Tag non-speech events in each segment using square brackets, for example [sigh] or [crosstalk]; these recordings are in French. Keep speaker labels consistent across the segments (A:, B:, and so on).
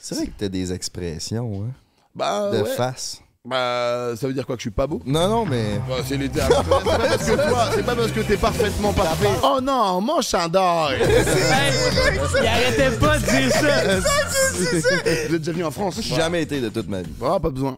A: C'est vrai que t'as des expressions, hein?
B: Ah
C: Bah,
A: de
C: ouais.
A: face.
C: Bah, ça veut dire quoi que je suis pas beau
A: Non, non, mais.
C: Bah, c'est les termes. [laughs] C'est pas parce que toi, c'est pas parce que t'es parfaitement parfait. Oh non, mon [laughs] chandail
D: Hey, il arrêtait pas de dire ça.
C: Vous êtes déjà venu en France
A: J'ai jamais été de toute ma vie.
C: Ah, pas besoin.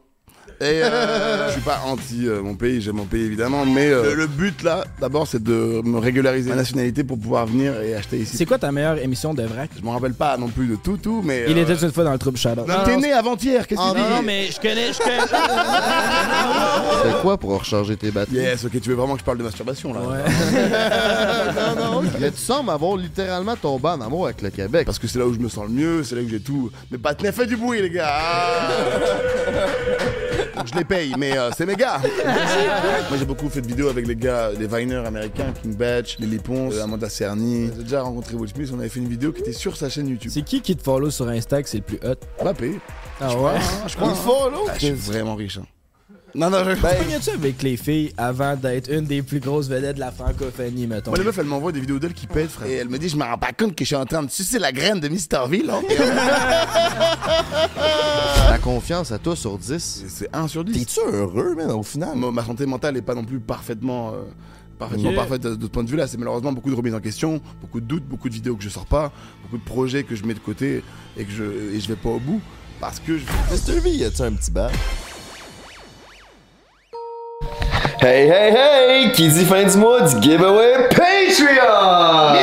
C: Et euh, je suis pas anti euh, mon pays, j'aime mon pays évidemment, mais euh, le, le but là, d'abord, c'est de me régulariser ma nationalité pour pouvoir venir et acheter ici.
D: C'est quoi ta meilleure émission de vrac?
C: Je m'en rappelle pas non plus de tout, tout, mais.
D: Il
C: euh,
D: était une fois dans le troupe Shadow.
C: non, T'es né avant-hier, qu'est-ce que tu
D: Non,
C: dis
D: non, mais je connais, je
E: [laughs]
D: connais.
F: C'est quoi pour recharger tes batteries?
C: Yes, ok, tu veux vraiment que je parle de masturbation là
D: Ouais.
F: non, non. Mais tu sembles avoir littéralement tombé en amour avec le Québec.
C: Parce que c'est là où je me sens le mieux, c'est là où j'ai tout. Mais pas tenez, fais du bruit, les gars Ah Donc, Je les paye, mais euh, c'est mes [laughs] gars Moi, j'ai beaucoup fait de vidéos avec les gars, les Viners américains, King Batch, Lily Pons, euh, Amanda Cerny. J'ai déjà rencontré Will Smith, on avait fait une vidéo qui était sur sa chaîne YouTube.
D: C'est qui qui te follow sur Insta que c'est le plus hot?
C: Pas payé.
D: Ah ouais?
C: Je crois. Ah, je suis vraiment riche, hein. Bah, Non, non, je...
D: Cognais-tu avec les filles avant d'être une des plus grosses vedettes de la francophonie, mettons?
C: Moi, les meufs, elles m'envoient des vidéos d'elles qui pètent, frère. Et elle me dit, je me rends pas compte que je suis en train de sucer la graine de Misterville. hein.
F: La confiance à toi sur 10.
C: C'est- c'est 1 sur 10.
A: T'es-tu heureux, man, au final?
C: Ma, ma santé mentale est pas non plus parfaitement, euh, parfaitement
D: Ok.
C: parfaite euh, de ce point de vue-là. C'est malheureusement beaucoup de remises en question, beaucoup de doutes, beaucoup de vidéos que je sors pas, beaucoup de projets que je mets de côté et que je et je vais pas au bout parce que je-
A: Mr. V, y a-tu un petit bal?
E: Hey, hey, hey! Qui dit fin du mois dit giveaway Patreon! [laughs]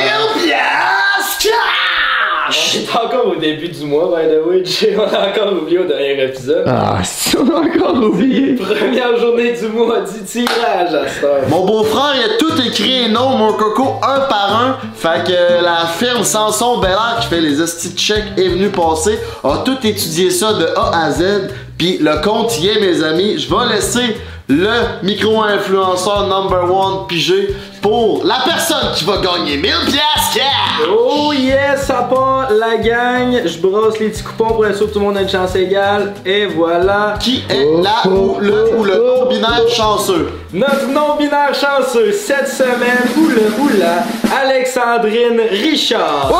E: On est encore au début du mois, by the way. Jay, on a encore oublié au dernier épisode.
D: [laughs]
F: Ah, si on a encore oublié.
E: Première journée du mois du tirage à cette heure.
F: Mon beau-frère, il a tout écrit et non, mon coco, un par un. Fait que euh, la firme Samson Belair qui fait les hosties de chèques est venue passer, a tout étudié ça de A à Z. Puis le compte y est, mes amis. Je vais laisser le micro-influenceur number one pigé pour la personne qui va gagner 1000 piastres cash.
E: Oh yes, ça part la gang. Je brosse les petits coupons pour être sûr que tout le monde a une chance égale. Et voilà.
F: Qui est la ou le ou le non-binaire chanceux?
E: Notre non-binaire chanceux cette semaine, oula oula, Alexandrine Richard.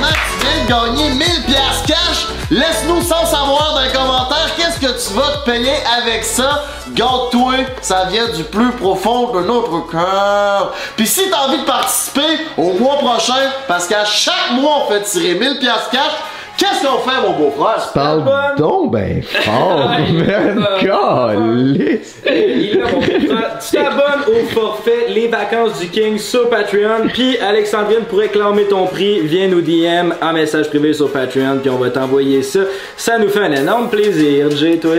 F: Max, tu viens de gagner 1000 piastres cash. Laisse-nous sans savoir dans les commentaires qu'est-ce que tu vas te payer avec ça. Garde-toi, ça vient du plus profond de notre cœur. Puis si t'as envie de participer au mois prochain, parce qu'à chaque mois on fait tirer 1000 piastres cash, qu'est-ce qu'on fait mon beau-frère?
E: Bonne-
G: donc ben fort, [laughs] man. Calisse.
E: Il est là, mon petit frère. Tu t'abonnes au forfait Les Vacances du King sur Patreon. Puis Alexandrine, pour réclamer ton prix, viens nous DM en message privé sur Patreon. Puis on va t'envoyer ça. Ça nous fait un énorme plaisir, Jay, toi.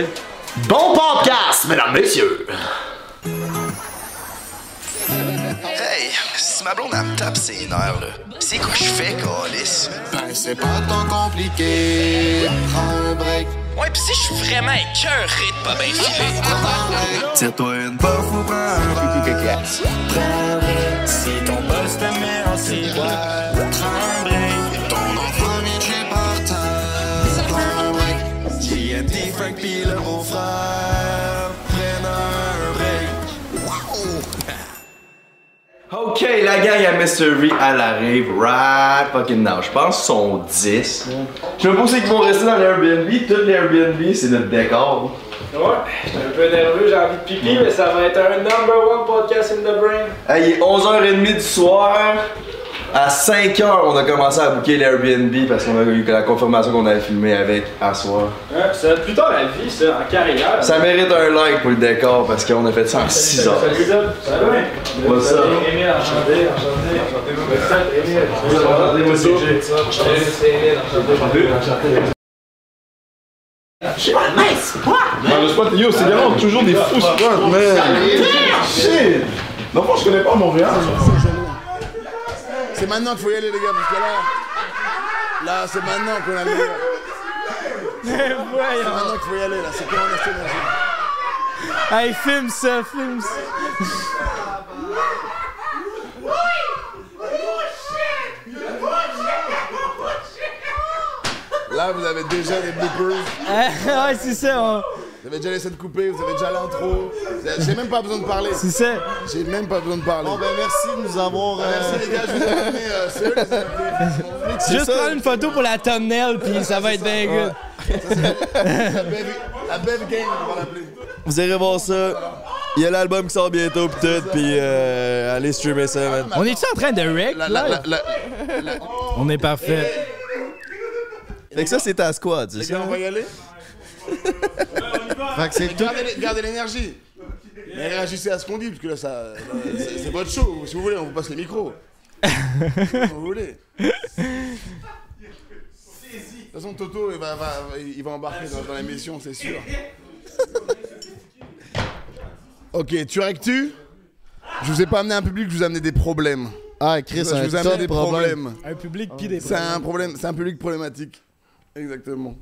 F: Bon podcast, mesdames, messieurs!
A: Hey, si ma blonde, elle me tape ses nerfs, là, c'est quoi je fais, Calis?
F: Ben c'est pas tant compliqué, prends un break.
H: Ouais, pis si je suis vraiment écœuré de pas bien filer.
A: Tire-toi une bof ou prends un verre.
H: Si ton boss te met en ciboire, tremble.
A: Ton nom premier, j'ai par terre. Prends un break. JMD, Frank, pis le beau-frère. Prenne un break.
E: Ok, la gang à Mr. V, elle arrive right fucking now. Je pense qu'ils sont 10. Je me pose qu'ils vont rester dans l'Airbnb. Tout l'Airbnb, c'est notre décor.
H: Ouais, j'étais un peu nerveux, j'ai envie de pipi, mais ça va être un number one podcast in the brain.
E: Hey, il est 11h30 du soir. À 5h, on a commencé à booker l'Airbnb parce qu'on a eu la confirmation qu'on allait filmer avec à soir.
H: Hein, ça va être plus tard la vie, ça, en carrière.
E: Ça mérite un like pour le décor parce qu'on a fait ça en 6 heures.
H: Salut, ça va bien?
E: What's up?
H: Émile, enchanté, enchanté, enchanté. What's up, Émile?
E: Enchanté, moi, c'est Jay.
H: Enchanté, c'est Émile, enchanté, enchanté.
I: Le spot, yo, ces gars-là ont toujours des fous spots, man. Shit! Non, moi, je connais pas Montréal.
C: c'est maintenant qu'il faut y aller les gars parce que là, là c'est maintenant qu'on a le. C'est maintenant qu'il faut y aller là, c'est quand on a cette énergie.
D: Hey, filme ça, filme ça.
C: Là vous avez déjà des bloopers,
D: Ah, ouais, c'est ça, [laughs] on-
C: vous avez déjà laissé de couper, vous avez déjà l'intro. J'ai même pas besoin de parler.
D: c'est ça.
C: J'ai même pas besoin de parler.
F: Bon ben merci de nous avoir... euh, [laughs]
C: Merci les gars, je vous ai amené, euh, c'est eux les invités. Ils sont venus
D: Juste prendre une photo pour la thumbnail, puis ça va être bien good.
C: La belle game, on va l'appeler.
B: Vous irez voir ça. Il y a l'album qui sort bientôt, pis tout, pis euh, allez streamer ça, man.
D: On est-tu en train de wreck?
C: La, la, la, la-
D: On est parfait.
B: Fait que ça, c'est ta squad, c'est
C: Les gars,
B: ça?
C: on va y aller.
J: Fait que c'est tout.
C: Gardez, l'é- gardez l'énergie. Mais réagissez à ce qu'on dit, parce que là, ça, euh, c'est c'est votre show. Si vous voulez, on vous passe les micros. si vous voulez. De toute façon, Toto, il va, va- il va embarquer dans, dans l'émission, c'est sûr. ok, tu règles tu Je vous ai pas amené un public, je vous ai amené des problèmes.
J: Ah, Chris,
C: Je
J: un
C: vous ai amené
J: tas de
C: des
J: problèmes.
C: problèmes.
D: Un public pis des
C: C'est un problème, c'est un public problématique. Exactement.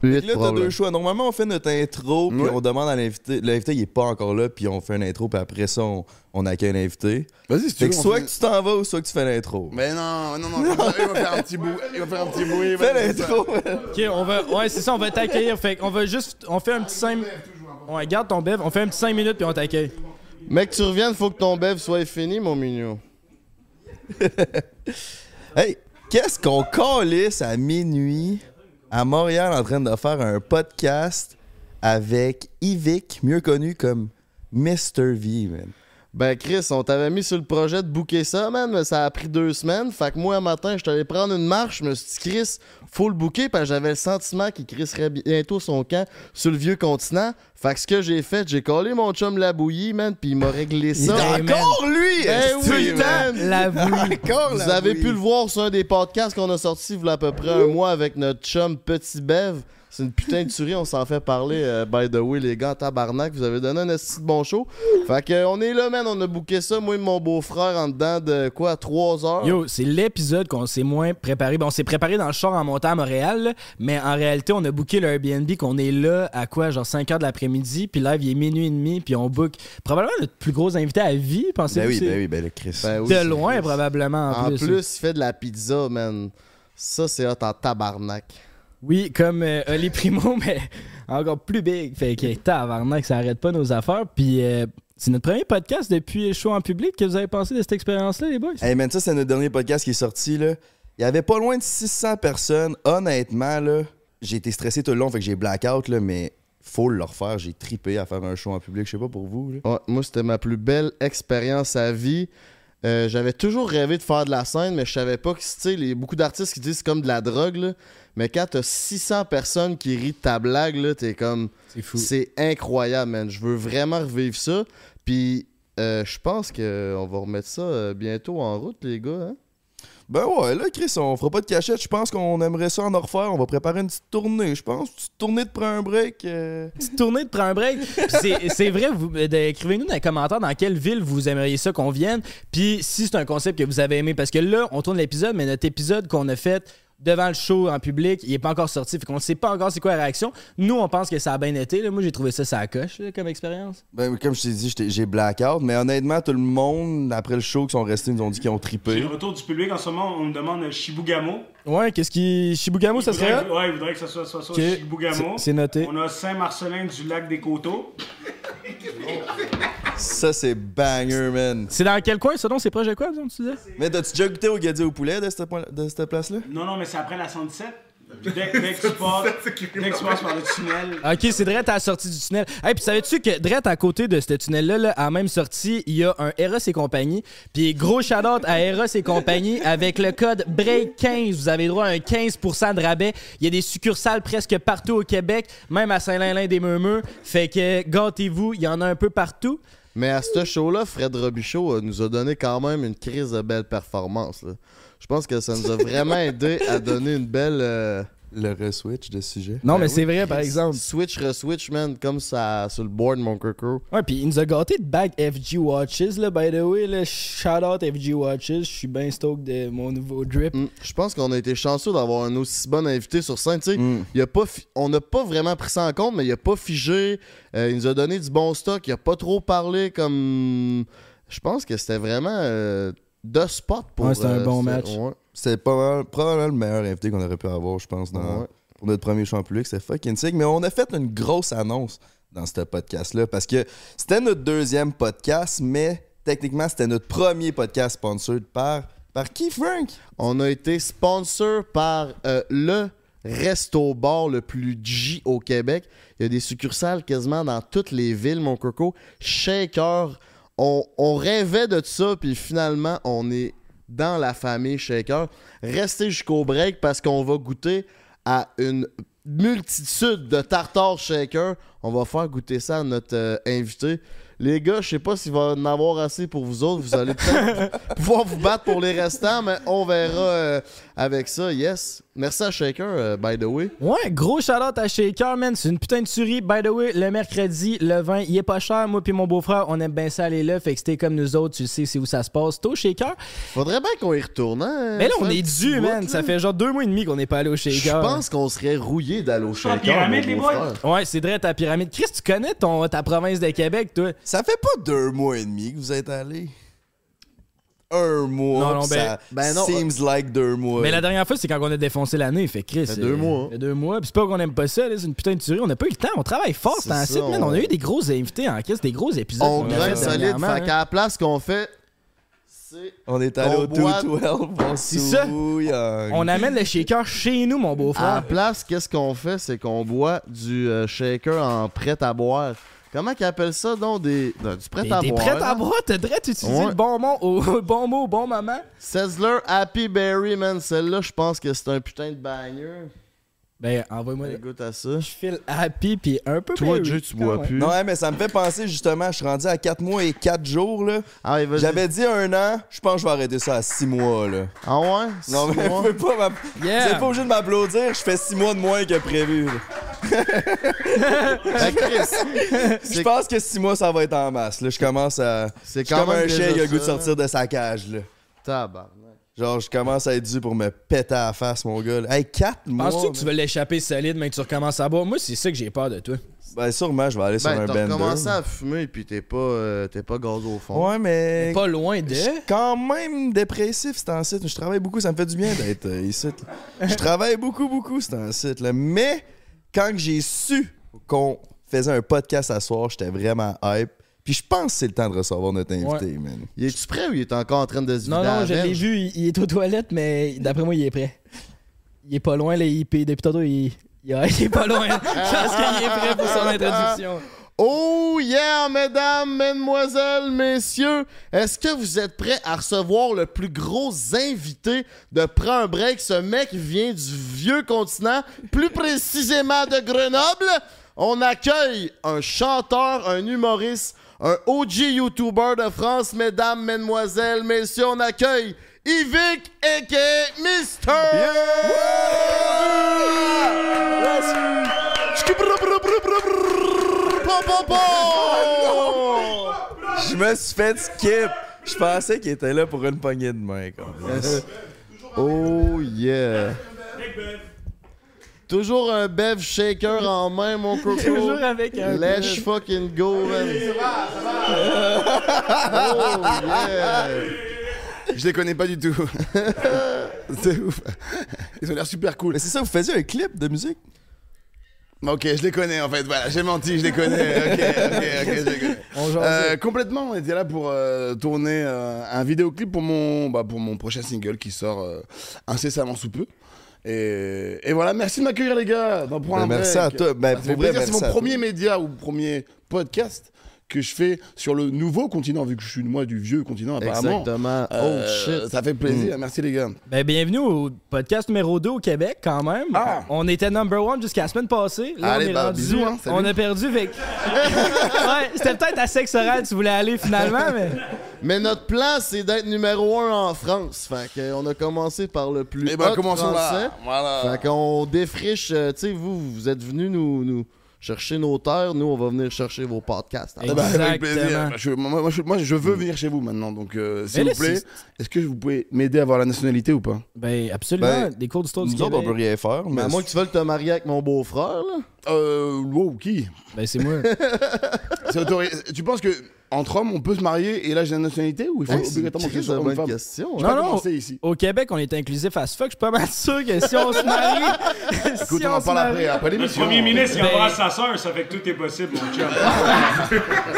B: Fait que Là,
J: Huit
B: t'as deux
J: problèmes.
B: choix. Normalement, on fait notre intro, puis
C: Ouais.
B: on demande à l'invité. L'invité, il est pas encore là, puis on fait une intro, puis après ça, on, on accueille un invité.
C: Vas-y, si
B: Fait que
C: on
B: soit
C: fait-
B: que tu t'en vas ou soit que tu fais l'intro.
C: Mais non, non, non, comme ça, il va faire un petit bruit. Il va faire un petit bruit.
B: Fais
C: voilà, c'est ça.
B: l'intro, [laughs] man.
D: Ok, on va. Ouais, c'est ça, on va t'accueillir. Fait qu'on va juste. On fait un petit 5. Ouais, garde ton bev. On fait un petit 5 minutes, puis on t'accueille.
J: Mec, tu reviennes, faut que ton bev soit fini, mon mignon.
B: Hey, qu'est-ce qu'on calisse à minuit à Montréal en train de faire un podcast avec Yvick, mieux connu comme Mr. V, man.
J: Ben, Chris, on t'avait mis sur le projet de booker ça, man, mais ça a pris deux semaines. Fait que moi, un matin, je suis allé prendre une marche. Je me suis dit, Chris, faut le booker, parce que j'avais le sentiment qu'il crisserait bientôt son camp sur le vieux continent. Fait que ce que j'ai fait, j'ai collé mon chum la bouillie, man, puis il m'a réglé
B: Il est
J: ça.
B: encore lui!
J: Eh
B: est-ce que
J: oui,
B: tu-
J: man.
B: [laughs]
D: La
B: Encore
J: Vous
B: la
J: avez
B: bouille.
J: pu le voir sur un des podcasts qu'on a sorti il y a à peu près un mois avec notre chum Petit Bev. C'est une putain de tuerie, on s'en fait parler, euh, by the way, les gars, tabarnak. Vous avez donné un esti de bon show. Fait que, euh, on est là, man, on a booké ça, moi et mon beau-frère, en dedans de quoi, 3 heures.
D: Yo, c'est l'épisode qu'on s'est moins préparé. Bon, on s'est préparé dans le char en montant à Montréal, là, mais en réalité, on a booké le Airbnb qu'on est là à quoi, genre 5 h de l'après-midi, puis live, il est minuit et demi, puis on book probablement notre plus gros invité à vie, pensez-vous.
B: Ben oui,
D: c'est-
B: ben oui, ben le Chris.
J: Ben oui,
D: de
J: c'est-
D: loin, probablement, en,
J: En plus, il fait de la pizza, man. Ça, c'est hot en tabarnak.
D: Oui, comme euh, Oli Primo, [laughs] mais encore plus big. Fait que, tabarnak, ça arrête pas nos affaires. Puis, euh, c'est notre premier podcast depuis Show en public. que vous avez pensé de cette expérience-là, les boys?
B: Hey man, ça c'est notre dernier podcast qui est sorti là. Il y avait pas loin de 600 personnes. Honnêtement là, j'ai été stressé tout le long, fait que j'ai blackout là, mais faut le refaire. J'ai tripé à faire un show en public, je sais pas pour vous. là.
J: Ouais, moi, c'était ma plus belle expérience à vie. Euh, j'avais toujours rêvé de faire de la scène, mais je savais pas que, tu sais, il y a beaucoup d'artistes qui disent c'est comme de la drogue, là. Mais quand t'as 600 personnes qui rient de ta blague, là, t'es comme.
D: C'est fou.
J: C'est incroyable, man. Je veux vraiment revivre ça. Puis, euh, je pense qu'on va remettre ça euh, bientôt en route, les gars. hein.
B: Ben ouais, là Chris, on fera pas de cachette. Je pense qu'on aimerait ça en refaire. On va préparer une petite tournée, je pense. Une petite tournée de prendre un break. euh.
D: Petite tournée de prendre un break. Puis c'est- C'est vrai, vous- euh, écrivez-nous dans les commentaires dans quelle ville vous aimeriez ça qu'on vienne. Puis si c'est un concept que vous avez aimé, parce que là, on tourne l'épisode, mais notre épisode qu'on a fait devant le show en public, il est pas encore sorti. Fait qu'on sait pas encore c'est quoi la réaction. Nous, on pense que ça a bien été. là. Moi, j'ai trouvé ça, ça coche là, comme expérience.
B: Ben comme je t'ai dit, j'étais- j'ai blackout. Mais honnêtement, tout le monde après le show qui sont restés, ils nous ont dit qu'ils ont
K: J'ai
B: tripé.
K: le retour du public en ce moment, on me demande euh, Shibugamo.
D: Ouais, qu'est-ce qui. Shibugamo, ça serait.
K: Ouais, il voudrait que ça soit, soit, soit
D: Ok,
K: Shibugamo.
D: c'est- c'est noté.
K: On a Saint-Marcelin du lac des Coteaux.
B: Ça c'est banger man.
D: C'est dans quel coin, ça, non? C'est proche de quoi, disons, tu disais?
B: Mais t'as-tu déjà goûté au gadget au poulet de cette, point- de cette place là?
K: Non, non, mais c'est après la 117. Dès, [laughs] dès que tu passes, dès que tu passes par le tunnel.
D: Ok, c'est direct à la sortie du tunnel. Hey, puis savais-tu que direct à côté de ce tunnel-là, là, à la même sortie, il y a un Eros et compagnie. Puis gros shout-out à Eros et compagnie. Avec le code BREAK15, vous avez droit à un 15% de rabais. Il y a des succursales presque partout au Québec, même à Saint-Lin-Lin-des-Meumeux. Fait que gâtez-vous, il y en a un peu partout.
J: Mais à ce show-là, Fred Robichaud euh, nous a donné quand même une crise de belle performance. là. Je pense que ça nous a vraiment aidé à donner une belle. euh,
B: Le reswitch de sujet.
D: Non, mais c'est vrai, par exemple.
J: Switch, re-switch, man, comme ça sur le board, mon coco.
D: Ouais, puis il nous a gâté de bag FG Watches, là, by the way. Là. Shout out FG Watches. Je suis bien stoked de mon nouveau drip.
J: Mm. Je pense qu'on a été chanceux d'avoir un aussi bon invité sur scène. tu sais.
D: Mm.
J: Il a pas fi- On n'a pas vraiment pris ça en compte, mais il a pas figé. Euh, il nous a donné du bon stock. Il a pas trop parlé comme. Je pense que c'était vraiment euh, de spot pour.
D: Ouais, c'était un bon
J: c'était-
D: match.
J: ouais.
B: C'était pas mal- probablement le meilleur invité qu'on aurait pu avoir, je pense, dans,
J: Ouais.
B: pour notre premier show en public. C'était fucking sick. Mais on a fait une grosse annonce dans ce podcast-là parce que c'était notre deuxième podcast, mais techniquement, c'était notre premier podcast sponsored par Par qui, Frank?
J: On a été sponsor par euh, le resto bar le plus G au Québec. Il y a des succursales quasiment dans toutes les villes, mon coco. Shaker, on, on rêvait de ça, puis finalement, on est dans la famille Shaker. Restez jusqu'au break parce qu'on va goûter à une multitude de tartares Shaker. On va faire goûter ça à notre euh, invité. Les gars, je sais pas s'il va en avoir assez pour vous autres. Vous allez peut-être pouvoir vous battre pour les restants, mais on verra euh, avec ça. Yes. Merci à Shaker, euh, by the way.
D: Ouais, gros shout-out à Shaker, man. C'est une putain de tuerie. By the way, le mercredi, le vin, il est pas cher. Moi puis mon beau-frère, on aime bien ça aller là. Fait que c'était comme nous autres, tu le sais, c'est où ça se passe. Tôt, Shaker.
J: Faudrait bien qu'on y retourne. hein?
D: Mais là, on
J: Faire
D: est
J: un petit
D: dû,
J: bout,
D: man.
J: là.
D: Ça fait genre deux mois et demi qu'on n'est pas allé au
J: Je
D: Shaker.
J: pense qu'on serait rouillé d'aller au Shaker.
L: pyramide,
J: mon
L: les
J: beau-frère.
L: boys.
D: Ouais, c'est vrai, ta pyramide. Chris, tu connais ton, ta province de Québec, toi?
B: Ça fait pas deux mois et demi que vous êtes allés. Un mois.
D: Non, non,
B: pis
D: ben-
B: ça
J: ben non,
B: seems like deux mois.
D: Mais la dernière fois, c'est quand on a défoncé l'année. Fait Chris.
J: Fait
D: euh,
J: deux mois.
D: fait deux mois. Puis c'est pas qu'on aime pas ça, là, c'est une putain de tuerie. On n'a pas eu le temps. On travaille fort, c'est
J: C'est
D: un site,
J: ça,
D: man.
J: on-
D: On a eu des gros invités en Chris, des gros épisodes.
J: On
D: qu'on a
J: grimpe
D: fait
J: solide.
D: dernièrement,
J: Fait
D: hein.
J: qu'à la place qu'on fait, c'est.
B: On est allé
J: On
B: au
J: boit-
B: 212, on
D: C'est ça.
B: souille. euh,
D: On amène le shaker chez nous, mon
J: À la
D: beau-frère.
J: place, qu'est-ce qu'on fait? C'est qu'on boit du euh, shaker en prêt à boire. Comment qu'ils appellent ça, donc? Des, non, du prêt
D: T'es
J: à
D: t'es
J: boire. hein?
D: prête
J: là.
D: à boire, t'es prête à utiliser
J: Ouais.
D: le bon mot au [laughs] bon mot, au bon moment.
J: Sizzler Happy Berry, man. Celle-là, je pense que c'est un putain de bagneux.
D: Ben, envoie-moi. le-
J: Goûte à ça.
D: Je file happy puis un peu
J: Euh. Toi,
D: berry,
J: Dieu, tu
D: quand
J: bois
D: même.
J: plus.
B: Non, ouais, mais ça me fait penser justement, je suis rendu à 4 mois et 4 jours. là.
J: Ah, vas-y.
B: J'avais dit un an, je pense que je vais arrêter ça à 6 mois. là.
J: Ah ouais?
B: Non,
J: Six
B: mais vous [laughs]
J: mois?
B: pouvez pas m'app-
D: Yeah.
B: Vous êtes pas obligé de m'applaudir, je fais 6 mois de moins que prévu.
J: [laughs]
B: là.
J: Ben, Chris,
B: Je pense que 6 mois, ça va être en masse. Là, je commence à. C'est
J: C'est quand
B: comme
J: même
B: un
J: déjà
B: chien qui a le goût de
J: ça.
B: sortir de sa cage. là.
J: tabarnak.
B: Genre, je commence à être dû pour me péter à la face, mon gars. là. Hey, 4 mois.
D: Penses-tu que tu
B: man.
D: vas l'échapper solide, mais que tu recommences à boire? Moi, c'est ça que j'ai peur de toi.
B: Ben, sûrement, je vais aller sur
J: Ben,
B: un
J: t'as
B: bender.
J: commencé à fumer, puis t'es pas, euh, t'es pas gaz au fond.
B: Ouais,
J: Ben,
B: mais.
D: Pas loin
B: Je
D: de.
B: suis quand même dépressif, c'est en site. Je travaille beaucoup, ça me fait du bien d'être euh, ici. là. Je travaille beaucoup, beaucoup, c'est en site. là. Mais quand que j'ai su qu'on faisait un podcast à soir, j'étais vraiment hype. Puis je pense que c'est le temps de recevoir notre invité, man.
J: Il est-tu prêt ou il est encore en train de se vider
D: Non,
J: la
D: non, je l'ai
J: verge?
D: vu, il, il est aux toilettes, mais d'après moi, il est prêt. Il est pas loin, là, il, depuis tantôt, il, [laughs] il, il est pas loin.
J: [laughs]
D: Je pense qu'il est prêt pour son introduction.
J: Oh yeah, mesdames, mesdemoiselles, messieurs, est-ce que vous êtes prêts à recevoir le plus gros invité de Prends un break? Ce mec vient du vieux continent, plus précisément de Grenoble. On accueille un chanteur, un humoriste, un OG YouTuber de France, mesdames, mesdemoiselles, messieurs, on accueille Yvick a.k.a. Mister!
B: Je me suis fait skip. Je pensais qu'il était là pour une poignée de main. quand même.
J: Oh yeah! Toujours un bev shaker en main, mon coco.
D: Toujours avec un.
J: Let's fucking go, man. Oh yeah! Je les connais pas
C: [laughs]
J: du tout. C'est ouf. Ils ont l'air super cool.
B: Mais c'est ça, vous faisiez un clip de musique?
J: Ok, je les connais en fait. Voilà, j'ai menti, je les connais. Ok, ok, ok, je les connais.
D: On jase.
J: Euh, complètement, on était là pour euh, tourner euh, un vidéoclip pour mon, bah, pour mon prochain single qui sort euh, incessamment sous peu. Et, et voilà, merci de m'accueillir les gars. d'en prendre
B: Ben,
J: un
B: merci
J: break.
B: à toi. Ben,
J: Ça
B: pour
J: fait
B: vrai,
J: plaisir. c'est
B: merci
J: mon
B: à toi.
J: premier média ou premier podcast que je fais sur le nouveau continent, vu que je suis moi du vieux continent
B: Bah,
J: apparemment.
B: Exactement. Oh, Hmm.
J: Euh, Ça fait plaisir, merci les gars.
D: Ben, bienvenue au podcast numéro 2 au Québec, quand même.
J: Ah.
D: On était number one jusqu'à la semaine passée. Là,
J: Allez,
D: on est
J: bah,
D: rendu.
J: bisous, hein, salut.
D: on a perdu, fait. que- ouais, c'était peut-être à sexe oral, tu voulais aller finalement, mais.
J: Mais notre plan, c'est d'être numéro un en France. Fait que, euh, on a commencé par le plus
B: Eh ben,
J: hot
B: commençons là.
J: français.
C: Ah.
J: Fait qu'on défriche, euh, tu sais, vous, vous êtes venus nous, nous chercher nos terres, nous, on va venir chercher vos podcasts.
C: Ah bah,
D: Eh ben, avec plaisir. Exactement.
J: Je, moi, moi, je, moi, je veux venir chez vous maintenant, donc euh, s'il
D: Mais
J: vous
D: là,
J: plaît,
D: c'est-
J: est-ce que vous pouvez m'aider à avoir la nationalité ou pas
D: Ben, absolument.
B: Ben,
D: des cours d'histoire du
B: Nous autres, on peut
D: Québec.
B: rien faire, mais.
J: À moins que tu veuilles te marier avec mon beau-frère, là.
C: Euh, wow, qui
D: Ben, c'est moi.
C: [laughs]
J: C'est autorisé. tu penses que
C: entre hommes, on peut se marier et l'âge de la nationalité ou il faut
B: Hey, c'est une
C: obligatoirement que
B: crise
C: ce soit
B: de
C: homme
B: bonne
C: ou femme
B: question,
C: Je
D: Non,
C: peux
D: non.
C: commencer ici.
D: Au Québec, on est inclusif à ce fuck. Je suis pas mal sûr que si on se marie. si
C: Écoute, on en
D: se
C: parle
D: marie-
C: après, après
K: Le
C: l'émission.
K: premier ministre, il
D: Ben- Ah,
K: embrasse sa sœur, ça fait que tout est possible, mon chum.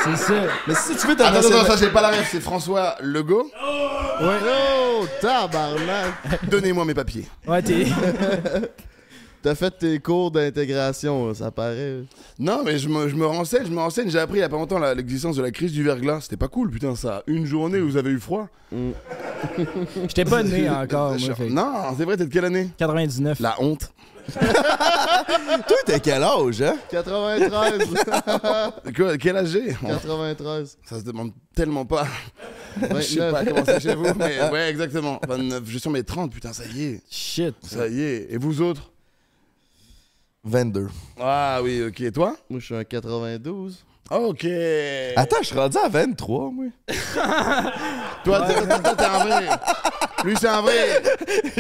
D: C'est ça.
B: Mais si tu veux
C: Attends, attends,
B: t'adresser.
C: Ah, ça j'ai pas la ref, c'est François Legault.
B: Oh, tabarnak!
C: Donnez-moi mes papiers.
D: Ouais, t'es.
B: T'as fait tes cours
J: hein,
B: d'intégration, ça paraît.
C: Non, mais je me, je me renseigne, je me renseigne. J'ai appris il y a pas longtemps la- l'existence de la crise du verglas. C'était pas cool, putain, ça. Une journée où vous avez eu froid.
D: J'étais pas né encore, moi. fait que-
C: Non, c'est vrai, t'es de quelle année
D: 99.
C: La honte.
B: Toi, t'as quel âge, hein? 93!
C: [laughs] Que- quel âge j'ai
B: 93.
C: Ça se demande tellement pas. je sais pas comment c'est chez vous, mais ouais, exactement. 29, je suis sur mes 30, putain, ça y est.
D: Shit.
C: Ça y est. Et vous autres
B: 22.
C: Ah oui, ok. Et toi
B: Moi, je suis un 92.
C: Ok.
B: Attends, je suis rendu à 23, moi. [laughs]
C: Toi, t'es- toi, t'es un vrai. Lui, c'est un vrai.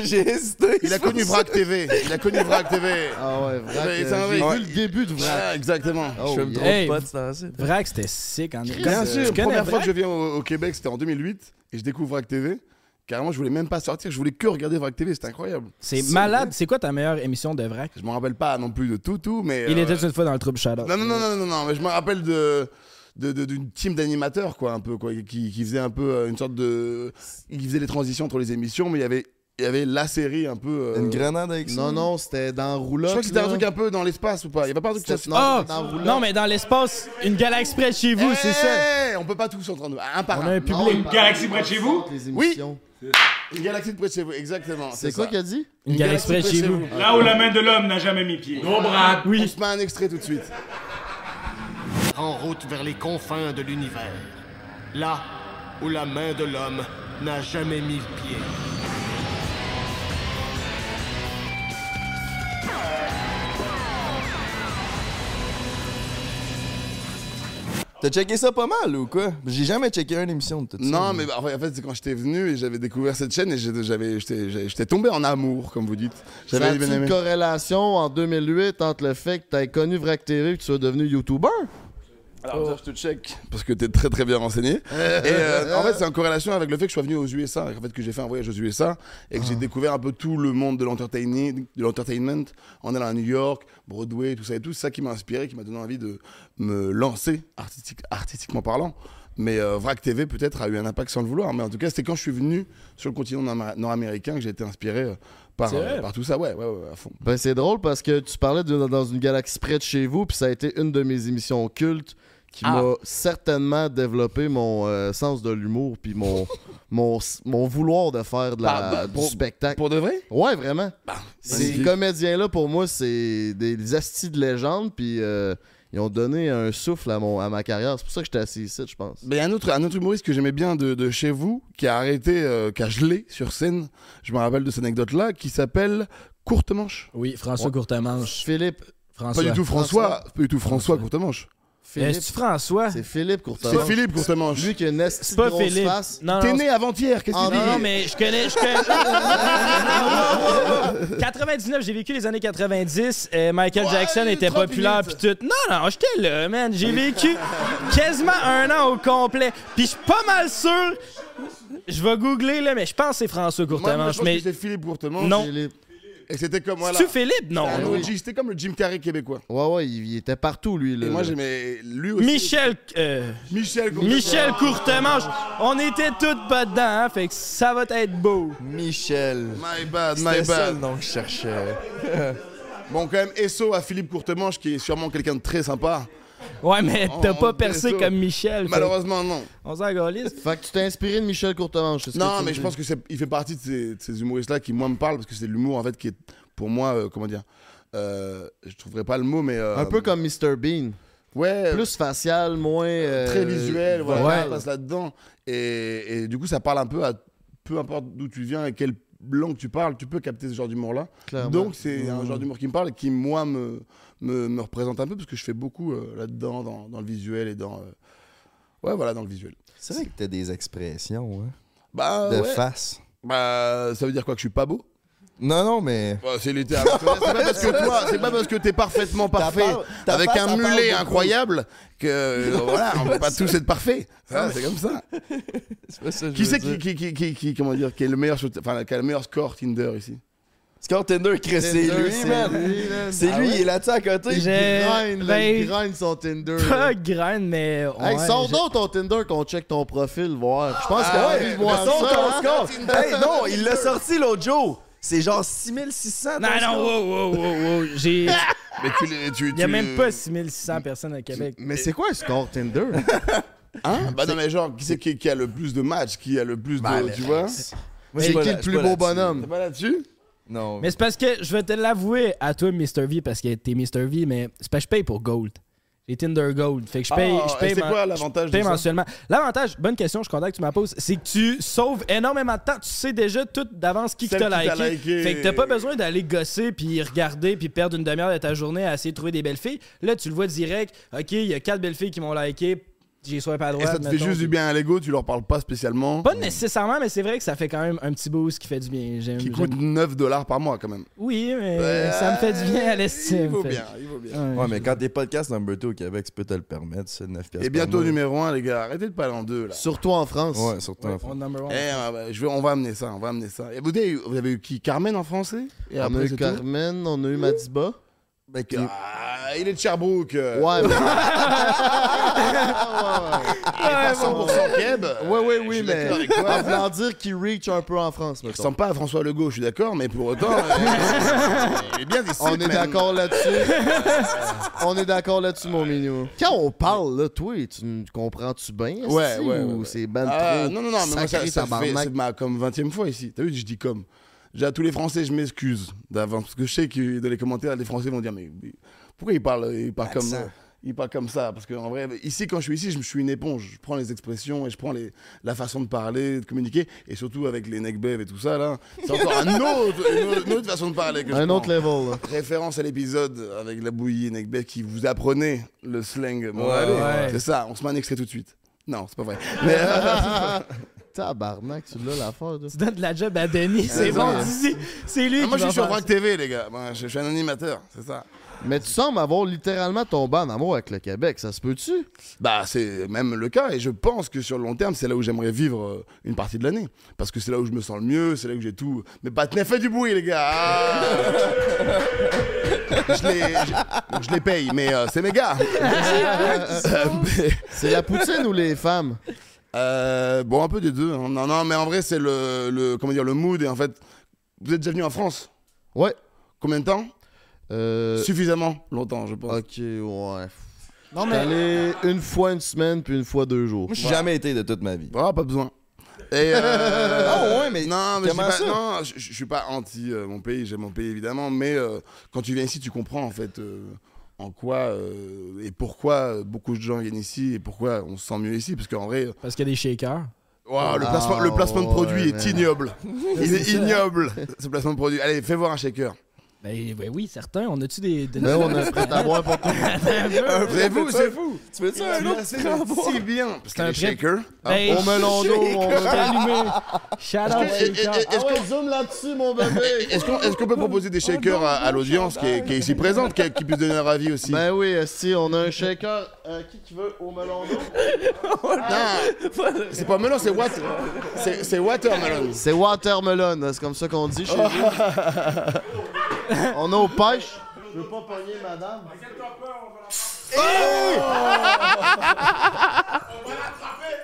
B: J'ai hésité.
C: Il a connu Vrac TV. Il a connu Vrac TV.
B: Ah ouais,
C: C'est
B: vrai.
C: un vrai.
B: J'ai vu le début de vrai.
C: Ah, exactement.
B: Oh, je me trompe
D: yeah.
B: pas de temps
D: Vrac, c'était sick en
C: Bien sûr, première fois que je
D: je.
C: viens au, au Québec, c'était en 2008, et je découvre Vrac TV. Carrément, je voulais même pas sortir, je voulais que regarder Vrac TV, c'était incroyable.
D: C'est malade. C'est quoi ta meilleure émission de Vrac
C: Je me rappelle pas non plus de tout, tout, mais.
D: Il
C: euh,
D: était une fois dans le trouble Shadow.
C: Non, non, non, non, non, non, mais je me rappelle de. de- de- d'une team d'animateurs quoi un peu quoi qui, qui faisait un peu euh, une sorte de ils faisaient les transitions entre les émissions mais il y avait il y avait la série un peu euh,
B: Une
D: E
B: grenade avec ça.
J: Non, non, c'était dans
C: je
J: Roulotte.
C: crois que c'était un
J: là.
C: truc un peu dans l'espace ou pas il y avait pas un truc qui
J: C'était-
C: s'appelait-
D: Oh!
J: dans Roulotte.
D: Non, mais dans l'espace, une galaxie près de chez vous, c'est ça.
C: Hey, on peut pas tous entendre un par
D: On a
C: un
D: un
J: Non,
D: public.
K: Une galaxie près de chez vous?
J: les émissions.
C: une galaxie de près de chez vous exactement
J: C'est quoi
C: ça.
J: qu'il a dit?
D: Une galaxie près de chez vous.
K: Là où la main de l'homme n'a jamais mis pied.
C: On se met un extrait tout de suite
H: En route vers les confins de l'univers. Là où la main de l'homme n'a jamais mis le pied.
B: T'as checké ça pas mal ou quoi? J'ai jamais checké une émission de tout ça.
C: Non, mais bah, en fait, en fait, c'est quand j'étais venu et j'avais découvert cette chaîne et j'ai- j'avais, j'étais, j'avais- j'étais tombé en amour, comme vous dites. J'avais
J: J'avais
C: bien aimé.
J: une corrélation en 2008 entre le fait que t'as connu Vrac TV et que tu sois devenu YouTuber.
C: Alors, ça, je te check parce que t'es très très bien [laughs] renseigné. et euh, en fait, c'est en corrélation avec le fait que je sois venu aux USA, et en fait que j'ai fait un voyage aux USA et que j'ai découvert un peu tout le monde de l'entertainment, de l'entertainment en allant à New York, Broadway, tout ça et tout. C'est ça qui m'a inspiré, qui m'a donné envie de me lancer artistique, artistiquement parlant. Mais euh, Vrac TV peut-être a eu un impact sans le vouloir. Mais en tout cas, c'était quand je suis venu sur le continent nord- nord-américain que j'ai été inspiré euh, par,
D: C'est
C: euh,
D: vrai.
C: par tout ça. Ouais, ouais, ouais, à fond.
J: Ben, c'est drôle parce que tu parlais de, dans une galaxie près de chez vous, puis ça a été une de mes émissions cultes qui
C: Ah.
J: m'a certainement développé mon euh, sens de l'humour,
C: [laughs]
J: puis mon, mon, mon vouloir de faire de la,
C: Bah, bah,
J: du
C: pour-
J: spectacle.
C: Pour de vrai
J: Ouais, vraiment. Ces
C: magnifique.
J: comédiens-là, pour moi, c'est des, des astis de légende, puis euh, ils ont donné un souffle à, mon, à ma carrière. C'est pour ça que j'étais assis ici, je pense.
C: Ben, il y a un autre, un autre humoriste que j'aimais bien de, de chez vous, qui a arrêté, euh, qui a gelé sur scène, je me rappelle de cette anecdote-là, qui s'appelle Courte Manche.
D: Oui, François Courtemanche.
J: Philippe.
D: François.
C: Pas du tout François, pas du tout
D: Ah,
C: François Courte Manche.
J: Philippe.
D: Est-ce François?
J: C'est Philippe Courtois.
C: C'est Philippe Courte Manche.
J: Lui qui a une
D: C'est
J: astie de
D: pas
J: grosse
D: Philippe.
J: face.
D: Non,
C: T'es
D: non,
C: né avant-hier, qu'est-ce
J: Ah,
C: qu'il
D: Non,
C: dit
D: non, mais je connais. Je
C: [laughs]
D: connais. 99, j'ai vécu les années 90. euh, Michael
C: Ouais,
D: Jackson
C: il est
D: était
C: trop
D: populaire pis
C: minute.
D: tout. Non, non, j'étais là, man. J'ai vécu quasiment un an au complet. Puis je suis pas mal sûr. Je vais googler, là, mais je pense que c'est François
C: Moi, moi, je
D: Courtemanche.
C: pense
D: Mais
C: que c'est Philippe Courte Manche.
D: Non.
J: Philippe.
C: Et c'était comme, voilà.
D: tu Philippe? Non.
C: un OG, C'était comme le Jim Carrey québécois.
J: Ouais, ouais, il, il était partout, lui. Là.
C: Et moi, j'aimais lui aussi.
D: Michel. euh,
C: Michel Courte
D: Michel Courtemanche. On était tous pas dedans, hein, Fait que ça va être beau.
B: Michel.
C: My bad,
B: C'était
C: my
B: ça le
C: bad.
B: nom que je cherchais.
C: Bon, quand même, SO à Philippe Courtemanche, qui est sûrement quelqu'un de très sympa.
D: Ouais, mais t'as
C: On- on
D: pas percé
C: était ça.
D: comme Michel. fait
C: Malheureusement, non.
D: que On s'en galise.
J: Fait que tu t'es inspiré de Michel Courtemanche. c'est ce que
C: Non,
J: tu
C: mais
J: me
C: je
J: dis.
C: pense que c'est- il fait partie de ces, de ces humoristes-là qui moi me parlent parce que c'est l'humour en fait qui est pour moi euh, comment dire. Euh, je trouverais pas le mot, mais euh,
J: Un peu comme Mr. Bean.
C: ouais,
J: Plus facial, moins. euh,
C: très visuel, voilà,
J: vocal.
C: ça passe là-dedans. Et, et du coup, ça parle un peu à peu importe d'où tu viens et quelle langue tu parles, tu peux capter ce genre d'humour-là.
J: Clairement.
C: Donc c'est un genre d'humour qui me parle et qui moi me, me, me représente un peu parce que je fais beaucoup euh, là-dedans dans, dans le visuel et dans euh, ouais voilà dans le visuel.
B: C'est vrai que t'as des expressions, hein.
C: Bah
B: De
J: Ah
C: ouais.
B: face.
C: Bah ça veut dire quoi que je suis pas beau
B: Non, non, mais.
C: c'est l'été à C'est pas parce que toi, c'est pas parce que t'es parfaitement parfait
B: part- ta
C: avec
B: part, ça
C: un
B: parle
C: mulet
B: beaucoup.
C: incroyable que euh, voilà, on peut [laughs] pas tous être parfaits. Hein,
J: Ah,
C: c'est comme
B: [laughs]
C: ça. Qui c'est qui, qui, qui, qui, qui- comment dire, qui est le meilleur, shoot- enfin, qui a le meilleur score Tinder ici
B: Score Tinder, Chris, c'est
J: Tinder,
B: lui,
J: c'est
B: man.
J: lui, man.
B: C'est
J: Ah
B: lui,
J: ouais?
B: il est là-dessus à côté.
J: Il grind, là, il
D: ben,
J: grind son Tinder.
D: Pas graine, mais.
J: Hey,
D: ouais,
J: sors
D: je-
J: donc ton Tinder qu'on check ton profil, voir. Je pense
B: Ah
J: qu'on a
B: ouais,
J: envie de
B: mais
J: voir
B: sors
J: ça.
B: ton
J: hein.
B: score. Hey, non, il l'a sorti l'autre jour. C'est genre 6600. ton
D: Non, non,
B: score.
D: wow, wow, wow, wow. J'ai.
C: Mais tu, l'es- tu,
D: Il n'y
C: [laughs]
D: a
C: tu-
D: même pas 6600 personnes à Québec.
J: Mais c'est quoi un score Tinder? [laughs]
C: Hein Bah non, mais genre, qui c'est qui, qui a le plus de matchs, qui a le plus
B: Bah,
C: de,
B: là,
C: tu vois
B: Moi, je
J: C'est
B: suis
J: qui
B: pas là-
J: le
B: je suis
J: plus
B: pas
J: beau
B: là-dessus.
J: bonhomme?
C: T'es pas là-dessus
B: Non.
D: Mais c'est parce que je vais te l'avouer à toi, Mr. V, parce que t'es Mr. V, mais c'est parce que je paye pour Gold. J'ai Tinder Gold. Fait que je paye.
C: Ah,
D: je paye
C: et c'est
D: men-
C: quoi l'avantage
D: je paye
C: de ça?
D: mensuellement. L'avantage, bonne question, je suis content que tu me la poses, c'est que tu sauves énormément de temps. Tu sais déjà tout d'avance qui, qui
C: Celle
D: t'a
C: qui t'a
D: liké.
C: liké.
D: Fait que t'as pas besoin d'aller gosser puis regarder puis perdre une demi-heure de ta journée à essayer de trouver des belles filles. Là, tu le vois direct. Ok, il y a quatre belles filles qui m'ont liké. J'ai swipe à
C: Et
D: droite.
C: ça te fait
D: mettons,
C: juste
D: puis-
C: du bien à l'ego, tu leur parles pas spécialement.
D: Pas nécessairement, mais c'est vrai que ça fait quand même un petit boost qui fait du bien. J'aime-
C: Qui
D: j'aime-
C: coûte 9 dollars par mois quand même.
D: Oui, mais
C: Ouais,
D: ça me fait du bien à
C: Il
D: l'estime.
C: vaut
D: fait.
C: bien, il vaut bien.
D: Ouais.
B: Ouais, mais quand t'es podcast number 2 au Québec, tu peux te le permettre, c'est 9 piastres
C: Et
B: par
C: bientôt
B: mois.
C: numéro 1, les gars, arrêtez de parler en deux là.
J: Surtout en France.
B: Ouais, surtout en
D: On
B: France.
D: number one.
C: Eh, ouais, ouais, je vais- on va amener ça, on va amener ça. Et vous, avez- vous avez eu qui Carmen en français Et
J: On a
C: après, c'est
J: eu
C: tout
J: Carmen, on a eu Madiba.
B: Ben, qui-
C: Ah, il est de Sherbrooke. euh,
J: Ouais, mais-
C: il est pas 100% Keb.
J: [laughs] ouais, ouais,
C: Je
J: oui,
C: suis
J: mais
C: d'accord avec toi.
J: en voulant dire qu'il reach un peu en France,
C: Il
J: mettons.
C: ressemble pas à François Legault, je suis d'accord, mais pour autant,
J: [laughs]
C: euh, il est bien d'ici.
J: On est
C: man.
J: d'accord là-dessus. [laughs] on est d'accord là-dessus, mon minou. Quand on parle, là, toi, tu me comprends-tu bien? esti,
C: Ouais, ouais, ouais,
J: Ou
C: ouais.
J: c'est ben
C: Ah,
J: trop
C: non, non, non, mais moi, ça,
J: sacré,
C: ça fait,
J: tabarnak?
C: c'est ma comme 20 e fois ici. T'as vu, je dis comme. J'ai à tous les Français, je m'excuse d'avance. Parce que je sais que dans les commentaires, les Français vont dire Mais, mais pourquoi ils parlent, ils
J: Bah,
C: parlent comme
B: Accent.
C: ils parlent comme ça Parce qu'en vrai, ici, quand je suis ici, je me suis une éponge. Je prends les expressions et je prends les, la façon de parler, de communiquer. Et surtout avec les neckbev et tout ça, là. C'est encore un autre- une, autre, une
J: [laughs]
C: autre façon de parler que je
J: Un
C: prends.
J: autre level, là.
C: Référence à l'épisode avec la bouillie et Nekbet qui vous apprenait le slang. montréalais.
D: ouais.
C: C'est ça, on se met un extrait tout de suite. Non, c'est pas vrai. Mais, euh,
J: Tabarnak, tu l'as l'affaire, là.
D: Tu donnes de la job à Denis, c'est
C: Eh, Ouais,
D: bon,
C: ouais.
D: dis-y. C'est lui
C: Ah, moi,
D: qui
C: je
D: va
C: suis sur
D: faire
C: Vrac TV, les gars. Moi, je, je suis un animateur, c'est ça.
J: Mais tu sembles avoir littéralement tombé en amour avec le Québec, ça se peut-tu?
C: Bah, c'est même le cas. Et je pense que sur le long terme, c'est là où j'aimerais vivre euh, une partie de l'année. Parce que c'est là où je me sens le mieux, c'est là où j'ai tout. Mais Batney, fait du bruit, les gars. Ah [laughs] je, les, je- donc, je les paye, mais euh, c'est mes gars. Euh, mais-
J: C'est la poutine ou les femmes?
C: Euh, bon, un peu des deux. hein. Non, non, mais en vrai, c'est le, le- comment dire, le mood. Et en fait, vous êtes déjà venu en France
J: Ouais.
C: Combien de temps
J: Euh,
C: Suffisamment longtemps, je pense.
J: ok, ouais. Non, mais. Allez, une fois une semaine, puis une fois deux jours.
B: Moi, j'ai jamais été de toute ma vie.
C: Ah, pas besoin. Et
B: [laughs]
C: euh,
B: Ah ouais, mais
C: non, mais je suis
B: comment
C: pas,
B: ça
C: non, je, je suis pas anti euh, mon pays, j'aime mon pays évidemment, mais euh, quand tu viens ici, tu comprends en fait euh, en quoi euh, et pourquoi euh, beaucoup de gens viennent ici et pourquoi on se sent mieux ici, parce qu'en vrai,
D: Parce qu'il y a des shakers.
C: Wow, le,
J: Ah,
C: placement, le placement de produit
J: ouais,
C: est
J: man.
C: ignoble. Il est ignoble, ce placement de produit. Allez, fais voir un shaker.
D: Ben, ben oui, certains. On a-tu des. Ben, de-
C: Ben,
D: [laughs]
J: Mais on est prêt à boire [laughs] pour tout.
C: C'est vous, [laughs] c'est vous.
B: Tu veux ça un autre?
C: Si bien. Parce que
D: un
C: les
D: prêt.
C: shakers. euh,
D: Ben,
J: Au melon d'eau, on
D: on va
J: veut-
D: t'allumer. Shout out
C: Est-ce que-
D: shaker.
C: est- est-ce qu'on-
J: Ah zoom là-dessus, mon bébé!
C: [laughs] est-ce qu'on est-ce qu'on peut proposer des shakers à, à l'audience qui, est- qui est ici présente, qui, qui puisse donner leur avis aussi
J: Ben oui, si on a un shaker. Euh, qui qui veut au melon d'eau?
C: Non, c'est pas melon, c'est water. C'est c'est watermelon.
J: C'est watermelon, c'est comme ça qu'on dit chez nous. on est aux pêches. Je veux pas pogner madame.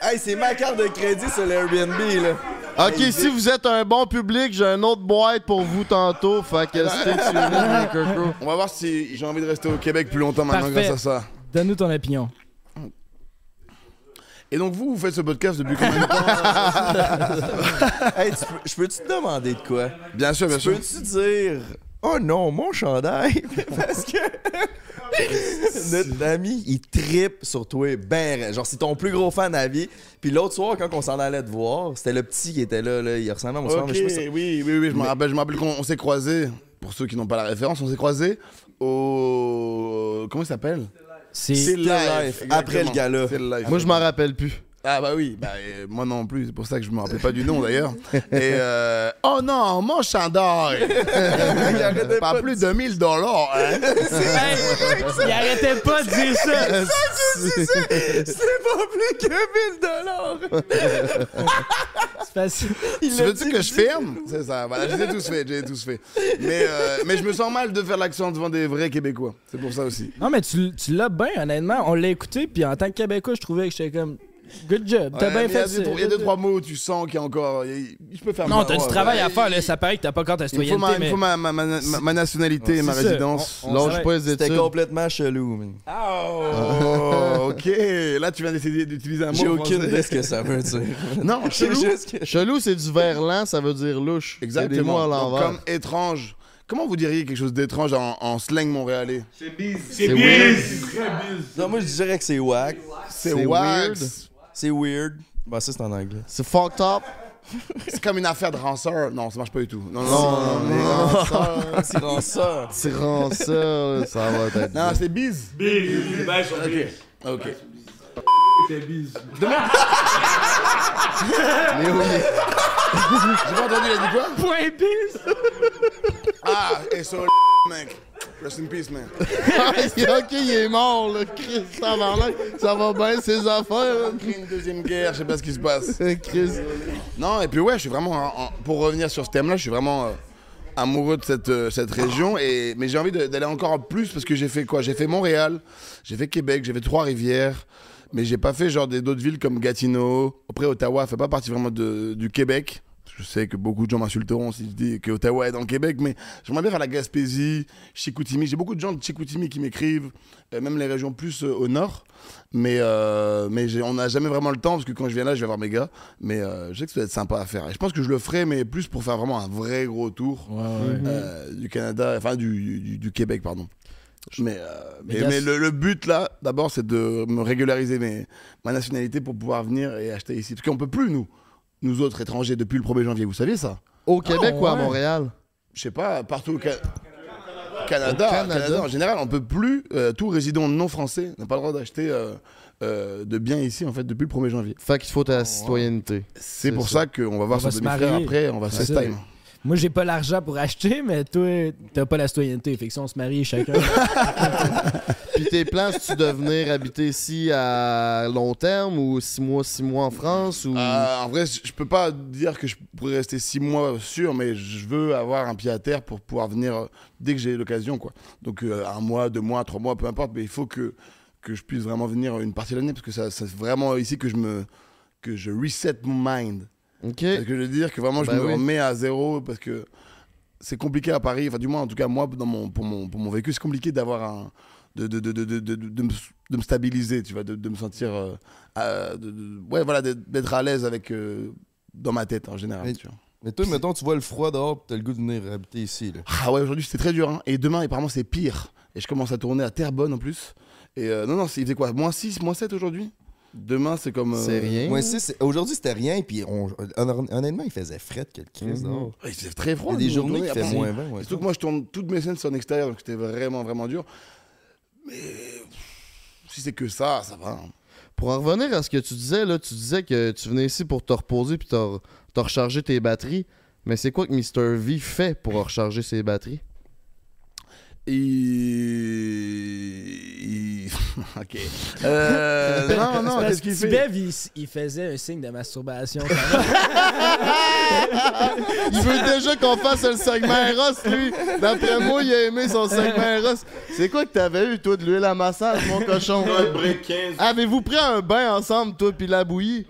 B: Hey, c'est ma carte de crédit sur l'Airbnb, là.
D: [laughs]
J: Ok, si vous êtes un bon public, j'ai une autre boîte pour vous tantôt. Fait que
C: [laughs]
J: stay tuned, les cocos.
C: On va voir si j'ai envie de rester au Québec plus longtemps maintenant
D: Parfait.
C: grâce à ça.
D: Donne-nous ton opinion.
C: Et donc vous, vous faites ce podcast depuis combien [laughs] de temps
B: Hey, tu peux- je peux-tu te demander de quoi?
C: Bien sûr, bien
B: Tu
C: sûr.
B: peux-tu dire Oh non, mon chandail [laughs] Parce que notre ami, il trippe sur toi. Ben, raide. genre, c'est ton plus gros fan à vie. Puis l'autre soir, quand on s'en allait te voir, c'était le petit qui était là. là il ressemblait à mon soir,
C: Ok,
B: mais je sais pas si-
C: oui, oui, oui, je me rappelle, je me rappelle qu'on on s'est croisés, pour ceux qui n'ont pas la référence, on s'est croisés au... Comment il s'appelle
D: C'est.
B: Still Life, après
C: exactement.
B: le gala.
C: Still Life.
J: Moi, je m'en rappelle plus.
C: Ah bah oui, bah, euh, moi non plus, c'est pour ça que je me rappelais pas du nom d'ailleurs. Et euh, oh non, mon chandail, pas plus de 1000 dollars. hein.
D: Ben, Il arrêtait pas de dire ça.
B: [laughs]
M: C'est pas plus que 1000 dollars.
D: C'est facile.
C: Tu veux-tu que je ferme C'est ça, voilà, j'ai tous fait, j'ai tous fait. Mais, euh, mais je me sens mal de faire l'accent devant des vrais Québécois, c'est pour ça aussi.
D: Non, mais tu, tu l'as bien, honnêtement. On l'a écouté, puis en tant que Québécois, je trouvais que j'étais comme. Good job, t'as
C: Ouais,
D: bien
C: Euh, mais
D: fait
C: Il y a
D: ça.
C: deux, trois- il y a deux, trois mots où tu sens qu'il y a encore. il y a- Je peux faire
D: Non,
C: ma-
D: t'as du
C: ouais,
D: travail
C: ouais.
D: à faire, là. Ça paraît que t'as pas encore ta
C: Il me
D: citoyenneté.
C: faut ma, il me
D: mais...
C: faut ma, ma- ma- ma- ma nationalité et ma
B: C'est ça.
C: résidence.
D: Oh,
B: On- on savait- C'était [laughs] complètement chelou. man.
C: Oh, ok. Là, tu viens d'essayer d'utiliser un mot.
B: J'ai aucune
C: français.
B: idée ce que ça veut dire.
C: Non, chelou.
J: Chelou, c'est du verlan, ça veut dire louche. C'est des
C: Exactement.
J: mots à
C: Donc,
J: l'envers.
C: comme étrange. Comment vous diriez quelque chose d'étrange en, en slang montréalais
K: C'est bise.
C: C'est bise.
B: Non, moi je dirais que c'est wack.
C: C'est
B: weird.
C: wax.
B: C'est weird. Bah ça c'est en anglais.
J: C'est fucked up.
C: C'est comme une affaire de ranceur. Non, ça marche pas du tout. Non, non,
J: Non,
C: non,
J: les
C: non.
J: ranceurs.
B: [laughs] C'est ranceur.
J: C'est ranceur, ça va être.
C: Non, c'est bise.
K: Bise. Ben, sur bise.
C: Ok.
K: C'est bise.
J: Mais oui.
C: J'ai pas entendu, il a dit quoi
D: Point bise.
C: Ah, et ça, mec. Rest in peace, man.
J: ok, [laughs] il est mort, le Chris Tabarnak. Ça va bien, ses affaires.
C: On crée une deuxième guerre, je sais pas ce qui se passe.
J: hein. Chris.
C: Non, et puis ouais, je suis vraiment. en- en- pour revenir sur ce thème-là, je suis vraiment euh, amoureux de cette, euh, cette région. Et, mais j'ai envie de- d'aller encore en plus parce que j'ai fait quoi J'ai fait Montréal, j'ai fait Québec, j'ai fait Trois-Rivières. Mais j'ai pas fait genre des d'autres villes comme Gatineau. Après, Ottawa fait pas partie vraiment de- du Québec. Je sais que beaucoup de gens m'insulteront si je dis que Ottawa est dans le Québec, mais j'aimerais bien faire la Gaspésie, Chicoutimi. J'ai beaucoup de gens de Chicoutimi qui m'écrivent, euh, même les régions plus euh, au nord. Mais, euh, mais j'ai- on n'a jamais vraiment le temps parce que quand je viens là, je vais voir mes gars. Mais euh, je sais que ça va être sympa à faire. Et je pense que je le ferai, mais plus pour faire vraiment un vrai gros tour euh, du Canada, enfin du, du- du Québec, pardon. Mais, euh, mais,
D: Mais Gas-
C: mais le, le but là, d'abord, c'est de me régulariser mes- ma nationalité pour pouvoir venir et acheter ici. Parce qu'on peut plus, nous, nous autres étrangers, depuis le 1er janvier. Vous savez ça
J: Au Québec ou à
D: ouais.
J: Montréal?
C: Je sais pas, partout au Ca- Canada,
J: Au Canada.
C: Canada, en général, on peut plus, euh, tout résident non français n'a pas le droit d'acheter euh, euh, de biens ici, en fait, depuis le 1er janvier.
J: Fait qu'il faut ta citoyenneté.
C: C'est pour ça, qu'on va voir
D: On
C: son
D: va se
C: demi-frère
D: marier.
C: après, on va
D: C'est
C: se
D: ça.
C: time.
D: Moi, j'ai pas l'argent pour acheter, mais toi, t'as pas la citoyenneté. Fait que si on se marie chacun.
J: Puis tes plans, si tu devenir habiter ici à long terme ou six mois, six mois en France ou.
C: Euh, en vrai, je peux pas dire que je pourrais rester six mois sûr, mais je veux avoir un pied à terre pour pouvoir venir euh, dès que j'ai l'occasion, quoi. Donc euh, un mois, deux mois, trois mois, peu importe, mais il faut que que je puisse vraiment venir une partie de l'année parce que ça, c'est vraiment ici que je me que je reset mon mind.
J: Ok.
C: C'est ce que je veux dire que vraiment je
J: Ben
C: me
J: oui.
C: remets à zéro parce que c'est compliqué à Paris, enfin du moins en tout cas moi dans mon, pour, mon, pour mon vécu c'est compliqué d'avoir un... De, de, de, de, de, de, de me, de me stabiliser, tu vois, de, de me sentir... euh, euh, de- de- ouais voilà, d'être- d'être à l'aise avec... euh, dans ma tête en général.
B: Mais-
C: tu vois.
B: Mais toi, mettons, tu vois le froid dehors, pis t'as le goût de venir habiter ici. Là.
C: Ah ouais, aujourd'hui c'était très dur, hein. et demain apparemment c'est pire. Et je commence à tourner à Terrebonne en plus. Et euh, non, non, c'est- il faisait quoi Moins 6, moins 7 aujourd'hui Demain c'est comme... euh,
J: C'est rien.
B: Moi aussi, c'est- aujourd'hui c'était rien, puis on... hon- honnêtement, il faisait fret que le crise dehors.
C: Il faisait très
B: Il y
C: froid.
B: a des
C: nous,
B: journées
C: tourner,
B: qui fait
C: apparemment,
B: moins 20. ouais.
C: Surtout que moi, je tourne toutes mes scènes sur l'extérieur, donc c'était vraiment, vraiment dur. Mais si c'est que ça, ça va. hein.
J: Pour en revenir à ce que tu disais, là, tu disais que tu venais ici pour te reposer puis te re- te recharger tes batteries. Mais c'est quoi que Mr. V fait pour recharger ses batteries?
C: Et... et- [laughs] ok. Euh, [laughs] [laughs] non, non,
D: Parce
C: qu'est-ce
D: que
C: qu'il fait
D: Tibev, il, s- il faisait un signe de
C: [laughs]
D: masturbation.
J: Il veut déjà qu'on fasse le
C: [laughs]
J: segment Ross, lui. D'après moi, il a aimé son segment Ross. C'est quoi que t'avais eu, toi, de l'huile à massage, mon
C: [laughs]
J: cochon?
I: Notre break 15.
J: Avez-vous pris un bain ensemble, toi, puis la bouillie?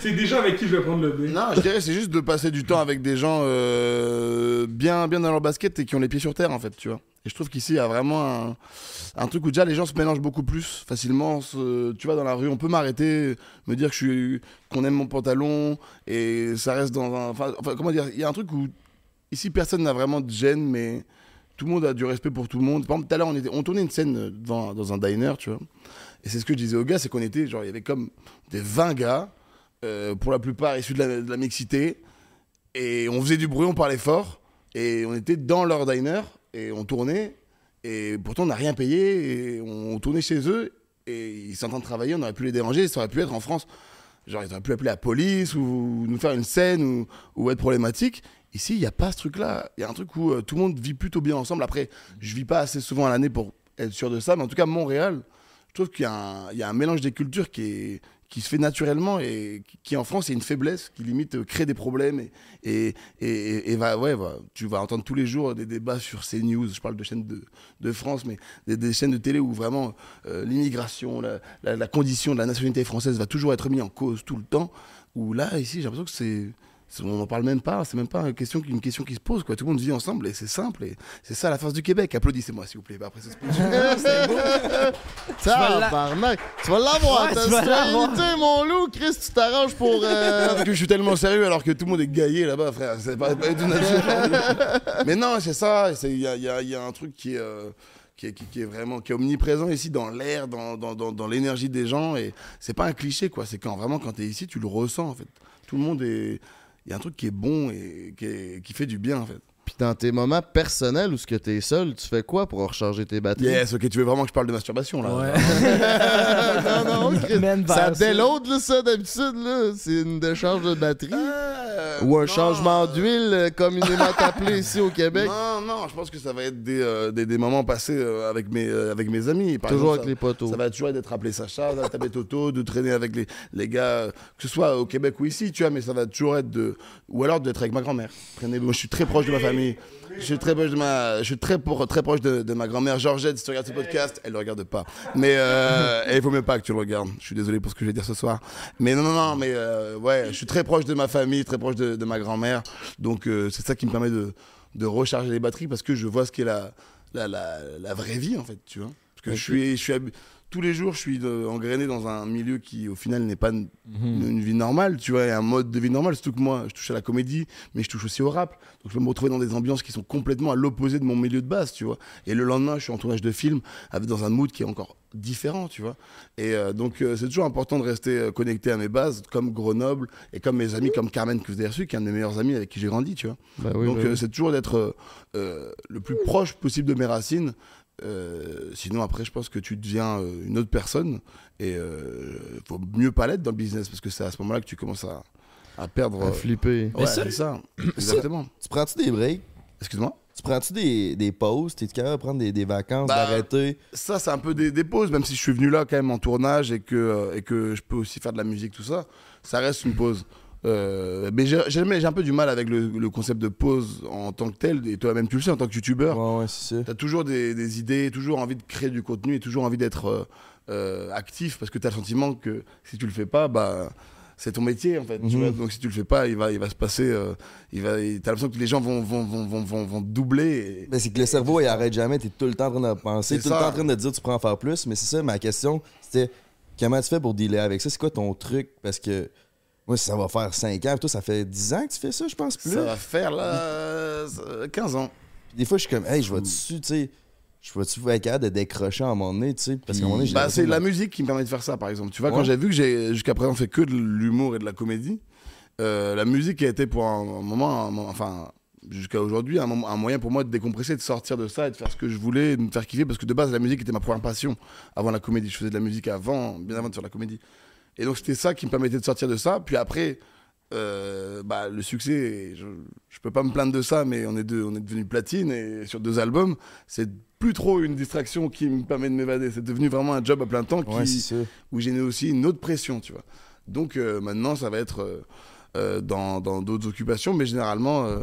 K: C'est des gens avec qui je vais prendre le B.
C: Non, je dirais c'est juste de passer du temps avec des gens euh, bien, bien dans leur basket et qui ont les pieds sur terre en fait, tu vois. Et je trouve qu'ici il y a vraiment un, un truc où déjà les gens se mélangent beaucoup plus facilement. se- tu vois, dans la rue, on peut m'arrêter, me dire que je suis, qu'on aime mon pantalon et ça reste dans un. Enfin, enfin, comment dire Il y a un truc où ici personne n'a vraiment de gêne, mais tout le monde a du respect pour tout le monde. Par exemple, tout à l'heure, on, était- on tournait une scène devant- dans un diner, tu vois. Et c'est ce que je disais aux gars, c'est qu'on était, genre, il y avait comme des 20 gars, euh, pour la plupart issus de la, de la mixité. Et on faisait du bruit, on parlait fort. Et on était dans leur diner, et on tournait. Et pourtant, on n'a rien payé. Et on tournait chez eux. Et ils sont en train de travailler. On aurait pu les déranger. Ça aurait pu être en France. Genre, ils auraient pu appeler la police ou nous faire une scène ou, ou être problématique. Ici, il n'y a pas ce truc-là. Il y a un truc où euh, tout le monde vit plutôt bien ensemble. Après, je vis pas assez souvent à l'année pour être sûr de ça. Mais en tout cas, Montréal, je trouve qu'il y, a un- il y a un mélange des cultures qui, est- qui se fait naturellement et qui, qui, en France est une faiblesse, qui limite euh, crée des problèmes. Et, et, et- et va, ouais, va- tu vas entendre tous les jours des débats sur CNews, je parle de chaînes de, de France, mais des, des chaînes de télé où vraiment euh, l'immigration, la, la- la condition de la nationalité française va toujours être mise en cause tout le temps. Où là, ici, j'ai l'impression que c'est. c'est- On n'en parle même pas, c'est même pas une question, une question qui se pose. Quoi. Tout le monde vit ensemble et c'est simple. Et c'est ça la force du Québec. Applaudissez-moi, s'il vous plaît. Après, ça se
J: Tabarnak! Tu vas l'avoir,
C: Ouais,
J: ta
C: tu vas l'avoir.
J: stérilité, mon loup! Chris, tu t'arranges pour. euh,
C: Parce que je suis tellement sérieux alors que tout le monde est gaillé là-bas, frère. C'est pas, pas du naturel. Mais non, c'est ça. c'est- Il y a, il y a- il y a un truc qui est, euh, qui, est, qui- qui est vraiment qui est omniprésent ici dans l'air, dans, dans, dans, dans l'énergie des gens. Et c'est pas un cliché, quoi. C'est quand vraiment, quand t'es ici, tu le ressens, en fait. Tout le monde est. Il y a un truc qui est bon et qui, est- qui fait du bien, en fait.
J: Puis dans tes moments personnels où ce que t'es seul, tu fais quoi pour recharger tes batteries?
C: Yes, ok, tu veux vraiment que je parle de masturbation, là.
J: [laughs]
C: [laughs]
J: non, non, Chris,
D: Man
J: ça
D: vers ça.
J: déload, là, ça, d'habitude, là. C'est une décharge de batterie.
C: Euh,
J: Ou un changement d'huile, euh,
C: [laughs]
J: communément appelé ici au Québec.
C: Non, non, je pense que ça va être des, euh, des, des moments passés euh, avec, mes, euh, avec mes amis. Par
J: Toujours
C: exemple,
J: avec
C: ça-
J: les potos.
C: Ça va toujours être d'être appelé Sacha, d'appeler Toto, de traîner avec les, les gars, euh, que ce soit au Québec ou ici, tu vois, mais ça va toujours être de. Ou alors d'être avec ma grand-mère. Traîner- moi, je suis très proche de ma famille. Je suis très proche de ma, je suis très, pro- très proche de, de ma grand-mère Georgette. Si tu regardes ce podcast, elle le regarde pas. Mais euh, il vaut mieux pas que tu le regardes. Je suis désolé pour ce que je vais dire ce soir. Mais non, non, non. Mais euh, ouais, je suis très proche de ma famille, très proche de, de ma grand-mère. Donc euh, c'est ça qui me permet de, de recharger les batteries parce que je vois ce qu'est la, la, la, la vraie vie en fait, tu vois. Parce que je suis, je suis hab- tous les jours, je suis euh, engrené dans un milieu qui, au final, n'est pas une, une vie normale, tu vois, et un mode de vie normal. Surtout que moi, je touche à la comédie, mais je touche aussi au rap. Donc, je peux me retrouver dans des ambiances qui sont complètement à l'opposé de mon milieu de base, tu vois. Et le lendemain, je suis en tournage de film avec, dans un mood qui est encore différent, tu vois. Et euh, donc, euh, c'est toujours important de rester euh, connecté à mes bases, comme Grenoble et comme mes amis, comme Carmen que vous avez reçu, qui est un de mes meilleurs amis avec qui j'ai grandi, tu vois.
J: Bah oui,
C: donc,
J: bah
C: euh,
J: oui.
C: c'est toujours d'être euh, euh, le plus proche possible de mes racines. Euh, sinon, après, je pense que tu deviens euh, une autre personne et euh, faut mieux pas l'être dans le business parce que c'est à ce moment-là que tu commences à, à perdre.
J: À
C: euh,
J: flipper.
C: Ouais, c'est ça. Exactement.
B: Tu prends-tu des breaks?
C: Excuse-moi?
B: Tu prends-tu des, des pauses? T'es-tu capable de prendre des, des vacances,
C: Bah,
B: d'arrêter?
C: Ça, c'est un peu des, des pauses, même si je suis venu là quand même en tournage et que, euh, et que je peux aussi faire de la musique, tout ça. Ça reste une pause. Euh, mais j'ai j'ai- mais j'ai un peu du mal avec le, le concept de pause en tant que tel, et toi-même tu le sais, en tant que youtubeur. T'as toujours des, des idées, toujours envie de créer du contenu et toujours envie d'être euh, euh, actif parce que t'as le sentiment que si tu le fais pas, bah. C'est ton métier en fait, tu
B: Mhm.
C: vois. donc si tu le fais pas, il va, il va se passer, euh, il va, il- t'as l'impression que les gens vont, vont, vont, vont, vont- vont doubler. et-
B: Ben, c'est que le cerveau, il arrête jamais. T'es tout le temps en train de penser,
C: C'est
B: tout le temps
C: ça.
B: en train de dire tu prends en faire plus. Mais c'est ça, ma question, c'était comment tu fais pour dealer avec ça? C'est quoi ton truc? Parce que moi, ça va faire 5 ans. Toi, ça fait 10 ans que tu fais ça, je pense. Plus.
C: Ça va faire là euh, 15 ans.
B: Puis des fois, je suis comme,
C: Mm.
B: hey, je vais dessus, tu sais. Je vais-tu être capable de décrocher à un moment donné, tu sais? Parce qu'à un moment donné, j'ai
C: Bah,
B: l'impression
C: c'est
B: de-
C: la musique qui me permet de faire ça, par exemple. Tu vois, quand
B: Ouais.
C: j'ai vu que j'ai jusqu'à présent fait que de l'humour et de la comédie, euh, la musique a été pour un, un moment, un moment- enfin, jusqu'à aujourd'hui, un, moment- un moyen pour moi de décompresser, de sortir de ça et de faire ce que je voulais, de me faire kiffer, parce que de base, la musique était ma première passion avant la comédie. Je faisais de la musique avant, bien avant de faire la comédie. Et donc, c'était ça qui me permettait de sortir de ça. Puis après. euh, bah, le succès, je, je peux pas me plaindre de ça, mais on est, deux, on est devenu platine et sur deux albums, c'est plus trop une distraction qui me permet de m'évader. C'est devenu vraiment un job à plein temps qui-
B: Ouais, c'est ça.
C: où j'ai aussi une autre pression, tu vois. Donc euh, maintenant, ça va être euh, euh, dans dans d'autres occupations, mais généralement, euh,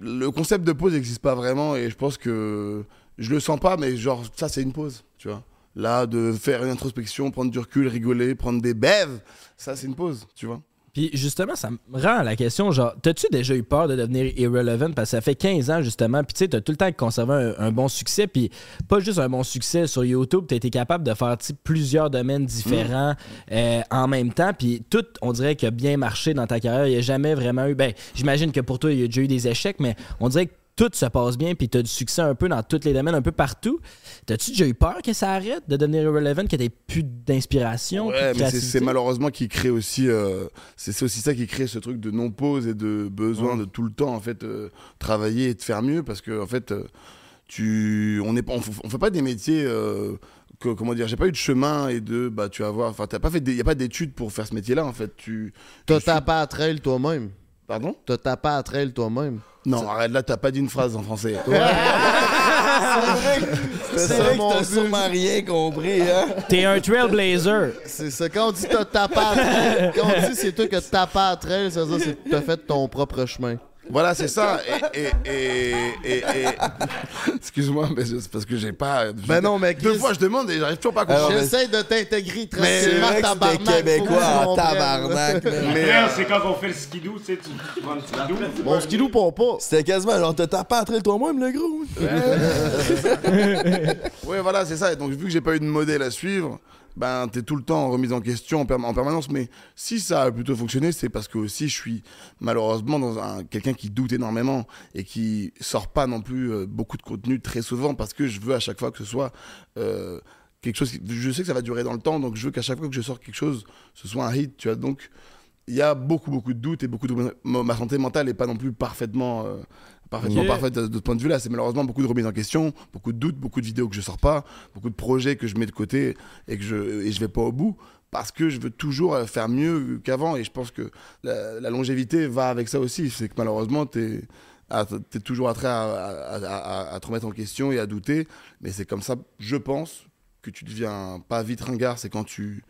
C: le concept de pause n'existe pas vraiment et je pense que je le sens pas, mais genre, ça, c'est une pause, tu vois. Là, de faire une introspection, prendre du recul, rigoler, prendre des bèves, ça, c'est une pause, tu vois.
D: Puis justement, ça me rend à la question, genre, t'as-tu déjà eu peur de devenir irrelevant? Parce que ça fait 15 ans, justement, puis tu sais, t'as tout le temps conservé un, un bon succès, puis pas juste un bon succès sur YouTube, t'as été capable de faire tu sais, plusieurs domaines
C: Mm.
D: différents euh, en même temps, puis tout, on dirait que bien marché dans ta carrière. Il n'y a jamais vraiment eu, ben, j'imagine que pour toi, il y a déjà eu des échecs, mais on dirait que tout se passe bien, puis t'as du succès un peu dans tous les domaines, un peu partout. T'as-tu déjà eu peur que ça arrête de devenir irrelevant, que t'aies plus d'inspiration? plus de
C: Ouais, mais c'est-
D: créativité?
C: c'est malheureusement qui crée aussi. euh, c'est c'est aussi ça qui crée ce truc de non-pause et de besoin de tout le temps, en fait, euh, travailler et de faire mieux. Parce que, en fait, euh, tu, on est, pas- on, f- on fait pas des métiers. euh, que- comment dire J'ai pas eu de chemin et de bah tu vas voir. Enfin, t'as pas fait. des- y a pas d'études pour faire ce métier-là en fait. Tu.
J: T'as tapé à trail toi-même.
C: Pardon
J: T'as tapé à trail toi-même.
C: Non, arrête là, t'as pas dit une phrase en français.
B: C'est vrai que t'as sûrement rien compris, hein?
D: T'es un trailblazer.
J: C'est ça. Quand on dit t'as tapé à
C: [laughs]
J: trail, quand on dit c'est toi que t'as tapé à trail, c'est ça, c'est que t'as fait ton propre chemin.
C: Voilà, c'est ça. Et, et, et, et, et- [laughs] Bah Excuse-moi, mais c'est parce que j'ai pas.
J: Ben non, mais
C: Deux fois, je demande et j'arrive toujours pas à comprendre.
J: J'essaie de t'intégrer
C: [laughs] Ah, Mais c'est vrai
J: tranquillement,
C: que c'est des
J: tabarnak. faut
C: Québécois
J: que tu
C: en
J: comprennes.
B: tabarnak, là.
K: Mais
B: Mais,
K: Frère,
B: euh,
K: c'est quand on fait le skidoo, tu sais, tu tu prends le skidoo.
J: Mon skidoo pompe pas.
B: C'était quasiment genre, t'as tapé à trail toi-même, le gros.
C: Oui, voilà, c'est ça. Et donc, vu que j'ai pas eu de modèle à suivre, ben, t'es tout le temps en remise en question en, perma- en permanence. Mais si ça a plutôt fonctionné, c'est parce que aussi, je suis malheureusement dans un, quelqu'un qui doute énormément et qui sort pas non plus euh, beaucoup de contenu très souvent parce que je veux à chaque fois que ce soit euh, quelque chose. qui- je sais que ça va durer dans le temps, donc je veux qu'à chaque fois que je sors quelque chose, ce soit un hit, tu vois. Donc, il y a beaucoup, beaucoup de doutes et beaucoup de. Ma ma santé mentale n'est pas non plus parfaitement. euh, parfaitement
E: Ok.
C: parfaite fait, de, de ce point de vue-là. C'est malheureusement beaucoup de remises en question, beaucoup de doutes, beaucoup de vidéos que je sors pas, beaucoup de projets que je mets de côté et que je et je vais pas au bout parce que je veux toujours euh, faire mieux qu'avant et je pense que la, la longévité va avec ça aussi. C'est que malheureusement t'es à- t'es toujours attrait à, à, à- à- à te remettre en question et à douter, mais c'est comme ça, je pense, que tu deviens pas vite ringard. C'est quand tu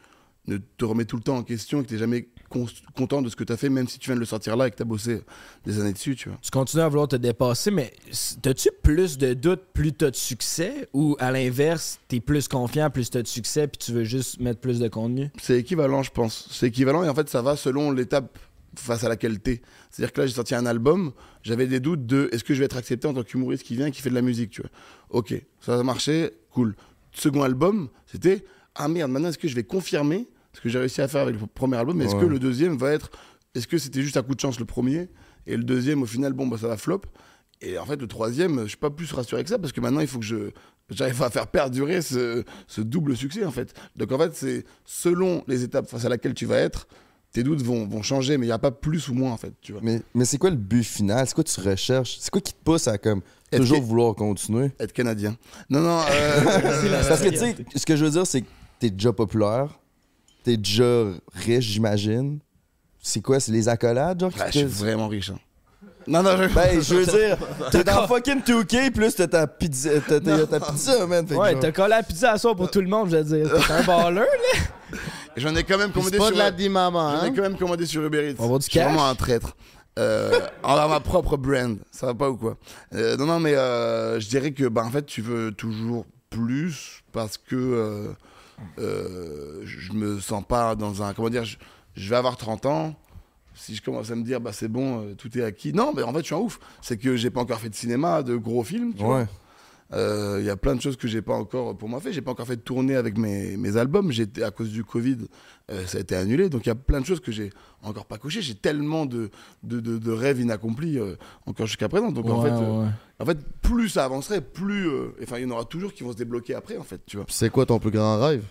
C: ne te remets tout le temps en question et que t'es jamais con- content de ce que tu as fait, même si tu viens de le sortir là et que tu as bossé des années dessus, tu vois.
D: Tu continues à vouloir te dépasser, mais s- t'as-tu plus de doutes, plus t'as de succès? Ou à l'inverse, t'es plus confiant, plus t'as de succès, puis tu veux juste mettre plus de contenu?
C: C'est équivalent, je pense. C'est équivalent et en fait, ça va selon l'étape face à laquelle t'es. C'est-à-dire que là, j'ai sorti un album, j'avais des doutes de est-ce que je vais être accepté en tant qu'humoriste qui vient et qui fait de la musique, tu vois. Ok, ça a marché, cool. Second album, c'était ah merde, maintenant est-ce que je vais confirmer ce que j'ai réussi à faire avec le premier album Est-ce
B: Ouais.
C: que le deuxième va être est-ce que c'était juste un coup de chance le premier et le deuxième au final bon bah ça va flop et en fait le troisième je suis pas plus rassuré que ça parce que maintenant il faut que je j'arrive à faire perdurer ce, ce double succès en fait donc en fait c'est selon les étapes face à laquelle tu vas être tes doutes vont, vont changer mais il n'y a pas plus ou moins en fait tu vois
B: mais, mais c'est quoi le but final? C'est quoi tu recherches? C'est quoi qui te pousse à comme
C: Être
B: toujours
C: ca-
B: vouloir continuer?
C: être canadien non non
J: [laughs]
C: euh,
B: Parce que tu sais, ce que je veux dire, c'est que t'es déjà populaire, t'es déjà riche, j'imagine. C'est quoi? C'est les accolades, genre?
C: Bah,
B: qui
C: je suis
B: te-
C: vraiment riche hein. non non
J: Bah,
C: je...
B: Ben, je veux dire, t'es dans fucking 2K, plus t'as ta pizza, t'as, t'as- t'as ta pizza, man. Fait que
D: Ouais,
B: genre-
D: t'as collé la pizza à soir pour tout le monde, je veux dire. T'es un baller, là?
C: J'en ai quand même commandé
J: pas
C: sur.
J: de la Dimama,
C: J'en ai
J: hein?
C: quand même commandé sur Uber Eats.
D: On vend du
C: Je suis
D: cash?
C: vraiment un traître. Euh, envers ma propre brand, ça va pas ou quoi Euh, Non, non, mais euh, je dirais que, bah, en fait, tu veux toujours plus parce que euh, euh, je me sens pas dans un. Comment dire je, je vais avoir 30 ans. Si je commence à me dire, bah c'est bon, euh, tout est acquis. Non, mais en fait, je suis un ouf. C'est que j'ai pas encore fait de cinéma, de gros films. Tu vois.
B: Ouais.
C: Euh, Il y a plein de choses que j'ai pas encore pour moi fait. J'ai pas encore fait de tournée avec mes, mes albums. J'étais à cause du Covid, euh, ça a été annulé. Donc il y a plein de choses que j'ai encore pas couché. J'ai tellement de, de, de- de rêves inaccomplis euh, encore jusqu'à présent. Donc en
D: Ouais,
C: fait, euh,
D: ouais.
C: en fait, plus ça avancerait, plus euh, enfin il y en aura toujours qui vont se débloquer après en fait. Tu vois.
J: C'est quoi ton plus grand rêve?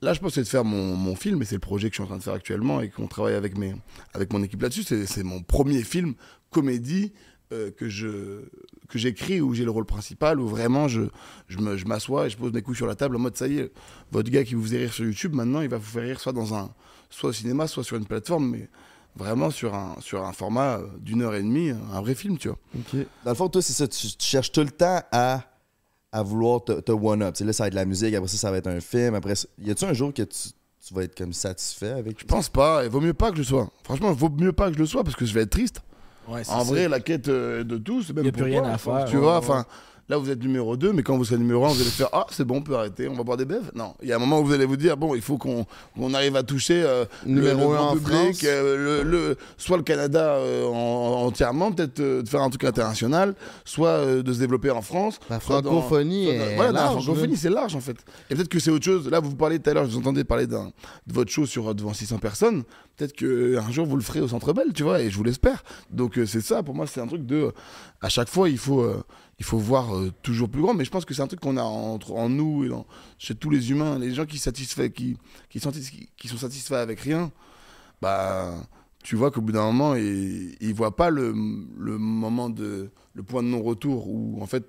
C: Là, je pense que c'est de faire mon, mon film, et c'est le projet que je suis en train de faire actuellement et qu'on travaille avec, mes, avec mon équipe là-dessus. C'est c'est mon premier film comédie euh, que je- que j'écris, où j'ai le rôle principal, où vraiment je, je me- je m'assois et je pose mes coups sur la table en mode ça y est, votre gars qui vous faisait rire sur YouTube, maintenant il va vous faire rire soit, dans un, soit au cinéma, soit sur une plateforme, mais vraiment sur un, sur un format euh, d'une heure et demie, un vrai film, tu vois.
B: Dans le fond, toi, c'est ça. Tu, tu cherches tout le temps à, à vouloir te, te one-up. Tu sais, Là, ça va être la musique, après ça, ça va être un film. Après ça, y a-tu un jour que tu, tu vas être comme satisfait avec.
C: Je pense pas, il vaut mieux pas que je le sois. Franchement, il vaut mieux pas que je le sois parce que je vais être triste.
D: Ouais, c'est
C: en
D: ça.
C: vrai, la quête euh, de tous, même
D: Y a plus
C: pour
D: rien
C: moi,
D: à
C: je pense,
D: faire,
C: Tu
D: ouais,
C: vois,
D: ouais.
C: enfin, là vous êtes numéro 2, mais quand vous serez numéro 1, vous allez faire Ah, c'est bon, on peut arrêter, on va boire des bèves. Non, il y a un moment où vous allez vous dire Bon, il faut qu'on qu'on arrive à toucher euh, le-
J: Numéro
C: le,
J: un
C: grand
J: en
C: public,
J: France.
C: euh, le, le- soit le Canada euh, en- entièrement, peut-être euh, de faire un truc international, soit euh, de se développer en France.
J: La
C: soit dans-
J: francophonie
C: soit dans-
J: est
C: voilà, dans la
J: large,
C: francophonie,
J: là.
C: c'est large en fait. Et peut-être que c'est autre chose. Là, vous parlez tout à l'heure, je vous entendais parler d'un- de votre show sur, devant 600 personnes. Peut-être qu'un jour, vous le ferez au Centre Bell, tu vois, et je vous l'espère. Donc, euh, c'est ça, pour moi, c'est un truc de. euh, à chaque fois, il faut, euh, il faut voir euh, toujours plus grand. Mais je pense que c'est un truc qu'on a entre, en nous et dans- chez tous les humains. Les gens qui, satisfait, qui, qui, sont, qui sont satisfaits avec rien, bah, tu vois qu'au bout d'un moment, ils ne voient pas le, le moment de. le point de non-retour où, en fait,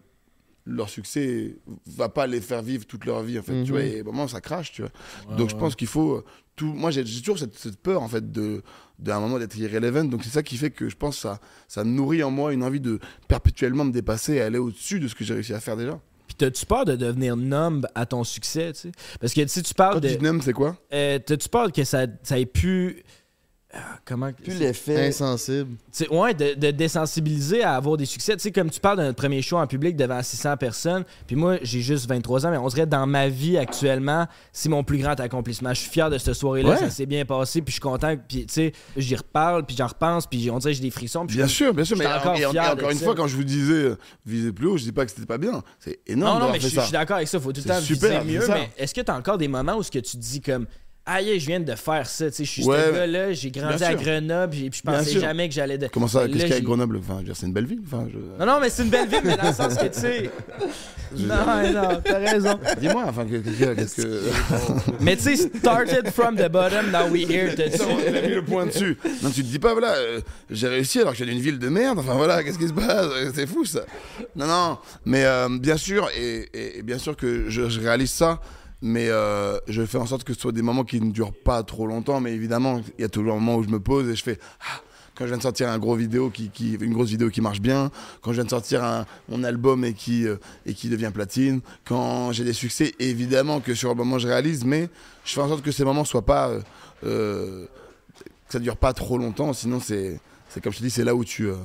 C: leur succès va pas les faire vivre toute leur vie en fait tu
J: Mhm.
C: vois et à un moment ça crache tu vois
J: Ouais,
C: donc je
J: ouais.
C: pense qu'il faut euh, tout moi j'ai j'ai toujours cette, cette peur en fait de d'un moment d'être irrelevant donc c'est ça qui fait que je pense que ça ça nourrit en moi une envie de perpétuellement me dépasser et aller au-dessus de ce que j'ai réussi à faire déjà
D: Puis t'as-tu peur de devenir numb à ton succès, tu sais? Parce que si tu parles
C: Quand
D: de...
C: tu dis numb, c'est quoi?
D: Euh, t'as-tu peur que ça, ça ait pu... Ah, Comment...
B: Plus l'effet-
J: Insensible.
D: Tu sais, ouais, de, de désensibiliser à avoir des succès. Tu sais, comme tu parles de notre premier show en public devant 600 personnes, puis moi, j'ai juste 23 ans, mais on dirait dans ma vie actuellement, c'est mon plus grand accomplissement. Je suis fier de cette soirée-là,
C: Ouais.
D: ça s'est bien passé, puis je suis content, puis tu sais, j'y reparle, puis j'en repense, puis on dirait que j'ai des frissons. puis je
C: Bien
D: suis
C: sûr,
D: comme-
C: bien sûr,
D: je
C: mais
D: suis encore
C: et en- et
D: fier de
C: encore une
D: ça.
C: fois, quand je vous disais euh, visez plus haut, je dis pas que c'était pas bien. C'est énorme.
D: Non, non,
C: d'avoir
D: mais
C: fait
D: je, je
C: ça.
D: suis d'accord avec ça. Faut tout le
C: C'est
D: temps
C: super,
D: viser mieux.
C: c'est ça.
D: Mais est-ce que t'as encore des moments où ce que tu dis comme Aïe, je viens de faire ça. Tu sais, je suis
C: Ouais.
D: ce gars-là, j'ai grandi
C: Bien
D: à
C: sûr.
D: Grenoble, et puis je
C: Bien
D: pensais
C: sûr.
D: jamais que j'allais. De...
C: Comment ça,
D: Là,
C: qu'est-ce qu'il y a
D: j'ai-
C: avec Grenoble Enfin, je veux dire, c'est une belle ville.
D: [laughs]
C: Enfin, je...
D: Non, non, mais c'est une belle ville, mais dans le sens que tu sais.
C: Je-
D: [laughs] Non, non, t'as raison.
C: Dis-moi, enfin, qu'est-ce qu'il y a, qu'est-ce
D: [laughs]
C: que.
D: Mais tu sais, started from the bottom, now we here. t'as dit.
C: Non, elle a mis le point dessus. Non, tu te dis pas, voilà, euh, j'ai réussi alors que j'ai d'une ville de merde. Enfin voilà, qu'est-ce qui se passe Euh, C'est fou ça. Non, non, mais euh, bien sûr, et, et- et bien sûr que je, je réalise ça, mais euh, je fais en sorte que ce soit des moments qui ne durent pas trop longtemps. Mais évidemment, il y a toujours un moment où je me pose et je fais. Ah, quand je viens de sortir un gros vidéo qui, qui- une grosse vidéo qui marche bien, quand je viens de sortir un- mon album et qui, euh, et qui devient platine, quand j'ai des succès, évidemment que sur le moment je réalise, mais je fais en sorte que ces moments soient pas euh, euh, que ça dure pas trop longtemps, sinon c'est, c'est comme je te dis, c'est là où tu, euh,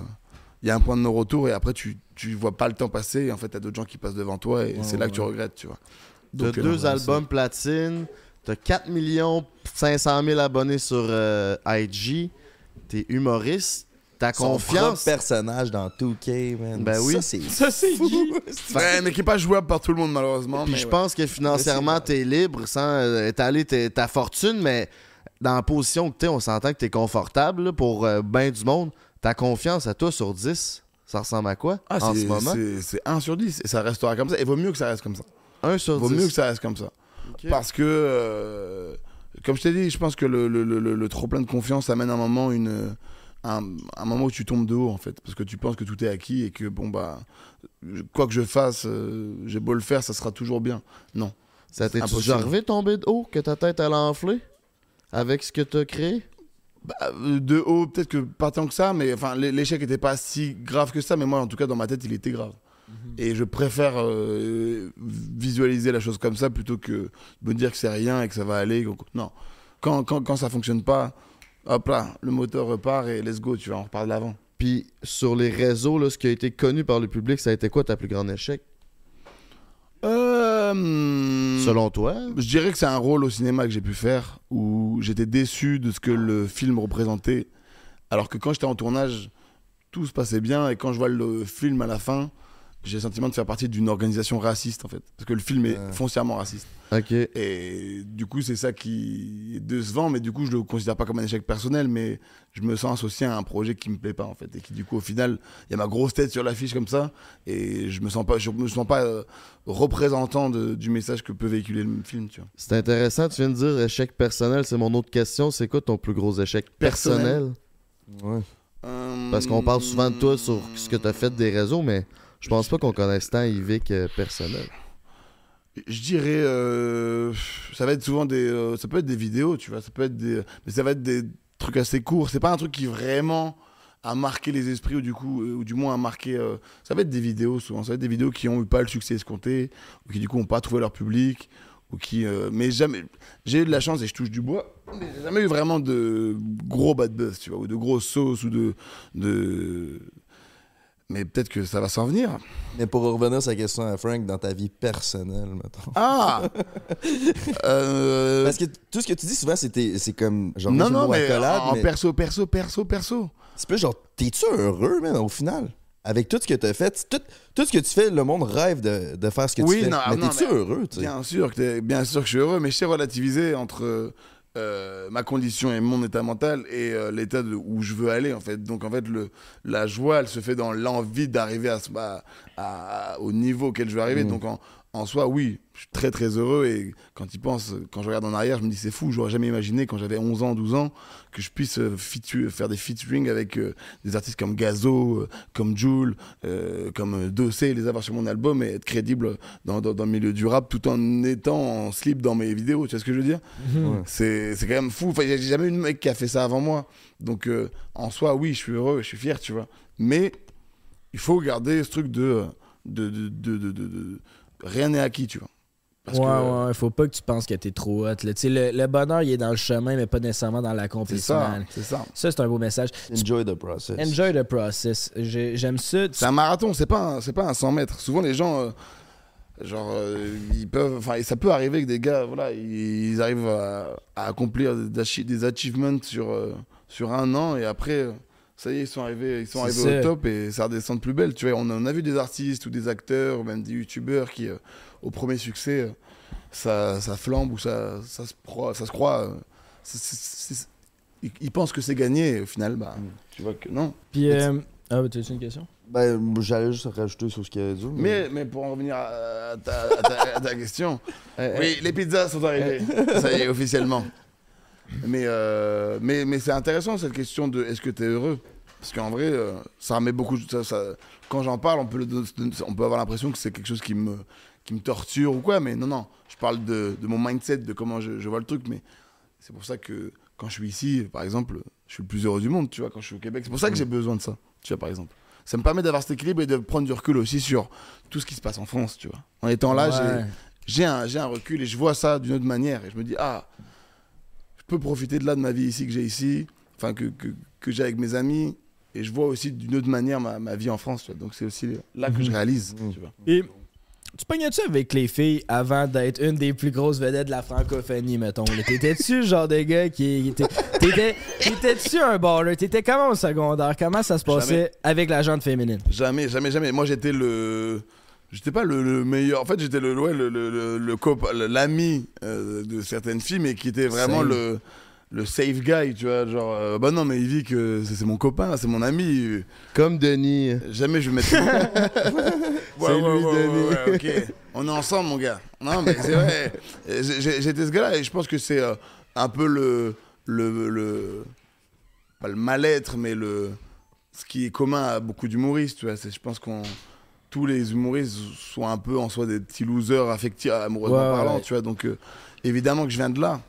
C: il y a un point de non-retour et après tu, tu vois pas le temps passer. Et en fait, t'as d'autres gens qui passent devant toi et
J: Ouais,
C: c'est là
J: ouais,
C: que tu
J: ouais.
C: regrettes, tu vois.
J: T'as
C: Donc, euh,
J: deux albums platine, t'as 4 500 000 abonnés sur euh, IG, t'es humoriste, ta
B: Son
J: confiance.
B: propre personnage dans 2K, man.
J: Ben oui.
B: Ça, c'est
D: [laughs] Ça, c'est Guy.
C: Ouais, mais qui est pas jouable par tout le monde malheureusement.
J: Puis
C: mais
J: je
C: ouais.
J: pense que financièrement, t'es libre sans euh, étaler tes- ta fortune, mais dans la position que t'es, on s'entend que t'es confortable là, pour euh, ben du monde. Ta confiance à toi sur 10, ça ressemble à quoi
C: Ah,
J: en
C: c'est-
J: ce moment?
C: c'est- C'est 1 sur 10 et ça restera comme ça. Et vaut mieux que ça reste comme ça.
J: 1 sur
C: Vaut
J: 10.
C: mieux que ça reste comme ça. Parce que, euh, comme je t'ai dit, je pense que le, le- le- le- le trop plein de confiance amène un moment, une, un, un moment où tu tombes de haut, en fait. Parce que tu penses que tout est acquis et que, bon, bah, je- quoi que je fasse, euh, j'ai beau le faire, ça sera toujours bien. Non.
J: Ça t'est
C: Impossible.
J: déjà arrivé de tomber de haut, que ta tête allait enfler avec ce que t'as créé?
C: Bah, euh, de haut, peut-être que pas tant que ça, mais enfin, l'é- l'échec n'était pas si grave que ça, mais moi, en tout cas, dans ma tête, il était grave. Et je préfère euh, visualiser la chose comme ça plutôt que de me dire que c'est rien et que ça va aller. qu'on- Non. Quand, quand, quand ça fonctionne pas, hop là, le moteur repart et let's go, tu vois, on repart de l'avant.
J: Puis sur les réseaux, là, ce qui a été connu par le public, ça a été quoi ta plus grande échec? Selon toi
C: Je dirais que c'est un rôle au cinéma que j'ai pu faire où j'étais déçu de ce que le film représentait. Alors que quand j'étais en tournage, tout se passait bien. Et quand je vois le film à la fin, j'ai le sentiment de faire partie d'une organisation raciste en fait. Parce que le film est
J: Ouais.
C: foncièrement raciste.
J: Ok.
C: Et du coup, c'est ça qui est décevant. Mais du coup, je le considère pas comme un échec personnel. Mais je me sens associé à un projet qui me plaît pas en fait. Et qui du coup, au final, il y a ma grosse tête sur l'affiche comme ça. Et je me sens pas, je me sens pas euh, représentant de- du message que peut véhiculer le film, tu vois.
J: C'est intéressant, tu viens de dire échec personnel, c'est mon autre question. C'est quoi ton plus gros échec personnel? Ouais. Parce qu'on parle souvent de toi sur ce que t'as fait des réseaux, mais je pense pas qu'on connaisse tant Yvick euh, personnel.
C: Je dirais, euh, ça va être souvent des, euh, ça peut être des vidéos, tu vois, ça peut être des, mais ça va être des trucs assez courts. C'est pas un truc qui vraiment a marqué les esprits ou du coup, euh, ou du moins a marqué. euh, ça va être des vidéos souvent. Ça va être des vidéos qui ont eu pas le succès escompté ou qui du coup ont pas trouvé leur public ou qui, euh, mais jamais. J'ai eu de la chance et je touche du bois. Mais j'ai jamais eu vraiment de gros bad buzz, tu vois, ou de grosses sauces ou de, de. Mais peut-être que ça va s'en venir.
B: Mais pour revenir sur la question à Frank, dans ta vie personnelle, mettons.
C: [laughs] Ah
B: Parce que t- tout ce que tu dis souvent, c'est tes- c'est comme. Genre,
C: Euh, non,
B: je me
C: non,
B: vois
C: mais
B: accolade,
C: en
B: mais
C: perso, perso, perso, perso.
B: C'est plus genre, t'es-tu heureux, man, au final? Avec tout ce que t'as fait, tout, tout ce que tu fais, le monde rêve de, de faire ce que
C: oui,
B: tu fais.
C: non,
B: mais
C: non,
B: t'es-tu
C: mais
B: heureux, tu sais?
C: Bien sûr, que t'es- bien sûr que je suis heureux, mais je sais relativiser entre euh, euh, ma condition et mon état mental et euh, l'état de- où je veux aller, en fait. Donc, en fait, le, bah,
B: Mmh.
C: la joie, elle se fait dans l'envie d'arriver à, ce- à- à- au niveau auquel je veux arriver. Donc, en, en soi, oui, je suis très très heureux et quand il pense, quand je regarde en arrière, je me dis c'est fou, j'aurais jamais imaginé quand j'avais 11 ans, 12 ans, que je puisse euh, featu- faire des featuring avec euh, des artistes comme Gazo, euh, comme Joule, euh, comme euh, Dossé, les avoir sur mon album et être crédible dans, dans- dans le milieu du rap tout en étant en slip dans mes vidéos, tu vois ce que je veux dire
J: Mhm. Ouais.
C: C'est c'est quand même fou, enfin, j'ai j'ai jamais eu de mec qui a fait ça avant moi. Donc euh, en soi, oui, je suis heureux, je suis fier, tu vois. Mais il faut garder ce truc de. de, de, de, de- de- de- rien n'est acquis, tu vois. Parce
D: ouais,
C: que-
D: ouais, faut pas que tu penses que t'es trop hot. là. Tu sais, Le, le bonheur, il est dans le chemin, mais pas nécessairement dans l'accomplissement.
C: C'est ça.
D: Ça, c'est un beau message.
B: Enjoy the process.
D: Enjoy the process. J'ai- J'aime ça.
C: C'est un marathon, c'est pas un, c'est pas un 100 mètres. Souvent, les gens. euh, Genre, euh, ils peuvent. Enfin, ça peut arriver que des gars, voilà, ils, ils arrivent à, à accomplir des, achi- des achievements sur, euh, sur un an et après, euh, ça y est, ils sont arrivés, ils sont
J: C'est
C: arrivés au
J: ça.
C: top et ça redescend de plus belle. Tu vois, on en a vu des artistes ou des acteurs ou même des youtubeurs qui, euh, au premier succès, euh, ça, ça flambe ou ça, ça, se, croit, ça se croit. euh, c'est- c'est- c'est- ils, ils pensent que c'est gagné et au final, bah,
J: Mm.
C: tu vois que non.
D: Puis, euh, ah, bah, t'as-tu une question?
B: Ben, j'allais juste rajouter sur ce qu'il y a dit.
C: Mais, mais pour en revenir à, à ta, à ta- à ta question, oui, les pizzas sont arrivées. Ça y est, officiellement. Mais, euh, mais, mais c'est intéressant cette question de est-ce que tu es heureux Parce qu'en vrai, euh, ça remet beaucoup. de- Ça, ça- quand j'en parle, on peut, le don- on peut avoir l'impression que c'est quelque chose qui me, qui me torture ou quoi, mais non, non. Je parle de, de mon mindset, de comment je, je vois le truc, mais c'est pour ça que quand je suis ici, par exemple, je suis le plus heureux du monde, tu vois, quand je suis au Québec. C'est pour ça que j'ai besoin de ça, tu vois, par exemple. Ça me permet d'avoir cet équilibre et de prendre du recul aussi sur tout ce qui se passe en France, tu vois. En étant là,
J: Ouais.
C: Ah, j'ai j'ai un, j'ai un recul et je vois ça d'une autre manière. Et je me dis, ah, je peux profiter de là, de ma vie ici que j'ai ici, enfin, que, que, que j'ai avec mes amis. Et je vois aussi d'une autre manière ma, ma vie en France. tu vois. Donc c'est aussi là que je réalise. Tu vois.
D: Et tu pognais-tu avec les filles avant d'être une des plus grosses vedettes de la francophonie, mettons? là? T'étais-tu le genre de gars qui. qui était- t'étais- T'étais-tu un baller? T'étais comment au secondaire? Comment ça se passait
C: Jamais.
D: avec la gente féminine?
C: Jamais, jamais, jamais. Moi, j'étais le. J'étais pas le, le meilleur. En fait, j'étais le, ouais, le, le, le- le copain- le- l'ami euh, de certaines filles, mais qui était vraiment
J: Same.
C: le, le safe guy, tu vois. Genre, euh, bah non, mais il vit que c'est c'est mon copain, c'est mon ami.
J: Comme Denis.
C: Jamais je vais mettre. Ouais,
J: C'est
C: ouais,
J: lui,
C: ouais, ouais,
J: Denis.
C: ouais, ok. [laughs] On est ensemble, mon gars. Non, mais c'est vrai. Euh, j'ai- j'ai- J'étais ce gars-là et je pense que c'est euh, un peu le, le, le- Pas le mal-être, mais le. Ce qui est commun à beaucoup d'humoristes, tu vois. C'est- Je pense qu'on. Tous les humoristes sont un peu en soi des petits losers affectifs, amoureusement
J: Ouais, ouais,
C: parlant,
J: ouais.
C: tu vois. Donc, euh, évidemment que je viens de là.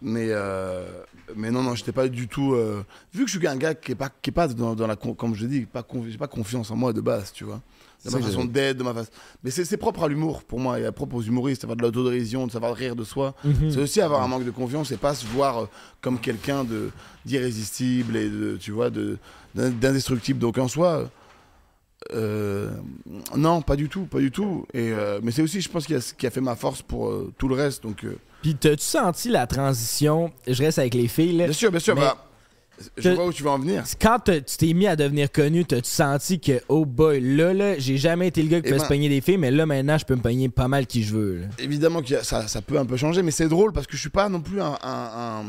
C: Mais, euh, mais non, non, j'étais pas du tout. euh, vu que je suis un gars qui est pas, qui est pas dans, dans la. con- Comme je dis, pas, confi- j'ai pas confiance en moi de base, tu vois. De
J: C'est
C: ma
J: ça que
C: façon
J: j'avais.
C: d'être, de ma façon. Mais c'est c'est propre à l'humour pour moi et à propre aux humoristes, avoir de l'autodérision, de savoir rire de soi.
J: Mhm.
C: C'est aussi avoir un manque de confiance et pas se voir euh, comme quelqu'un de- d'irrésistible et de, tu vois, de- d'in- d'indestructible. Donc en soi. euh, euh, non, pas du tout, pas du tout. Et euh, mais c'est aussi, je pense, qu'il y a ce qui a fait ma force pour euh, tout le reste. Donc euh,
D: Puis t'as-tu senti la transition? Je reste avec les filles. Bien
C: sûr, bien sûr. bah, je
D: t'as-
C: vois où tu veux en venir.
D: Quand t'as- tu t'es mis à devenir connu, t'as-tu senti que, oh boy, là, là, j'ai jamais été le gars qui
C: Eh
D: peut
C: ben-
D: se pogner des filles, mais là, maintenant, je peux me pogner pas mal qui je veux. là.
C: Évidemment que ça, ça peut un peu changer, mais c'est drôle parce que je suis pas non plus un, un- un-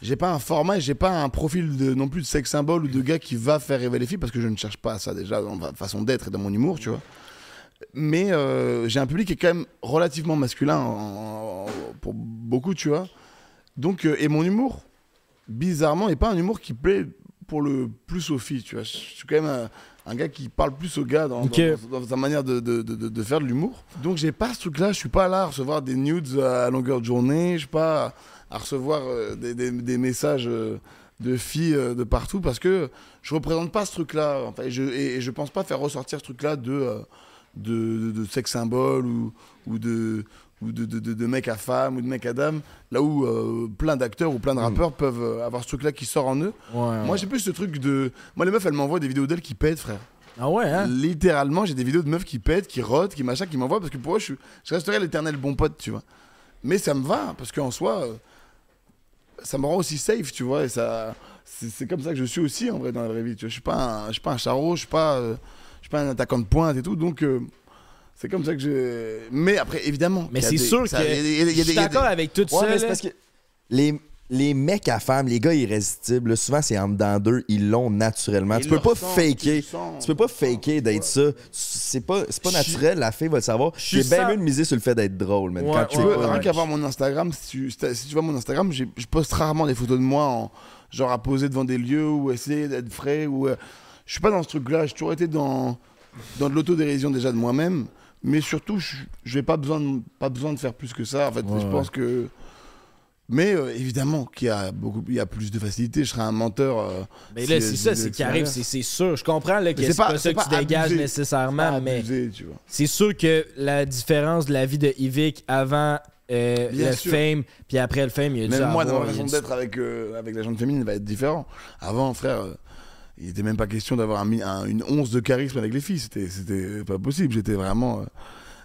C: j'ai pas un format, et j'ai pas un profil de non plus de sex symbole ou de gars qui va faire rêver les filles parce que je ne cherche pas ça déjà dans ma façon d'être et dans mon humour, tu vois. Mais euh, j'ai un public qui est quand même relativement masculin en- en- pour beaucoup, tu vois. Donc euh, et mon humour, bizarrement, est pas un humour qui plaît pour le plus aux filles, tu vois. Je suis quand même un, un gars qui parle plus aux gars dans,
D: Ok.
C: dans- dans sa manière de, de- de- de- de faire de l'humour. Donc j'ai pas ce truc-là, je suis pas là à recevoir des nudes à longueur de journée, je suis pas à recevoir euh, des, des- des messages euh, de filles euh, de partout parce que je représente pas ce truc-là. Enfin, et, je, et- et je pense pas faire ressortir ce truc-là de, euh, de, de- de sexe symbole ou, ou de ou de, de- de- de mec à femme ou de mec à dame, là où euh, plein d'acteurs ou plein de rappeurs peuvent euh, avoir ce truc-là qui sort en eux.
D: Ah.
C: Moi, j'ai plus ce truc de... Moi, les meufs, elles m'envoient des vidéos d'elles qui pètent, frère.
D: Ah ouais, hein?
C: Littéralement, j'ai des vidéos de meufs qui pètent, qui rotent, qui machin, qui m'envoient, parce que pour eux, je, suis- je resterai l'éternel bon pote, tu vois. Mais ça me va, parce qu'en soi, euh, ça me rend aussi safe, tu vois, et ça... C'est c'est comme ça que je suis aussi, en vrai, dans la vraie vie, tu vois. Je suis pas un, je suis pas un charreau, je suis pas, euh, je suis pas un attaquant de pointe et tout, donc... euh, c'est comme ça que je. Mais après, évidemment.
D: Mais
C: qu'il y a
D: c'est
C: des-
D: sûr
C: ça- il
D: que.
C: y a des- il y a des-
D: je suis
C: il y a des-
D: d'accord avec tout
B: Ouais,
D: ça.
B: mais c'est
D: là.
B: parce que les, les mecs à femmes, les gars irrésistibles, là, souvent c'est en dedans d'eux, ils l'ont naturellement.
C: Ils
B: tu peux
C: le
B: pas
C: ressentent, ils le
B: faker.
C: sentent,
B: Tu peux pas faker d'être ça. C'est pas, c'est pas
C: Je-
B: naturel, la fille va le savoir.
C: suis
B: J'ai bien
C: cent-
B: mieux de miser sur le fait d'être drôle, mais
C: Ouais,
B: quand
C: tu
B: tu sais
C: peux,
B: pas,
C: rien
B: ouais.
C: qu'à voir mon Instagram, si tu, si t'as- si tu vois mon Instagram, j'ai- je poste rarement des photos de moi en genre à poser devant des lieux ou essayer d'être frais ou euh, je suis pas dans ce truc-là. J'ai toujours été dans dans de l'autodérision déjà de moi-même, mais surtout je je vais pas besoin de, pas besoin de faire plus que ça. En fait,
J: Ouais,
C: je
J: ouais.
C: pense que mais euh, évidemment qu'il y a beaucoup, il y a plus de facilité. Je serais un menteur. euh,
D: Mais
C: si,
D: là,
C: euh,
D: c'est
C: je
D: ça,
C: disais
D: c'est
C: que
D: qui
C: ça
D: arrive,
C: allait.
D: c'est c'est sûr. Je comprends là, que
C: Mais
D: c'est
C: c'est
D: pas,
C: pas-
D: ça
C: c'est
D: que
C: pas
D: tu dégages
C: abusé.
D: nécessairement, mais
C: tu vois.
D: c'est sûr que la différence de la vie de Ivic avant euh,
C: Bien
D: le
C: sûr.
D: fame, puis après le fame, il y a dû
C: Même moi, dans
D: avoir-
C: ma
D: il y a
C: façon
D: dû-
C: d'être avec, euh, avec la gente féminine, va être différent. Avant, frère, euh, il n'était même pas question d'avoir un mi- un- une once de charisme avec les filles. C'était, c'était pas possible. J'étais vraiment. euh,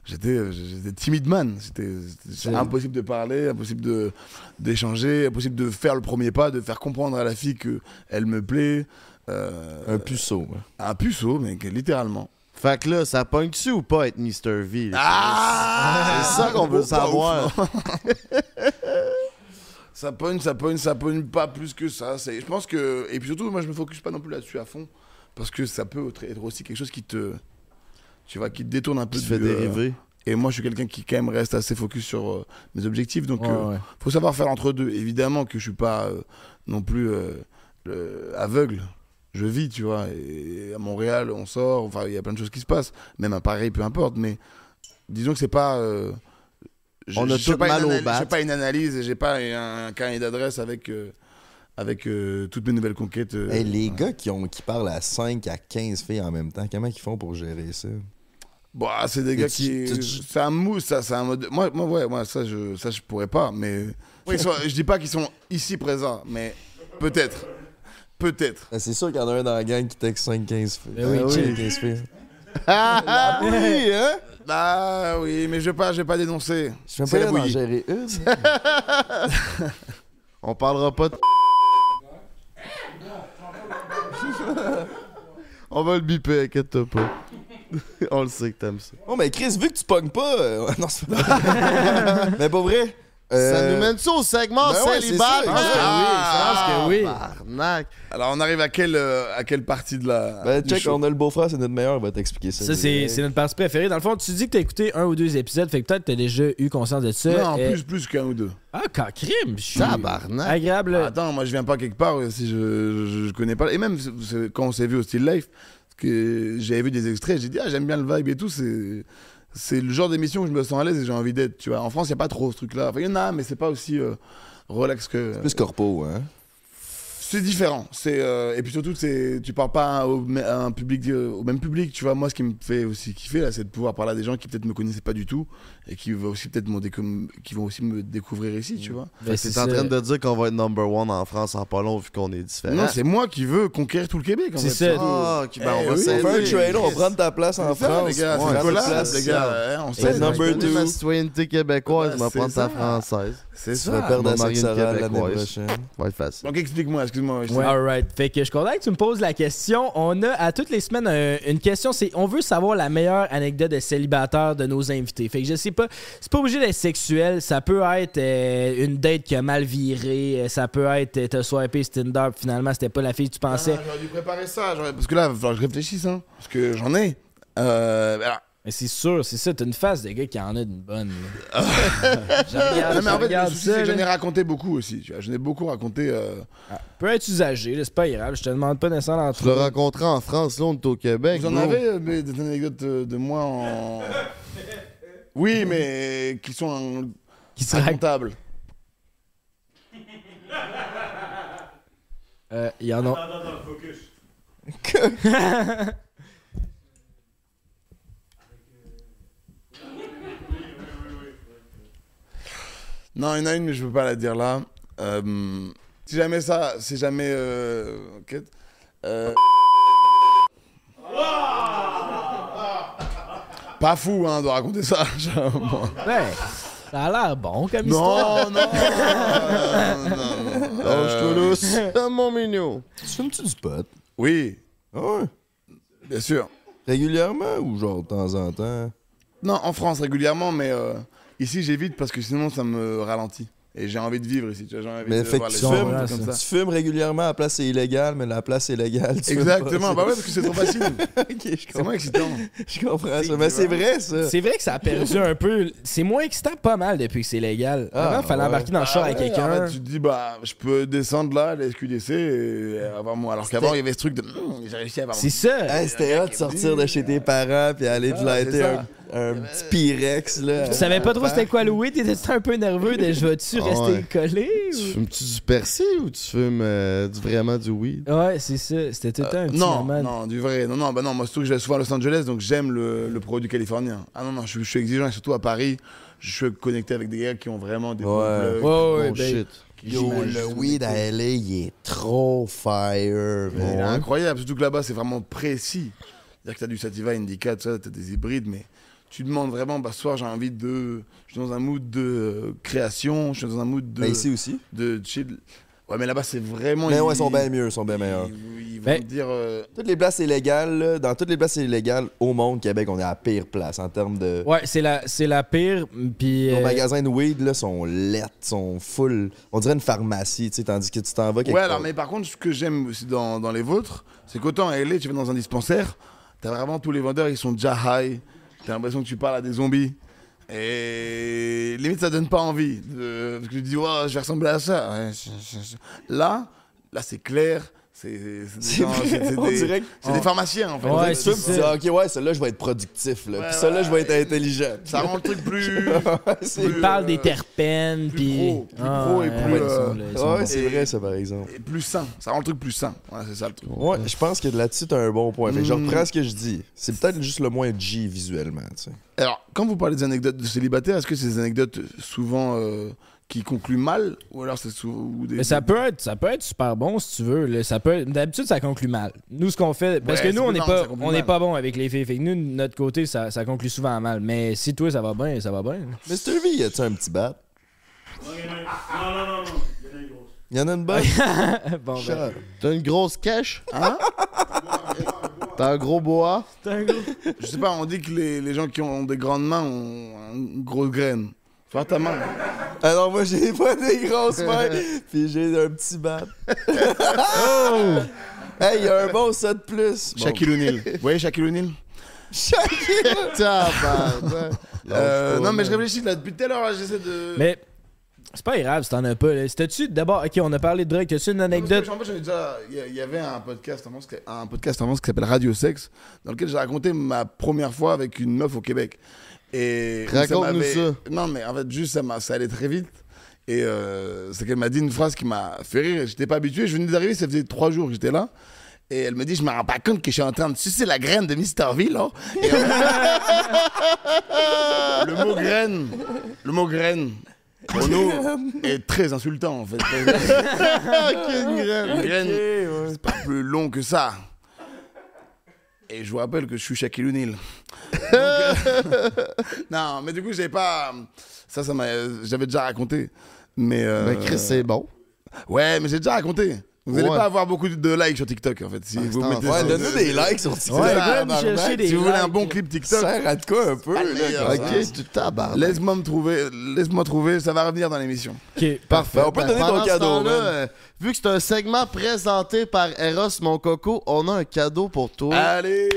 C: j'étais, euh, j'étais timide man. C'était, c'était impossible de parler, impossible de, d'échanger, impossible de faire le premier pas, de faire comprendre à la fille qu'elle me plaît.
J: Euh,
C: un puceau. Un puceau, mec, littéralement.
J: Fait que là, ça pogne-tu ou pas être Mr. V? là?
C: Ah
B: Ah!
J: c'est ça qu'on veut
C: Pas
J: savoir.
C: ouf, non. ça pogne, ça pogne, ça pogne pas plus que ça. C'est, je pense que et puis surtout, moi, je me focus pas non plus là-dessus à fond parce que ça peut autre- être aussi quelque chose qui te, tu vois, qui te détourne un peu.
J: Qui te fait
C: du, euh,
J: dériver.
C: et moi, je suis quelqu'un qui quand même reste assez focus sur euh, mes objectifs, donc
J: Ouais,
C: euh,
J: ouais.
C: faut savoir faire entre deux. Évidemment que je suis pas euh, non plus euh, le- aveugle. Je vis, tu vois. Et à Montréal, on sort. Enfin, il y a plein de choses qui se passent. Même à Paris, peu importe. Mais disons que c'est pas. euh,
J: On a
C: j'ai
J: tout
C: pas une
J: mal au
C: analyse-
J: bat.
C: J'ai pas une analyse. et J'ai pas un, un carnet d'adresse avec euh, avec euh, toutes mes nouvelles conquêtes. euh,
B: Hey, les gars qui, ont, qui parlent à 5 à 15 filles en même temps, comment ils font pour gérer ça?
C: Bah, c'est des
B: Et
C: gars
B: tu-
C: qui.
B: tu- tu-
C: C'est un mousse, ça, c'est un mode. Moi, moi, ouais, moi, ça, je, ça, je pourrais pas, mais. Oui, ils sont- je dis pas qu'ils sont ici présents, mais peut-être. Peut-être.
B: Ben, c'est sûr qu'il y en a un dans la gang qui texte 5-15 filles.
C: Ben oui,
B: Ah
C: chill.
B: 15 filles.
C: Ah
B: oui, hein
C: Bah oui, mais je vais pas, je vais pas dénoncer.
B: Je suis même
C: C'est
B: pas
C: la
B: là d'en
C: bouillie.
B: gérer une.
C: [laughs]
J: On parlera pas de. [laughs] On va le biper, inquiète-toi pas. [laughs] On le sait que t'aimes ça.
B: Oh, mais Chris, vu que tu pognes pas. euh, [laughs] Non, c'est pas vrai. Mais pas vrai.
J: Ça
B: Euh,
J: nous mène ça au segment
B: ben ouais,
J: célibat.
B: c'est ça,
J: Ah,
D: oui, je
J: pense que oui. Arnaque.
C: Alors, on arrive à quelle, euh, à quelle partie de la.
B: Ben,
C: du
B: check,
C: show
B: on a le beau-frère, c'est notre meilleur, on va t'expliquer ça. Euh,
D: Ça, c'est c'est notre partie préférée. Dans le fond, tu dis que t'as écouté un ou deux épisodes, fait que peut-être t'as déjà eu conscience de ça.
C: Non,
D: Euh,
C: plus, plus qu'un ou deux.
D: Ah, quand crime! Je suis
J: Tabarnak.
D: agréable.
C: Attends, moi, je viens pas quelque part euh, si je, je, je connais pas. Et même c'est- c'est- quand on s'est vu au Still Life, parce que j'avais vu des extraits, j'ai dit, ah, j'aime bien le vibe et tout. C'est. C'est le genre d'émission où je me sens à l'aise et j'ai envie d'être, tu vois. En France, il n'y a pas trop ce truc-là. Enfin, il y en a, mais c'est pas aussi euh, relax que.
B: Plus corpo, hein.
C: C'est différent. C'est euh, et puis surtout c'est tu parles pas au, m- à un public euh, au même public. Tu vois moi ce qui me fait aussi kiffer là, c'est de pouvoir parler à des gens qui peut-être me connaissaient pas du tout et qui vont aussi peut-être m'ont décom- qui vont aussi me découvrir ici. Tu vois.
D: Ben,
J: Fait que t'es en train de dire qu'on va être number one en France en pas long vu qu'on est
B: Bah
J: différent.
C: Non c'est moi qui veux conquérir tout le Québec. en
J: C'est
C: fait.
J: ça. Ah, ok, ben, on
C: Eh
J: va
C: oui,
J: s'aider.
B: Fais un
C: oui.
B: trailer, on
J: [laughs]
B: prend ta place en
C: C'est ça,
B: France.
C: les gars,
B: Ouais,
C: c'est
B: on prend
C: collab,
B: ta place.
C: les gars, hein, on
B: Et
C: s'aide.
B: number
J: Je
B: two.
J: donne ma citoyenneté québécoise,
C: Ben,
J: m'a prendre
C: c'est ça.
J: ta française.
C: C'est
J: Tu
C: ça.
J: vas perdre
B: Dans
J: la
B: Saxara
J: marine
B: l'année
J: québécoise.
B: prochaine.
J: Va être facile.
C: Donc explique-moi, excuse-moi. je sais.
D: Ouais. All right. Fait que je suis content que tu me poses la question. On a à toutes les semaines un- une question. C'est on veut savoir la meilleure anecdote de célibataire de nos invités. Fait que je sais pas. C'est pas obligé d'être sexuel. Ça peut être euh, une date qui a mal viré. Euh, Ça peut être euh, t'as swipé sur Tinder puis finalement c'était pas la fille que tu
C: Ah,
D: pensais.
C: J'aurais dû préparer ça. j'aurais- Parce que là, il va falloir que je réfléchisse hein, parce que j'en ai. Euh, voilà.
D: Mais c'est sûr, c'est ça. T'as une face de gars qui en a d'une bonne. là. [laughs] Je
C: Ah.
D: regarde,
C: Non, mais
D: je
C: en fait, le
D: regarde
C: souci,
D: ça,
C: c'est que j'en ai
D: là.
C: raconté beaucoup aussi. tu vois. J'en ai beaucoup raconté. euh,
D: Peut être usagé. là, C'est pas grave. Je te demande pas nécessairement d'en
J: Je le
D: trouver.
J: rencontrais en France, là, on est au Québec.
C: Vous en
J: bro.
C: avez euh, mais des anecdotes euh, de
B: [laughs]
C: moi en. Oui, mais qui sont en-
D: Qui se
C: racontables.
D: Euh, Il y en a.
K: Attends, attends, focus.
C: Non, il y en a une, mais je peux pas la dire là. Euh, si jamais ça, si jamais. euh, enquête, euh, Pas fou hein, de raconter ça. [laughs] genre, moi.
D: Ouais. Ça a l'air bon comme histoire.
C: non, non, non, non, non.
B: Oh,
J: Lâche-toi
C: Euh, [laughs]
J: lousse. Ah, mon mignon.
B: Tu fumes-tu du pot?
C: Oui,
B: Ah ouais?
C: bien sûr.
B: Régulièrement ou genre de temps en temps?
C: Non, en France régulièrement, mais euh, ici j'évite parce que sinon ça me ralentit. Et j'ai envie de vivre ici. tu vois, j'ai envie
B: Mais
C: de
B: fait
C: voir
B: que
C: les
B: tu
C: gens
B: fumes,
C: comme ça.
B: tu fumes régulièrement, la place est illégale, mais la place est légale. tu fumes [laughs]
C: Exactement,
B: pas.
C: bah ouais, parce que
D: [laughs]
C: c'est trop facile.
B: c'est
C: moins excitant.
B: Je comprends ça, mais c'est vrai ça.
D: C'est vrai que ça a perdu un peu. C'est moins excitant pas mal depuis que c'est légal. Avant, il fallait
C: ouais.
D: embarquer dans le char
C: Ah
D: avec
C: ouais, en
D: quelqu'un.
C: fait, tu te dis, bah, je peux descendre là, à la SQDC, et avoir moi. Alors qu'avant, il y avait ce truc de. Hum, j'ai réussi à avoir.
D: C'est ça.
B: Hey, C'était hot de sortir de chez tes parents puis aller te
C: Ah,
B: lighter
C: c'est
B: un, un petit Pyrex. Là,
D: Tu savais pas
C: euh,
D: trop c'était quoi louer, t'étais un peu nerveux de je vais-tu
J: Ah
D: rester
J: ouais.
D: collé
J: Tu
D: ou...
J: fumes-tu du persil ou tu fumes euh, du- vraiment du weed?
D: Ouais, c'est ça. C'était tout le temps un petit
C: Euh, Non,
D: moment.
C: non, du vrai. Non, non, bah non, moi, surtout que je vais souvent à Los Angeles, donc j'aime le, le produit californien. Ah non, non, je, je suis exigeant, et surtout à Paris, je suis connecté avec des gars qui ont vraiment des bons plugs, qui font
B: Oh,
C: des
D: ben,
B: shit.
C: qui
B: Yo,
C: imaginent
B: le
C: des
B: weed à
C: trucs.
B: LA, il est trop fire,
C: Mais il est
B: man.
C: incroyable, surtout que là-bas, c'est vraiment précis. C'est-à-dire que t'as du Sativa, Indica, tout ça, t'as des hybrides, mais tu demandes vraiment, bah, ce soir, j'ai envie de. Je suis dans un mood de euh, création, je suis dans un mood de.
B: Mais ici aussi.
C: De chill. Ouais, mais là-bas, c'est vraiment.
B: Mais ouais,
C: ils-
B: ils sont bien mieux, ils sont bien meilleurs.
C: Ils vont
B: Mais- euh.
C: te dire. euh,
B: Toutes les places illégales, là, dans toutes les places illégales au monde, Québec, on est à la pire place en termes de.
D: Ouais, c'est la, c'est la pire. Puis.
B: Nos
D: euh,
B: magasins de weed là, sont lettres, sont full. On dirait une pharmacie, tu sais, tandis que tu t'en vas quelque
C: Ouais,
B: part.
C: alors, mais par contre, ce que j'aime aussi dans, dans les vôtres, c'est qu'autant à LA, tu vas dans un dispensaire, t'as vraiment tous les vendeurs, ils sont déjà high. T'as l'impression que tu parles à des zombies. Et limite, ça donne pas envie. de- Parce que tu te dis, ouais, je vais ressembler à ça. Ouais, je- je- je- Là, là, c'est clair. C'est c'est des, gens-
B: vrai,
C: c'est- c'est
B: on
C: des-
B: dirait que-
C: c'est des pharmaciens, en fait.
B: On dirait
C: Ouais,
B: que tu fumes,
C: c'est
B: tu dis,
C: ça.
B: ah, ok, ouais, celle-là, je vais être productif, là. puis celle-là, je vais être intelligent.
C: Ça
B: [laughs]
C: rend le truc [laughs] plus.
D: Il parle des terpènes, puis. Ah,
C: pro et
D: ouais,
C: euh, plus,
D: ils sont
C: euh,
D: là, ils sont
B: Ouais,
D: bons.
B: c'est vrai, ça, par exemple.
C: et plus sain. Ça rend le truc plus sain. Ouais, c'est ça le truc.
B: Ouais, je pense que là-dessus, t'as un bon point. Fait que je
C: Mm.
B: reprends ce que je dis. C'est peut-être juste le moins G visuellement, tu sais.
C: Alors, quand vous parlez des anecdotes de célibataires, est-ce que c'est des anecdotes souvent euh, qui concluent mal ou alors c'est souvent ou des,
D: Mais ça peut être, ça peut être super bon si tu veux. là. Ça peut, être- d'habitude, ça conclut mal. Nous, ce qu'on fait, parce
C: Ouais,
D: que
C: Ben,
D: nous,
C: c'est
D: on
C: plus
D: n'est
C: marrant,
D: pas,
C: ça conclut
D: on n'est
C: mal.
D: pas bon avec les filles. Fait que nous, de notre côté, ça, ça conclut souvent mal. Mais si toi, ça va bien, ça va bien.
B: Mr. V, y a-tu un petit bat?
K: Non, non, non, non.
B: Y en a
C: [laughs]
B: une bonne?
D: [laughs] Bon, ben.
J: Chat. T'as une grosse cache? Hein? T'as un gros boa?
D: [laughs]
C: Je sais pas, on dit que les, les gens qui ont des grandes mains ont une grosse graine. Fais voir ta main.
B: Alors, moi, j'ai pas des grosses mains, puis j'ai un petit
D: [laughs]
B: bat.
D: Oh!
B: Hey, y a un bon ça de plus. Bon.
C: Shaquille O'Neal. Vous voyez Shaquille O'Neal
B: Shaquille!
J: Tabarnak.
C: Euh,
J: Lâche pas,
C: Non, mais
J: man.
C: je réfléchis là depuis tout à l'heure, là, j'essaie de.
D: Mais c'est pas grave si t'en as pas. là. C'était-tu d'abord, ok, on a parlé de drogue. T'as-tu une
C: Parce que,
D: anecdote?
C: En fait, j'avais déjà. Il y a- il y avait un podcast avant, c'était un podcast avant ce qui s'appelle Radio Sexe, dans lequel j'ai raconté ma première fois avec une meuf au Québec. Et
J: Raconte-nous
C: m'avait-
J: ça.
C: Non, mais en fait, juste ça, m'a- ça allait très vite. Et euh, c'est qu'elle m'a dit une phrase qui m'a fait rire. J'étais pas habitué. Je venais d'arriver, ça faisait trois jours que j'étais là. Et elle me dit, je me rends pas compte que je suis en train de sucer la graine de Mr. V, là. Et, euh, [laughs] le mot graine, le mot graine, pour nous, est très insultant,
J: [laughs]
C: en fait.
J: Quelle graine.
C: Une graine, c'est pas plus long que ça. Et je vous rappelle que je suis Shaquille O'Neal. Donc, euh, [laughs] non, mais du coup, j'ai pas. Ça, ça m'a. J'avais déjà raconté. Mais. euh,
J: Ben, Chris, c'est bon.
C: Ouais, mais j'ai déjà raconté. Vous allez
J: Ouais.
C: pas avoir beaucoup de likes sur TikTok, en fait. Si vous
J: c'est
C: mettez
J: un-
B: Ouais,
C: sur-
B: donne-nous des likes sur TikTok.
C: Ouais,
B: tabarnak.
D: allez chercher des
C: Si vous voulez un
D: likes.
C: bon clip TikTok,
B: Sert à de quoi un peu,
C: Ah,
B: là,
C: meilleur,
B: quand
C: hein.
B: même.
J: Qu'est-ce que tu tabarnak?
C: laisse-moi me trouver. Laisse-moi trouver, ça va revenir dans l'émission.
D: Ok.
J: Parfait.
B: Ben, on peut donner ton
J: pendant ce
B: cadeau,
J: temps-là,
B: man.
J: euh, vu que c'est un segment présenté par Eros Mon Coco, on a un cadeau pour toi.
B: Ah,
C: Allez,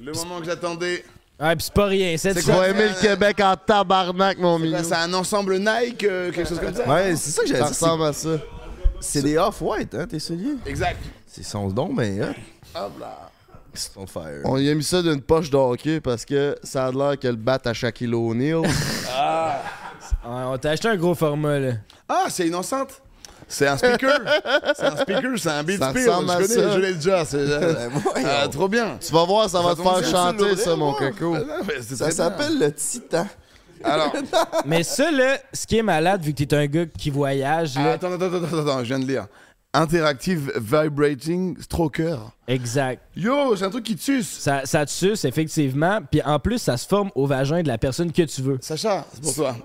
C: le moment que j'attendais.
D: Ouais, Ah, pis c'est pas rien. C'est
J: tu vas aimer le Québec en tabarnak, mon
C: Là,
J: mignon.
C: C'est un ensemble Nike, euh, quelque chose comme ça.
B: Ouais, c'est ça que
J: Ça
B: j'avais dit. c'est-
J: ressemble à ça.
B: C'est des off-white, hein, tes souliers?
C: Exact.
B: C'est son don, mais hein,
C: Hop là.
B: ils sont fire.
J: On y a mis ça d'une poche de hockey parce que ça a l'air qu'elle batte à
B: [laughs]
J: Shaquille O'Neal.
D: Ah, on t'a acheté un gros format, là.
C: Ah, c'est une enceinte. C'est un speaker. [laughs] c'est un speaker, c'est un beat
J: Ça
C: speaker.
J: ressemble à
C: Je connais,
J: ça.
C: je l'ai déjà. c'est- euh, euh, trop bien.
J: tu vas voir, ça va te
C: tombe
J: faire
C: bien,
J: chanter, ça, mon
B: l'ouvrir,
J: coco.
C: Ah, mais c'est
B: Ça
C: très
B: s'appelle le Titan.
C: bien. Alors,
D: Mais ça, là, ce qui est malade, vu que t'es un gars qui voyage, là.
C: attends, attends, attends, attends, attends, je viens de lire. Interactive Vibrating Stroker.
D: Exact.
C: Yo, c'est un truc qui te suce.
D: Ça, ça te suce, effectivement. Puis en plus, ça se forme au vagin de la personne que tu veux.
C: Sacha, c'est pour toi.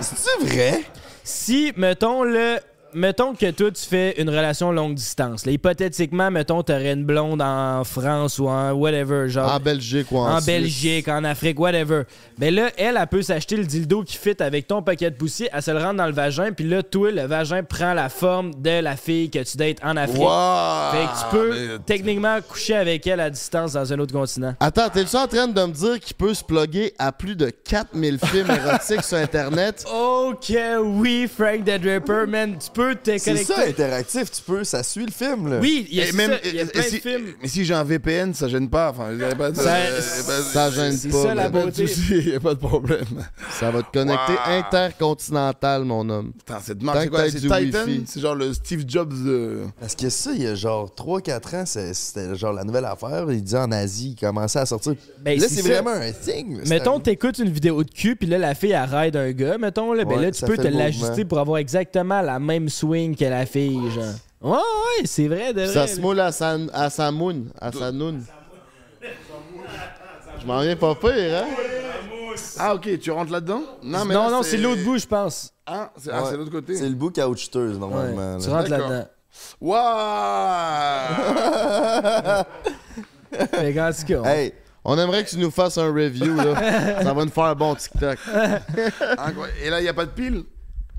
B: C'est vrai?
D: Si, mettons, le. mettons que toi, tu fais une relation longue distance. Là, hypothétiquement, mettons, t'aurais une blonde en France ou en whatever, genre.
J: En Belgique ou ben, en
D: en
J: Suisse.
D: Belgique, en Afrique, whatever. Mais là, elle, elle peut s'acheter le dildo qui fit avec ton paquet de poussière, elle se le rentre dans le vagin, puis là, toi, le vagin prend la forme de la fille que tu dates en Afrique.
J: Wow!
C: Ah,
D: Fait que tu peux techniquement coucher avec elle à distance dans un autre continent.
J: Attends, t'es-tu en train de me dire qu'il peut se plugger à plus de 4000 films érotiques sur Internet?
D: Ok, oui, Frank the Dripper, man, tu peux te
B: C'est
D: connecter.
B: ça, interactif, tu peux, ça suit le film, là.
D: Oui, il y a,
C: Et
D: c'est
C: même-
D: ça, il y a
C: et-
D: plein
C: et si-
D: de films.
C: Mais si j'ai un VPN, ça gêne pas. Enfin, j'aurais pas de-
D: Ça-
C: euh, pas-
J: ça gêne
C: c'est
J: pas,
C: ça, la
J: mais-
C: beauté. [laughs] Il n'y a pas de problème.
J: Ça va te connecter
C: Wow.
J: intercontinental, mon homme.
C: Putain, cette
J: Tant
C: marque, c'est
J: que
C: quoi
J: t'as
C: C'est
J: du
C: Titan
J: Wi-Fi.
C: C'est genre le Steve Jobs de.
B: Parce que ça, il y a genre 3-4 ans, c'est- c'était genre la nouvelle affaire. Il disait en Asie, il commençait à sortir.
D: Ben,
B: là,
D: c'est
B: c'est
D: ça.
B: vraiment un thing. là. C'est
D: [laughs] Mettons,
B: un-
D: t'écoutes une vidéo de cul, puis là, la fille, elle ride un gars, mettons, là, ben
B: Ouais,
D: là, tu
B: ça
D: peux
B: fait
D: te
B: le
D: l'ajuster
B: mouvement.
D: pour avoir exactement la même swing que la fille, genre. Ouais, ouais, c'est vrai, de vrai.
J: Ça se moule à sa, à sa moon, à sa noun. Je m'en viens pas pire, hein?
C: Ah, ok, tu rentres là-dedans
D: Non,
C: là,
D: non, c'est l'autre bout, je pense.
C: Ah, c'est ah,
B: Ouais.
C: c'est l'autre côté.
B: C'est le bout caoutchouteuse, normalement.
D: Ouais,
B: là.
D: tu rentres
C: D'accord.
D: là-dedans.
B: [laughs]
C: Waouh
D: Fait qu'en tout cas, on-
B: Hey,
J: On aimerait que tu nous fasses un review, [laughs] là. ça va nous faire un bon TikTok.
C: Incroyable. Et là, il n'y a pas de pile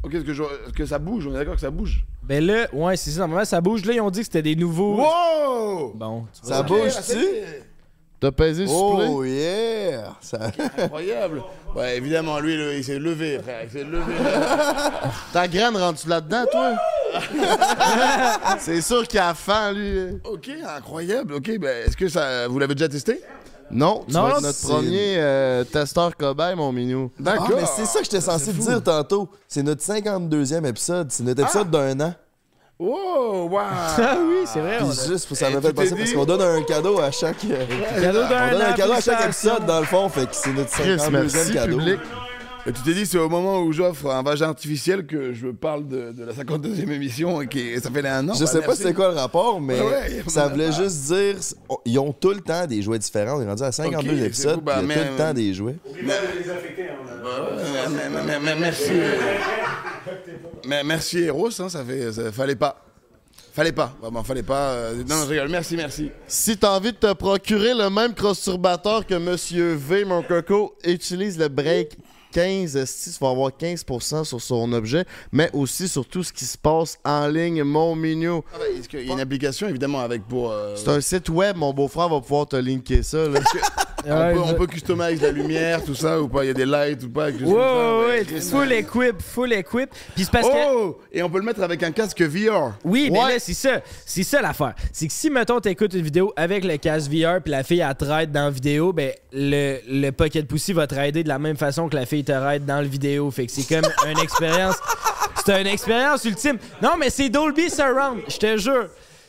C: Ok, est-ce que, je- est-ce que ça bouge On est d'accord que ça bouge
D: ben là, ouais, c'est ça, normalement, ça bouge. Là, ils ont dit que c'était des nouveaux.
B: Oh
C: Wow
D: Bon, tu vois.
B: ça bouge-tu?
J: T'as pesé sur play?
B: Oh yeah! Ça... [laughs]
C: Incroyable Ouais, évidemment, lui, le- il s'est levé, frère. Il s'est levé.
J: Ta graine, rentre-tu là-dedans, toi? [laughs] C'est sûr qu'il a faim, lui.
C: ok, incroyable. Ok, ben, est-ce que ça. Vous l'avez déjà testé
J: Non, tu
D: Non,
J: vas
D: non,
J: être notre
B: c'est-
J: premier euh, testeur cobaye, mon minou.
B: Ah,
C: D'accord.
B: mais c'est ça que j'étais censé te dire tantôt. C'est notre 52e épisode. C'est notre
C: Ah!
B: épisode d'un an.
C: Eh, Wow Waouh
D: Ah oui, c'est vrai.
B: Puis
D: on a-
B: juste, pour ça
C: Eh,
B: m'a
C: tout
B: fait
C: est
B: penser parce
C: dit.
B: qu'on donne un cadeau à chaque. euh, On
D: Cadeau d'un
B: donne
D: an,
B: un cadeau à
D: plus
B: chaque
D: tard.
B: épisode, dans le fond. Fait que c'est notre
J: Chris,
B: 52e
J: merci,
B: cadeau.
J: public.
C: Et Bah, tu t'es dit, c'est au moment où j'offre un vagin artificiel que je parle de, de la 52e émission et que ça fait un an. bah,
B: Je sais pas c'est quoi le rapport, mais
C: Ah ben, ouais,
B: ça
C: bah,
B: voulait
C: bah.
B: juste dire c'est- on- ils ont tout le temps des jouets différents. On est rendu à 52
C: Ok, c'est
B: épisodes,
C: cool, bah,
B: puis il y a tout
C: mais-
B: le temps des jouets.
C: Mais- mais- mais- mais- Merci. euh. Mais merci, Eros, hein, ça fait. ça- fallait pas. Fallait pas, vraiment, fallait pas. euh, Non, non, je rigole, merci, merci.
J: Si t'as envie de te procurer le même crosturbateur que Monsieur V, mon coco, utilise le break 15. Si tu vas avoir 15% sur son objet, mais aussi sur tout ce qui se passe en ligne, mon minou.
C: Ah bah, Est-ce qu'il y a une application, évidemment, avec pour. euh,
J: C'est un site web, mon beau-frère va pouvoir te linker ça. Là.
D: Ouais,
C: on, peut,
D: je-
C: on peut customiser la lumière, tout ça, ou pas, il y a des lights ou pas. quelque chose
D: Ouais,
C: comme ça,
D: ouais,
C: ouais.
D: ouais, full equip, full equip. Puis c'est parce que.
C: Oh Et on peut le mettre avec un casque VR.
D: Oui, mais
J: Ouais.
D: là, c'est ça. C'est ça l'affaire. C'est que si, mettons, t'écoutes une vidéo avec le casque VR puis la fille, elle te raide dans la vidéo, ben, le, le pocket pussy va te raider de la même façon que la fille te raide dans le vidéo. Fait que c'est comme une expérience. C'est une expérience ultime. Non, mais c'est Dolby Surround, je te jure.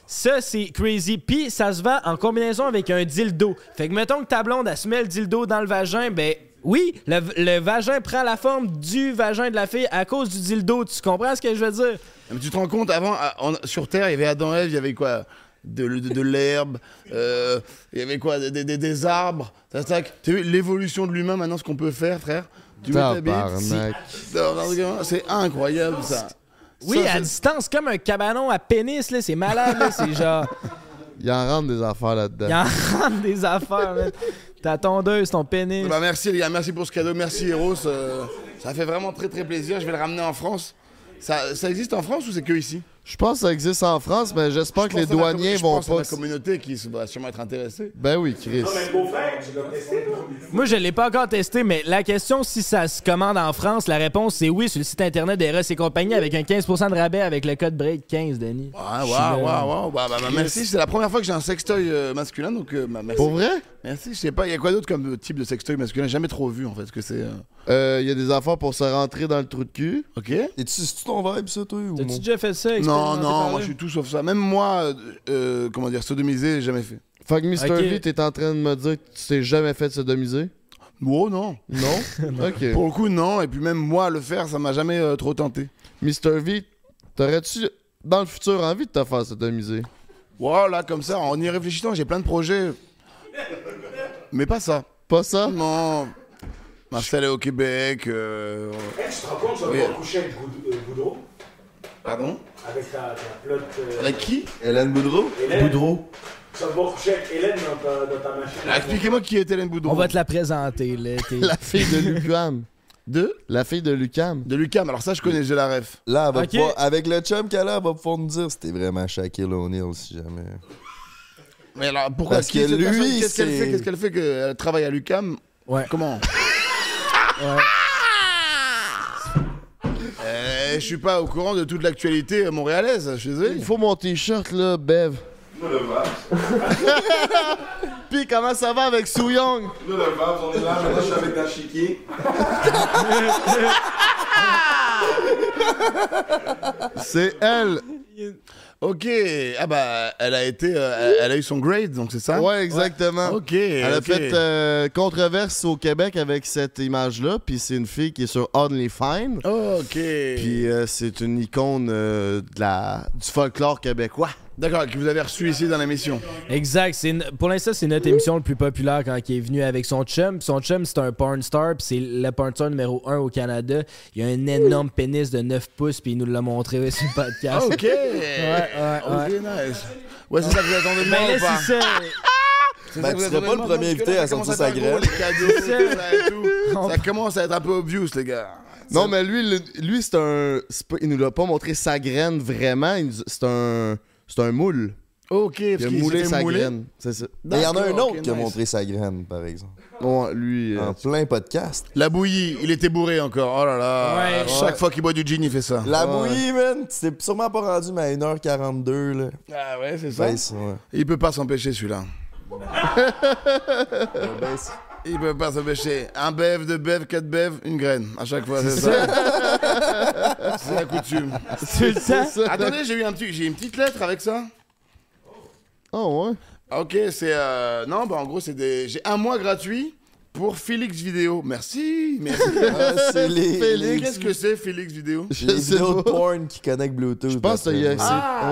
D: Ça, c'est crazy. Puis, ça se vend en combinaison avec un dildo. Fait que, mettons que ta blonde, elle se met le dildo dans le vagin, ben, oui, le, le vagin prend la forme du vagin de la fille à cause du dildo. Tu comprends ce que je veux dire?
C: Ah, Mais tu te rends compte, avant, à- en- sur Terre, il y avait Adam et Ève, il y avait quoi De, de- de l'herbe, euh, il y avait quoi Des, des- des arbres. Tac, tac. T'as vu l'évolution de l'humain maintenant, ce qu'on peut faire, frère Tu mets ta bite,
J: Tabarnak.
C: c'est- Non, non, C'est incroyable ça.
D: Oui,
C: Ça,
D: à
C: c'est-
D: distance, comme un cabanon à pénis, là, c'est malade, là, c'est genre.
J: Il en rentre des affaires là-dedans.
D: Il en rentre des affaires, man. Ta tondeuse, ton pénis.
C: Bah, merci les gars, merci pour ce cadeau, merci Eros. euh, ça fait vraiment très très plaisir. Je vais le ramener en France. Ça, ça existe en France ou c'est que ici
J: Je pense que ça existe en France, mais j'espère
C: Je
J: que les
C: pense à ma com-
J: douaniers
C: je
J: vont
C: pense à
J: pas.
C: ma communauté qui se- va sûrement être intéressée.
J: Ben oui, Chris.
D: Moi, je l'ai pas encore testé, mais la question si ça se commande en France, la réponse c'est oui sur le site internet d'Eros et compagnie avec un 15% de rabais avec le code BREAK15, Denis.
C: Ah, waouh, waouh, waouh. Bah, bah, bah, merci, c'est la première fois que j'ai un sextoy euh, masculin, donc euh, bah, merci.
J: Pour vrai?
C: Merci, je sais pas, il y a quoi d'autre comme type de sextoy masculin J'ai Jamais trop vu en fait ce que c'est. euh.
J: Euh, Il y a des affaires pour se rentrer dans le trou de cul.
C: Ok
B: C'est-tu c'est-tu ton vibe, ça, toi? Ou
D: T'as-tu
B: mon-
D: déjà fait ça?
C: Non,
D: expérimenté
C: non,
D: par
C: moi
D: là?
C: je suis tout sauf ça. Même moi, euh, euh, comment dire, sodomisé, j'ai jamais fait.
J: Fait que Mr.
D: Ok.
J: V, t'es en train de me dire que tu t'es jamais fait sodomiser?
C: Oh non.
J: Non?
C: [laughs]
J: ok.
C: Pour le coup, non, et puis même moi, le faire, ça m'a jamais euh, trop tenté.
J: Mr. V, t'aurais-tu dans le futur envie de te faire sodomiser?
C: Voilà, comme ça, en y réfléchissant, j'ai plein de projets. Mais pas ça.
J: Pas
C: [laughs]
J: ça?
C: Non. M'installer au Québec. euh,
K: Hey, tu te rends compte, je vais
C: Oui.
K: pouvoir coucher avec Goud- euh, Goudreau?
C: Pardon
K: Avec ta, ta plot, euh,
C: Avec qui
B: Hélène Boudreau
K: Hélène.
B: Boudreau.
K: Tu vas pouvoir coucher avec Hélène dans ta, dans ta machine.
C: Ah, qui est Hélène Boudreau.
D: On va te la présenter, là. t'es-
J: La fille de Lucam.
C: De
J: La fille de Lucam.
C: De Lucam, alors ça, je connais, j'ai la ref.
B: Là, elle va
J: Ok.
B: pouvoir- avec le chum qu'elle a, elle va pouvoir nous dire c'était vraiment Shaquille O'Neal si jamais.
C: Mais alors, pourquoi
B: Parce
C: qui est
B: que
C: cette personne?
B: lui,
C: qu'est-ce qu'elle
B: c'est-
C: fait Qu'est-ce qu'elle fait qu'elle travaille à Lucam
D: Ouais.
C: Comment Euh, Je suis pas au courant de toute l'actualité montréalaise, je suis désolé.
J: Il faut mon t-shirt là, Bev.
I: Nous le Vaps.
J: Puis comment ça va avec Soo Young?
I: Nous le Vaps, on est là, maintenant je suis avec Dashiki.
C: C'est elle. Ok, ah bah elle a été, euh, elle- elle a eu son grade, donc c'est ça
J: Ouais, exactement.
C: Ok.
J: Elle a
C: ok.
J: fait euh, controverse au Québec avec cette image-là, puis c'est une fille qui est sur Only Fine.
C: Ok.
J: Puis euh, c'est une icône euh, de la, du folklore québécois.
C: D'accord, que vous avez reçu ici dans l'émission.
D: Exact. c'est no- Pour l'instant, c'est notre émission le plus populaire quand il est venu avec son chum. Puis Son chum, c'est un porn star, puis c'est le porn star numéro 1 au Canada. Il a un énorme pénis de 9 pouces, puis il nous l'a montré [laughs] sur le podcast.
C: Ok. Ok, nice. Ouais, c'est ça que vous attendez de moi
D: Ben là,
C: ou pas
D: c'est ça.
C: C'est
B: Ben,
C: ça que vous
B: tu serais
C: attendez
B: pas
C: de
B: le premier
C: moi, parce que là,
B: invité à
C: ça commence
B: sortir sa
C: être gros,
B: graine.
C: les cadeaux, ça et tout. Ça commence à être un peu obvious, les gars.
J: Non, mais lui, le- lui c'est un. c'est pas- il nous l'a pas montré sa graine vraiment. il nous- C'est un. C'est un moule.
C: Ok, parce
J: Il a
C: qu'il
J: moulé
C: s'était
J: sa
C: moulé.
J: graine. C'est ça.
B: Mais il y en a un
C: D'accord,
B: autre
C: ok,
B: qui a
C: nice.
B: montré sa graine, par exemple.
J: Ouais, lui. euh,
C: Ah.
B: En plein podcast.
C: La bouillie, il était bourré encore. Oh là là.
B: Ouais.
C: Chaque
B: Ouais.
C: fois qu'il boit du gin, il fait ça.
B: La
C: Ouais.
B: bouillie, man, c'est sûrement pas rendu, mais à 1h42, là.
C: Ah ouais, c'est ça.
B: Ben, c'est- ouais.
C: Il peut pas s'empêcher celui-là.
B: Ben, c'est-
C: Il peut pas s'empêcher. Un bève, deux bèves, quatre bèves, une graine. À chaque fois, c'est ça. c'est la coutume.
D: C'est ça.
C: Attendez, j'ai eu un petit, j'ai une petite lettre avec ça.
J: Oh ouais.
C: Ok, c'est euh, non, bah en gros c'est des, j'ai un mois gratuit pour Félix Vidéo. Merci, merci.
B: Ah, c'est les-
C: Félix,
B: les-
C: qu'est-ce que c'est Félix Vidéo
B: Les vidéos de porn qui connectent Bluetooth. Je
J: pense qu'il y a- c'est-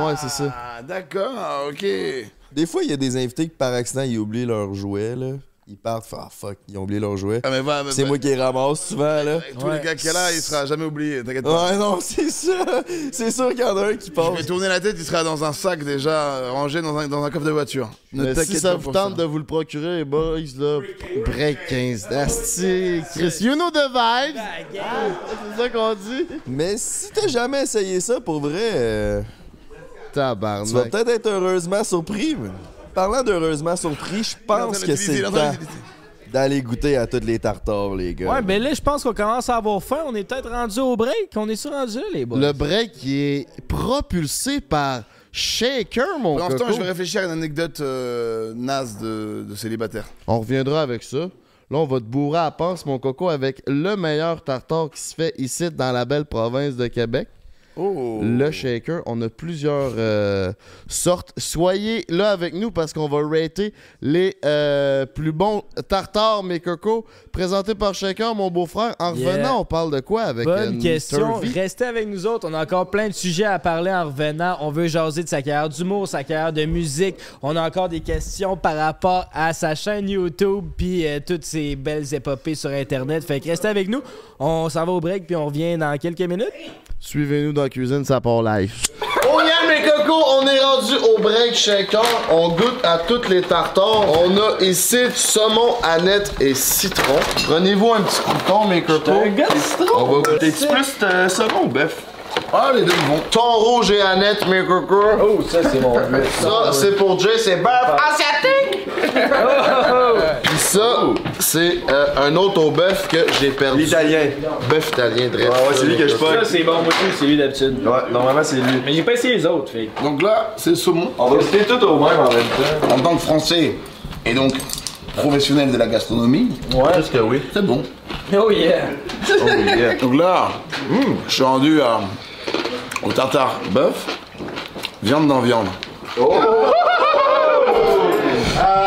J: ouais, c'est ça.
C: Ah d'accord, ok.
B: Des fois, il y a des invités qui, par accident, ils oublient leur jouet, là. Ils partent, ah fuck, ils ont oublié leur jouet.
C: Ah mais va, mais-
B: c'est moi qui les ramasse souvent, là.
C: Avec tous les gars qu'il y a là, il sera jamais oublié, t'inquiète pas.
B: Ouais, non, [laughs] c'est ça. C'est sûr qu'il y en a un qui
C: Je vais
B: passe.
C: tourner la tête, il sera dans un sac déjà euh, rangé dans un, dans un coffre de voiture.
J: Mais si
C: t'inquiète
J: ça
C: pas
J: vous
C: pour
J: tente
C: ça.
J: de vous le procurer, les boys, là, break 15. Asti, Chris, you know the vibes. C'est ça qu'on dit.
B: Mais si t'as jamais essayé ça, pour vrai, euh, tu vas
J: Tabarnak.
B: peut-être être heureusement surpris. mais- Parlant d'heureusement surpris, je pense que c'est le temps d'aller goûter à toutes les tartares, les gars.
D: Ouais, ben là, je pense qu'on commence à avoir faim. On est peut-être rendu au break. On est sur rendu, là, les boys.
J: Le break qui est propulsé par Shaker, mon
C: Pendant ce temps,
J: coco.
C: je vais réfléchir à une anecdote euh, naze de, de célibataire.
J: On reviendra avec ça. Là, on va te bourrer à pense, mon coco, avec le meilleur tartare qui se fait ici dans la belle province de Québec.
C: Oh.
J: Le shaker, on a plusieurs euh, sortes. Soyez là avec nous parce qu'on va rater les euh, plus bons tartares, mes cocos, présentés par Shaker, mon beau-frère. En
D: Yeah.
J: revenant, on parle de quoi avec euh,
D: Bonne
J: Mr.
D: question.
J: V?
D: Restez avec nous autres. On a encore plein de sujets à parler en revenant. On veut jaser de sa carrière d'humour, sa carrière de musique. On a encore des questions par rapport à sa chaîne YouTube puis euh, toutes ces belles épopées sur Internet. Fait que restez avec nous. On s'en va au break puis on revient dans quelques minutes.
J: Suivez-nous dans la cuisine, ça part live.
F: Oh yeah, mes cocos, on est rendu au break shaker. On goûte à toutes les tartares. On a ici du saumon, aneth et citron. Prenez-vous un petit crouton, mes cocos. On va goûter
I: T'es-tu plus euh, saumon ou bœuf?
F: Ah, les deux vont. Thon rouge et aneth, mes cocos. Oh, ça, c'est mon Ça, Ah. c'est pour Jay, c'est bœuf asiatique. Puis ça, c'est euh, un autre au bœuf que j'ai perdu.
I: L'italien.
F: Bœuf italien, très
I: Ouais, ouais, c'est lui que je pogne.
E: Ça, c'est bon, moi aussi, c'est lui d'habitude.
I: Ouais, normalement, c'est lui.
E: Mais j'ai pas essayé les autres, fait. que-
F: Donc là, c'est le saumon.
I: On va goûter tout au même en même temps.
F: En tant que Français et donc professionnel de la gastronomie,
E: Ouais.
I: Parce que oui.
F: c'est bon.
E: Oh yeah!
I: Oh yeah.
F: [laughs] Donc là, hmm, je suis rendu à- au tartare bœuf, viande dans viande.
I: Oh.
E: [laughs]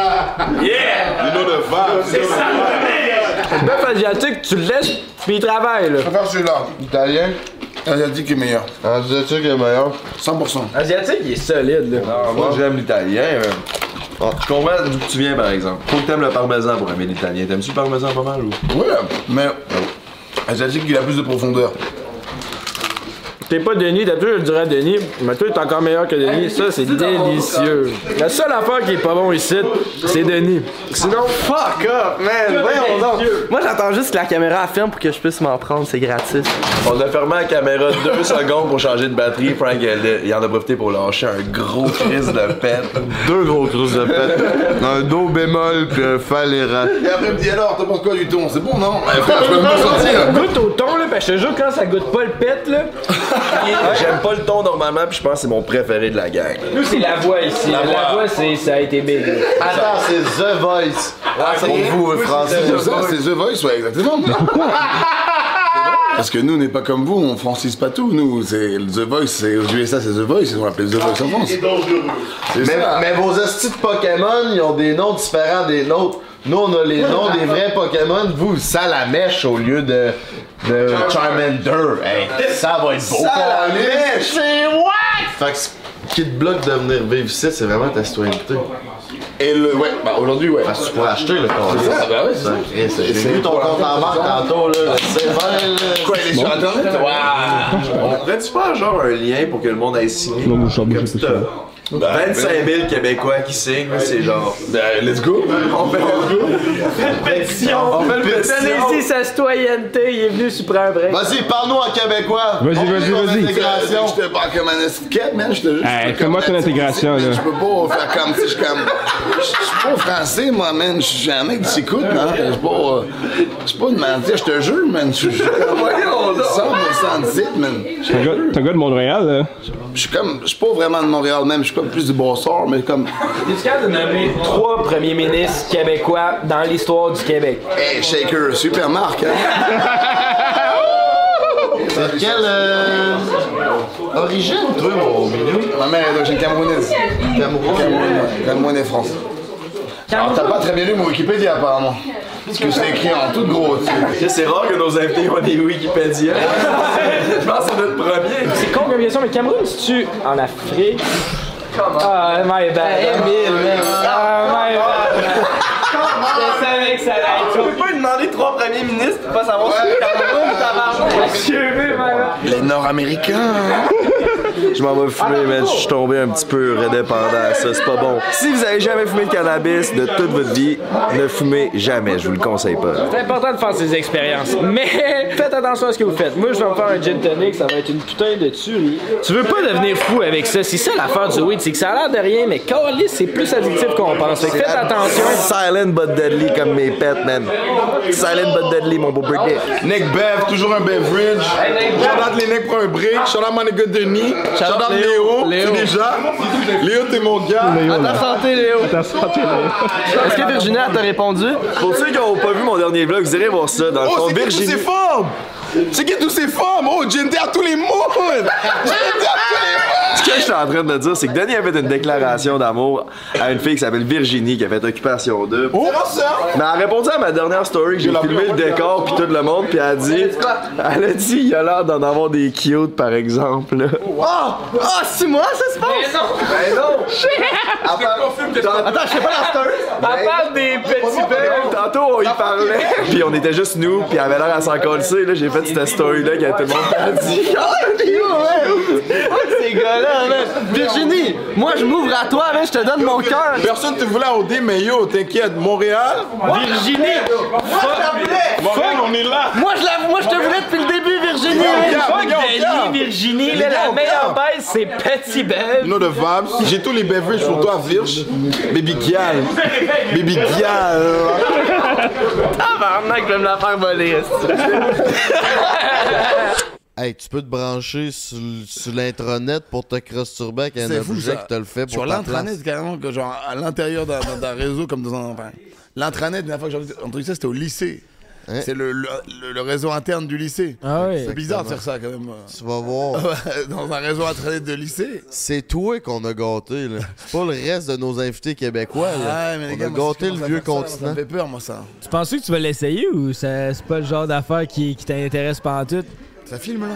I: You know the vibes. C'est ça.
E: Le bœuf asiatique, tu le laisses, puis il travaille, là.
F: Je préfère celui-là, italien. Asiatique est meilleur.
B: Asiatique est meilleur.
F: 100%.
E: Asiatique, il est solide, là.
I: Ah, moi, j'aime l'italien.
F: euh,
I: mais- Bon, Ah, je comprends d'où tu viens, par exemple. Faut que t'aimes le parmesan pour aimer l'italien. T'aimes-tu le parmesan pas mal ou? Oh.
F: Ouais, mais asiatique, il a plus de profondeur.
E: T'es pas Denis, d'habitude je dirais Denis, mais toi t'es encore meilleur que Denis, ça c'est délicieux. La seule affaire qui est pas bon ici, c'est Denis. Sinon.
N: Fuck up, man! Voyons donc! Moi, j'attends juste que la caméra elle ferme pour que je puisse m'en prendre, c'est gratis.
O: On a fermé la caméra deux secondes pour changer de batterie. Frank, elle- il en a profité pour lâcher un
F: [laughs]
O: gros crise de pète.
F: Deux gros cruces de
I: [laughs]
F: pète. Un do bémol puis un fa les rats.
O: Et après, il me dit alors, t'as pas quoi du thon? C'est bon, non? Eh, frère, je peux même pas sortir.
E: Goûte au thon, là, parce que je te jure, quand ça goûte pas le pet, là.
F: Ben,
O: J'aime pas le thon normalement, puis je pense que c'est mon préféré de la gang.
E: Nous, c'est la voix ici. La, voix, c'est ça a été big.
O: Attends, c'est The Voice.
C: Pour vous, euh, français, c'est The Voice, ouais,
F: [laughs]
C: exactement. Parce que nous, on n'est pas comme vous, on francise pas tout. Nous, c'est The Voice, c'est aux USA, c'est The Voice, ils ont appelé The Voice en France. C'est
B: Mais,
C: ça.
B: mais vos hosties de Pokémon, ils ont des noms différents des nôtres. Nous, on a les noms des vrais Pokémon. Vous, Salamèche au lieu de, de Charmander. Hey, ça va être beau.
P: Salamèche,
B: c'est what? Fait que ce qui te bloque de venir vivre ici, c'est vraiment ta citoyenneté.
C: Et le, ouais, bah aujourd'hui, ouais.
B: Parce que tu pourrais acheter le corps.
C: C'est ça, bah ouais, c'est ça.
B: J'ai vu ton compte en banque tantôt, là. C'est vrai, là.
O: Quoi, il est sur Internet? Waouh! On pourrait-tu faire genre un lien pour que le monde aille signer? Comme ça. t'as 25 000 Québécois qui signent, c'est genre.
C: let's go!
O: On fait
E: Pétition!
O: On fait le pétition.
E: Donnez-y sa citoyenneté, il est venu super un break.
B: Vas-y, parle-nous en québécois.
C: Vas-y, vas-y, vas-y.
B: L'intégration.
C: Je te parle comme un esquette, man. Je te jure.
F: Hey,
C: je te
F: Eh, fais-moi ton
C: comme-
F: intégration, là.
C: Je peux pas faire comme si je suis comme. Je je suis pas français, moi, man. Je suis un mec qui s'écoute, man. Je suis pas. euh, Je suis pas de mentir. Je te jure, man. Je suis
O: [laughs]
C: comme.
O: Voyons donc.
C: 100% de site, man.
F: T'es un gars- t'es un gars de Montréal, hein? là.
C: Je suis comme. Je suis pas vraiment de Montréal, même. Je suis comme plus du Brossard, mais comme.
E: Tu capable de nommer trois premiers ministres québécois dans l'histoire du Québec?
C: Hey, Shaker, super marque, hein?
B: C'est [laughs] quelle euh, origine, toi, mon minou?
C: Ma mère est d'origine camerounaise. Camerounais. Camerounais, Camerounais France. Alors, t'as pas très bien lu mon Wikipédia, apparemment. Parce que c'est écrit en toute grosse.
O: C'est rare que nos invités ont des Wikipédia. Je pense que c'est notre premier.
E: C'est con comme question, mais Cameroun, si tu en Afrique. Ah,
O: Eh ben,
E: my bad. Ah, my bad. Je savais que ça allait être
N: Tu peux pas lui demander trois premiers ministres pour pas savoir si le Cameroun ou tabarnak?
E: Monsieur, mais
C: Les Nord-Américains.
O: Je m'en vais fumer, man. Je suis tombé un petit peu redépendant à ça. C'est pas bon. Si vous avez jamais fumé de cannabis de toute votre vie, ne fumez jamais. Je vous le conseille pas.
E: C'est important de faire ces expériences. Mais [laughs] faites attention à ce que vous faites. Moi, je vais me faire un gin tonic, ça va être une putain de tuerie. Tu veux pas devenir fou avec ça. C'est ça l'affaire du weed, c'est que ça a l'air de rien, mais calé, c'est plus addictif qu'on pense. Fait que faites attention.
O: Silent but deadly comme mes pets, man. Silent but deadly, mon beau Britney.
F: Nick Bev, toujours un beverage. Shout out les Nick pour un break. Shout out mon nigga Denis. Shout out Léo. Léo. déjà. Léo, t'es mon gars.
N: À ta santé, Léo.
F: À ta santé, Léo.
N: Est-ce que Virginie, elle t'a répondu?
O: Pour ceux qui n'ont pas vu mon dernier vlog, vous irez voir ça. Dans le
F: Oh,
O: fond,
F: c'est qui toutes
O: Virginie.
F: ces formes? C'est qui toutes ces formes? Oh, Jindy à tous les mondes! Jindy à tous les mondes!
O: Ce que je suis en train de me dire, c'est que Denis a fait une déclaration d'amour à une fille qui s'appelle Virginie, qui a fait Occupation 2. Mais elle a répondu à ma dernière story que Oh! j'ai filmé le décor puis tout le monde, puis elle a dit... Elle a dit, il a l'air d'en avoir des cute, par exemple. là.
N: Ah! Ah, c'est moi, ça se passe?
O: Ben non!
N: Attends, je sais pas la story.
O: Elle parle
N: des petits
O: bébés. Tantôt, on y parlait. Puis on était juste nous, puis elle avait l'air à s'en coller. Là, j'ai fait cette story-là qui a tout le monde a dit.
N: [laughs] Ah, ouais, Ces gars-là, man. Virginie, moi je m'ouvre à toi, man, je te donne mon cœur.
F: Personne te voulait au dé, mais yo, t'inquiète, Montréal.
N: Virginie! Moi je la voulais!
F: Montréal, on est là.
N: Moi je la moi je te voulais depuis le début, Virginie!
F: Les gars,
N: man.
F: les gars, les gars.
E: Virginie,
F: Les gars,
E: la
F: on
E: meilleure
F: garde.
E: baisse, c'est Petit Bev.
F: You know the vibes. J'ai tous les beverages pour toi, Virge. Baby Gial. Baby Gial.
N: Tabarnak, je vais me la faire voler, est-ce que-
J: Hey, tu peux te brancher sur, sur l'intranet pour te crosturber avec un
C: C'est fou,
J: objet
C: ça.
J: qui te le fait pour
C: Sur
J: ta place.
C: l'intranet, carrément, que genre à l'intérieur d'un- d'un d'un réseau comme dans un. Enfin, l'intranet, la dernière fois que j'ai entendu ça, c'était au lycée. C'est le, le, le- le réseau interne du lycée. C'est bizarre de faire ça quand même. [laughs]
J: Tu vas voir.
C: Dans un réseau intranet de lycée.
J: C'est toi qu'on a gâté, là. C'est pas le reste de nos invités québécois, là.
C: Ah Ouais, mais les
J: On
C: gars,
J: a
C: moi, si
J: gâté
C: je
J: le
C: commence à
J: vieux
C: faire ça, Ça
J: continent.
C: me fait peur, moi, ça.
D: Tu penses que tu vas l'essayer ou ça- c'est pas le genre d'affaire qui, qui t'intéresse pas en tout? [laughs]
C: Ça filme là?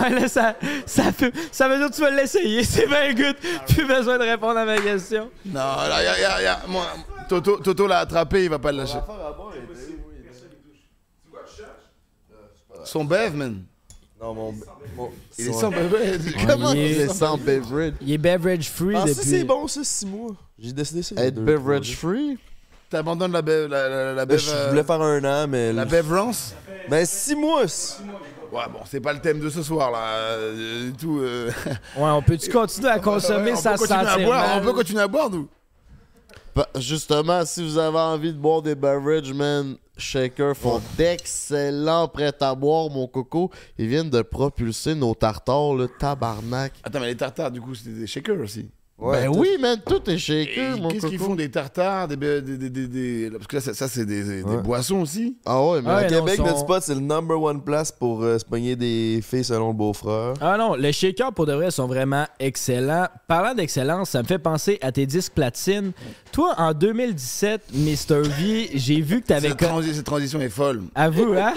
D: ouais, là, ça, ça, peut- ça veut dire que tu vas l'essayer, c'est bien good. Plus besoin de répondre à ma question.
C: Non, là, y a, y a, y a- moi, Toto, Toto l'a attrapé, il va pas le lâcher. Euh, Son bev, man.
B: Non, mon. mon-
D: Il est
B: son-
C: [laughs]
D: sans beverage. Ouais, Comment il est- il est sans
J: beverage?
D: Il est beverage free
B: Ah,
D: depuis.
B: ça, c'est bon, ça, 6 mois. J'ai décidé ça. il y a
J: Être
B: deux,
J: beverage
B: trois
J: free? T'abandonnes la bev. La, la, la
B: jours.
J: bev,
B: Je
J: euh,
B: voulais faire un an, mais.
J: La bevrance?
B: Ben, 6 mois. Ouais,
C: bon, c'est pas le thème de ce soir, là. euh, et tout. euh.
D: Ouais, on peut-tu continuer à
C: [laughs]
D: consommer
C: on
D: sans
C: peut
D: se
C: continuer à
D: sentir
C: boire,
D: mal?
C: On peut continuer à boire, nous.
J: Pa- Justement, si vous avez envie de boire des beverages, man, Shaker font d'excellents prêts à boire, mon coco. Ils viennent de propulser nos tartares, le tabarnak.
C: Attends, mais les tartares, du coup, c'était des shakers aussi.
J: ben
C: tout-
J: oui, man, tout est shaker,
C: Et
J: mon
C: Qu'est-ce qu'ils
J: coco.
C: font des tartares, des, be- des, des, des- des- Parce que là, ça, ça, c'est des, des- des
B: Ouais.
C: boissons aussi.
J: Ah ouais,
B: Mais à Québec, notre spot, c'est le number one place pour euh, se pogner des filles selon le beau-frère.
D: Ah non, les shakers pour de vrai sont vraiment excellents. Parlant d'excellence, ça me fait penser à tes disques platine. Toi, en 2017, Mr. V, j'ai vu que t'avais.
C: Cette, transi- cette transition est folle.
D: Avoue, hein?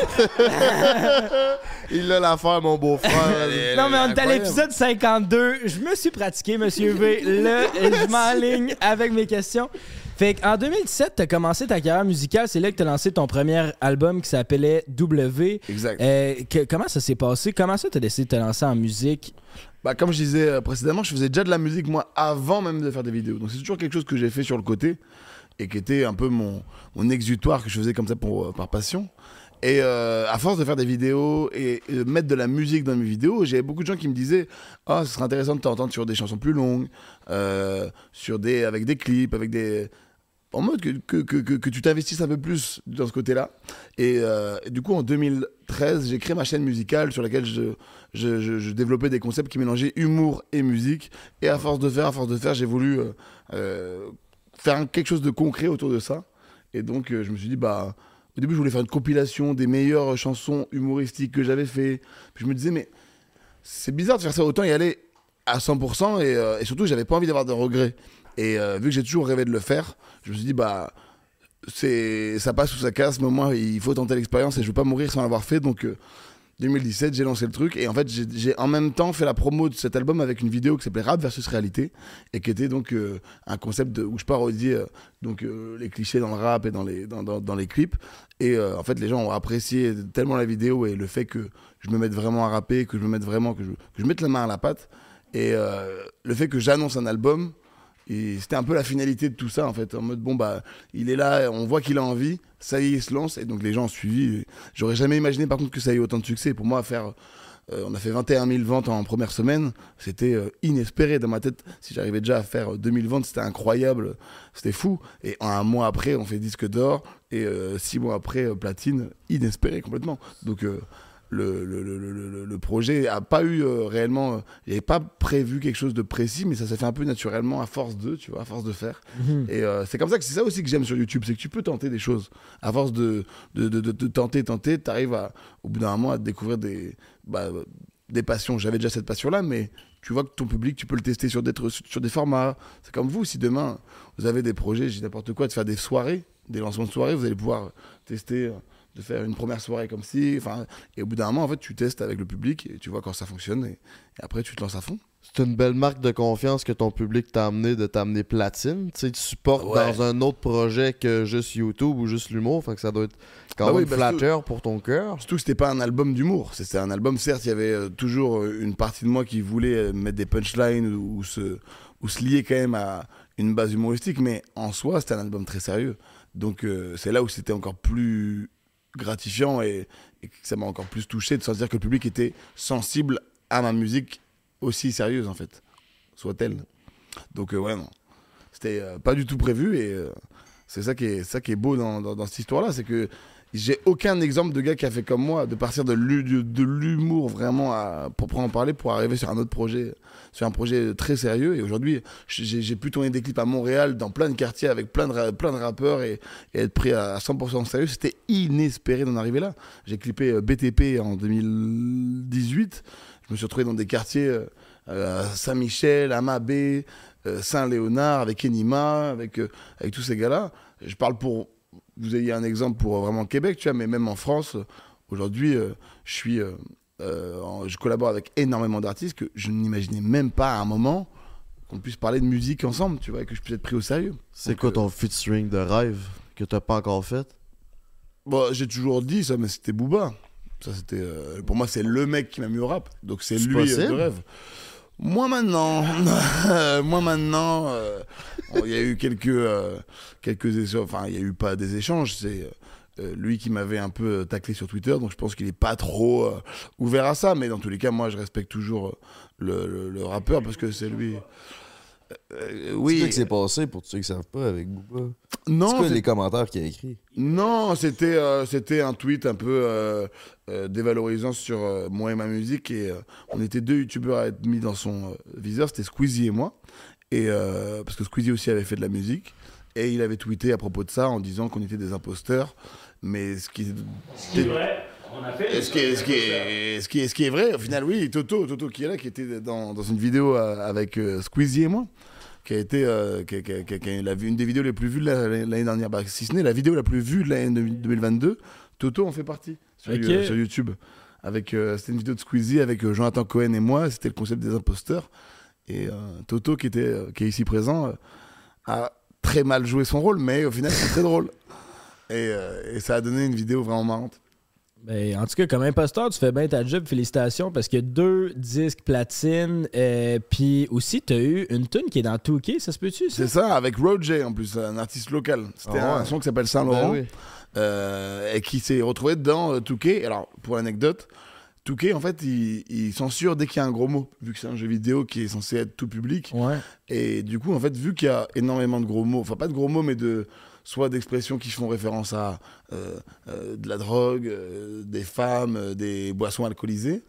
J: Il a l'affaire,
B: [laughs]
J: mon beau-frère.
D: non, mais on est à l'épisode 52. Je me suis pratiqué, monsieur V. Là, je m'enligne avec mes questions. Fait qu'en 2017, t'as commencé ta carrière musicale. C'est là que t'as lancé ton premier album qui s'appelait W.
C: Exact.
D: Euh, que- comment ça s'est passé? Comment ça t'as décidé de te lancer en musique?
C: Bah, comme je disais euh, précédemment, je faisais déjà de la musique moi avant même de faire des vidéos. Donc c'est toujours quelque chose que j'ai fait sur le côté et qui était un peu mon, mon exutoire que je faisais comme ça pour, euh, par passion. Et euh, à force de faire des vidéos et, euh, mettre de la musique dans mes vidéos, j'avais beaucoup de gens qui me disaient Ah, ce serait intéressant de t'entendre sur des chansons plus longues, euh, sur des, avec des clips, avec des. En mode que, que, que, que- que tu t'investisses un peu plus dans ce côté-là. Et, euh, et du coup, en 2013, j'ai créé ma chaîne musicale sur laquelle je, je, je- je développais des concepts qui mélangeaient humour et musique. Et à force de faire, à force de faire, j'ai voulu euh, euh, faire un- quelque chose de concret autour de ça. Et donc, euh, je me suis dit, bah, au début, je voulais faire une compilation des meilleures chansons humoristiques que j'avais fait. Puis je me disais, mais c'est bizarre de faire ça autant y aller à 100% et, euh, et surtout j'avais pas envie d'avoir de regrets et euh, vu que j'ai toujours rêvé de le faire je me suis dit bah c'est ça passe ou ça casse mais au moins il faut tenter l'expérience et je veux pas mourir sans l'avoir fait donc euh, 2017 j'ai lancé le truc et en fait j'ai- j'ai en même temps fait la promo de cet album avec une vidéo qui s'appelait rap versus réalité et qui était donc euh, un concept de, où je parodie euh, donc euh, les clichés dans le rap et dans les dans, dans- dans les clips et euh, en fait les gens ont apprécié tellement la vidéo et le fait que je me mette vraiment à rapper que je me mette vraiment que je, que je mette la main à la pâte et euh, le fait que j'annonce un album et c'était un peu la finalité de tout ça, en fait. En mode, bon, bah, il est là, on voit qu'il a envie, ça y est, il se lance. Et donc, les gens ont suivi. Et J'aurais jamais imaginé, par contre, que ça ait eu autant de succès. Pour moi, faire. euh, on a fait 21 000 ventes en première semaine. C'était euh, inespéré dans ma tête. Si j'arrivais déjà à faire euh, 2000 ventes, c'était incroyable. C'était fou. Et en un mois après, on fait disque d'or. Et euh, six mois après, euh, platine. Inespéré complètement. Donc. euh, le, le, le- le- le- le projet a pas eu euh, réellement. euh, Il n'y avait pas prévu quelque chose de précis, mais ça s'est fait un peu naturellement à force de, tu vois, à force de faire.
Q: Mhm.
C: Et euh, c'est comme ça que c'est ça aussi que j'aime sur YouTube, c'est que tu peux tenter des choses. À force de, de, de, de- de tenter, tenter, tu arrives au bout d'un moment à te découvrir des, bah, des passions. J'avais déjà cette passion-là, mais tu vois que ton public, tu peux le tester sur des, tru- sur des formats. C'est comme vous, si demain vous avez des projets, j'ai n'importe quoi, de faire des soirées, des lancements de soirées, vous allez pouvoir tester. euh, de faire une première soirée comme si. Enfin, et au bout d'un moment, en fait, tu testes avec le public et tu vois quand ça fonctionne et, et après tu te lances à fond.
J: C'est une belle marque de confiance que ton public t'a amené de t'amener platine. Tu sais, tu supportes
C: Ouais.
J: dans un autre projet que juste YouTube ou juste l'humour. Fait que ça doit être quand
B: Ben
C: Bah
J: même
C: oui, parce que-
J: flatteur pour ton cœur.
C: Surtout que c'était pas un album d'humour. C'était un album, certes, il y avait euh, toujours euh, une partie de moi qui voulait euh, mettre des punchlines ou, ou se, ou se lier quand même à une base humoristique, mais en soi, c'était un album très sérieux. Donc euh, c'est là où c'était encore plus gratifiant et, et que ça m'a encore plus touché de sentir que le public était sensible à ma musique aussi sérieuse, en fait, soit-elle. Donc euh, ouais, non. C'était euh, pas du tout prévu et euh, c'est ça qui est ça qui est beau dans, dans- dans cette histoire-là, c'est que j'ai aucun exemple de gars qui a fait comme moi, de partir de l'hu- de de l'humour vraiment à proprement parler pour arriver sur un autre projet, sur un projet très sérieux. Et aujourd'hui, j'ai j'ai pu tourner des clips à Montréal, dans plein de quartiers, avec plein de, ra- plein de rappeurs et, et être pris à 100% au sérieux. C'était inespéré d'en arriver là. J'ai clippé euh, BTP en 2018. Je me suis retrouvé dans des quartiers euh, euh, à Saint-Michel, Amabé, euh, Saint-Léonard, avec Enima, avec, euh, avec tous ces gars-là. Je parle pour vous ayez un exemple pour euh, vraiment Québec, tu vois, mais même en France, euh, aujourd'hui, euh, je suis. euh, euh, en- je collabore avec énormément d'artistes que je n'imaginais même pas à un moment qu'on puisse parler de musique ensemble, tu vois, et que je puisse être pris au sérieux.
J: C'est quoi ton featuring de rêve que t'as pas encore fait?
C: Bon, j'ai toujours dit ça, mais c'était Booba. Ça, c'était, euh, pour moi, c'est le mec qui m'a mis au rap. Donc c'est
J: C'est
C: lui
J: possible.
C: euh, de rêve. Moi maintenant, [laughs] moi maintenant, euh, bon, il y a eu quelques euh, quelques échanges. Enfin, il y a eu pas des échanges. C'est euh, lui qui m'avait un peu euh, taclé sur Twitter, donc je pense qu'il est pas trop euh, ouvert à ça. Mais dans tous les cas, moi, je respecte toujours euh, le, le- le rappeur parce que c'est lui. Euh,
B: C'est
C: oui.
B: ça qui s'est passé pour ceux qui savent pas avec Booba.
C: Non,
B: C'est quoi
C: c'est-
B: les commentaires qu'il a écrits?
C: Non, c'était euh, c'était un tweet un peu euh, euh, dévalorisant sur euh, moi et ma musique et euh, on était deux youtubeurs à être mis dans son euh, viseur, c'était Squeezie et moi et euh, parce que Squeezie aussi avait fait de la musique et il avait tweeté à propos de ça en disant qu'on était des imposteurs mais ce qui
K: C'est vrai, on a fait.
C: et ce qui, est, ce, qui est, ce, qui est, ce qui est vrai, au final, oui, Toto, Toto qui est là, qui était dans, dans une vidéo euh, avec euh, Squeezie et moi, qui a été euh, qui, qui- qui- qui- la- une des vidéos les plus vues de la- l'année dernière, Bah, si ce n'est la vidéo la plus vue de l'année 2022, Toto en fait partie sur,
D: Ok.
C: euh, sur YouTube. Avec, euh, c'était une vidéo de Squeezie avec euh, Jonathan Cohen et moi, c'était le concept des imposteurs. Et euh, Toto, qui, était, euh, qui est ici présent, euh, a très mal joué son rôle, mais au final, c'est très drôle. Et, euh, et ça a donné une vidéo vraiment marrante.
D: Ben, en tout cas, comme imposteur, tu fais bien ta job, félicitations, parce que deux disques platine, euh, puis aussi, t'as eu une tune qui est dans Touquet, ça se peut-tu?
C: C'est ça, avec Roger en plus, un artiste local. C'était
D: Ah ouais.
C: un son qui s'appelle Saint-Laurent
D: Ben oui.
C: euh, et qui s'est retrouvé dedans euh, Touquet. Alors, pour l'anecdote, Touquet, en fait, il, il censure dès qu'il y a un gros mot, vu que c'est un jeu vidéo qui est censé être tout public. Et du coup, en fait, vu qu'il y a énormément de gros mots, enfin, pas de gros mots, mais de soit d'expressions qui font référence à euh, euh, de la drogue, euh, des femmes, euh, des boissons alcoolisées,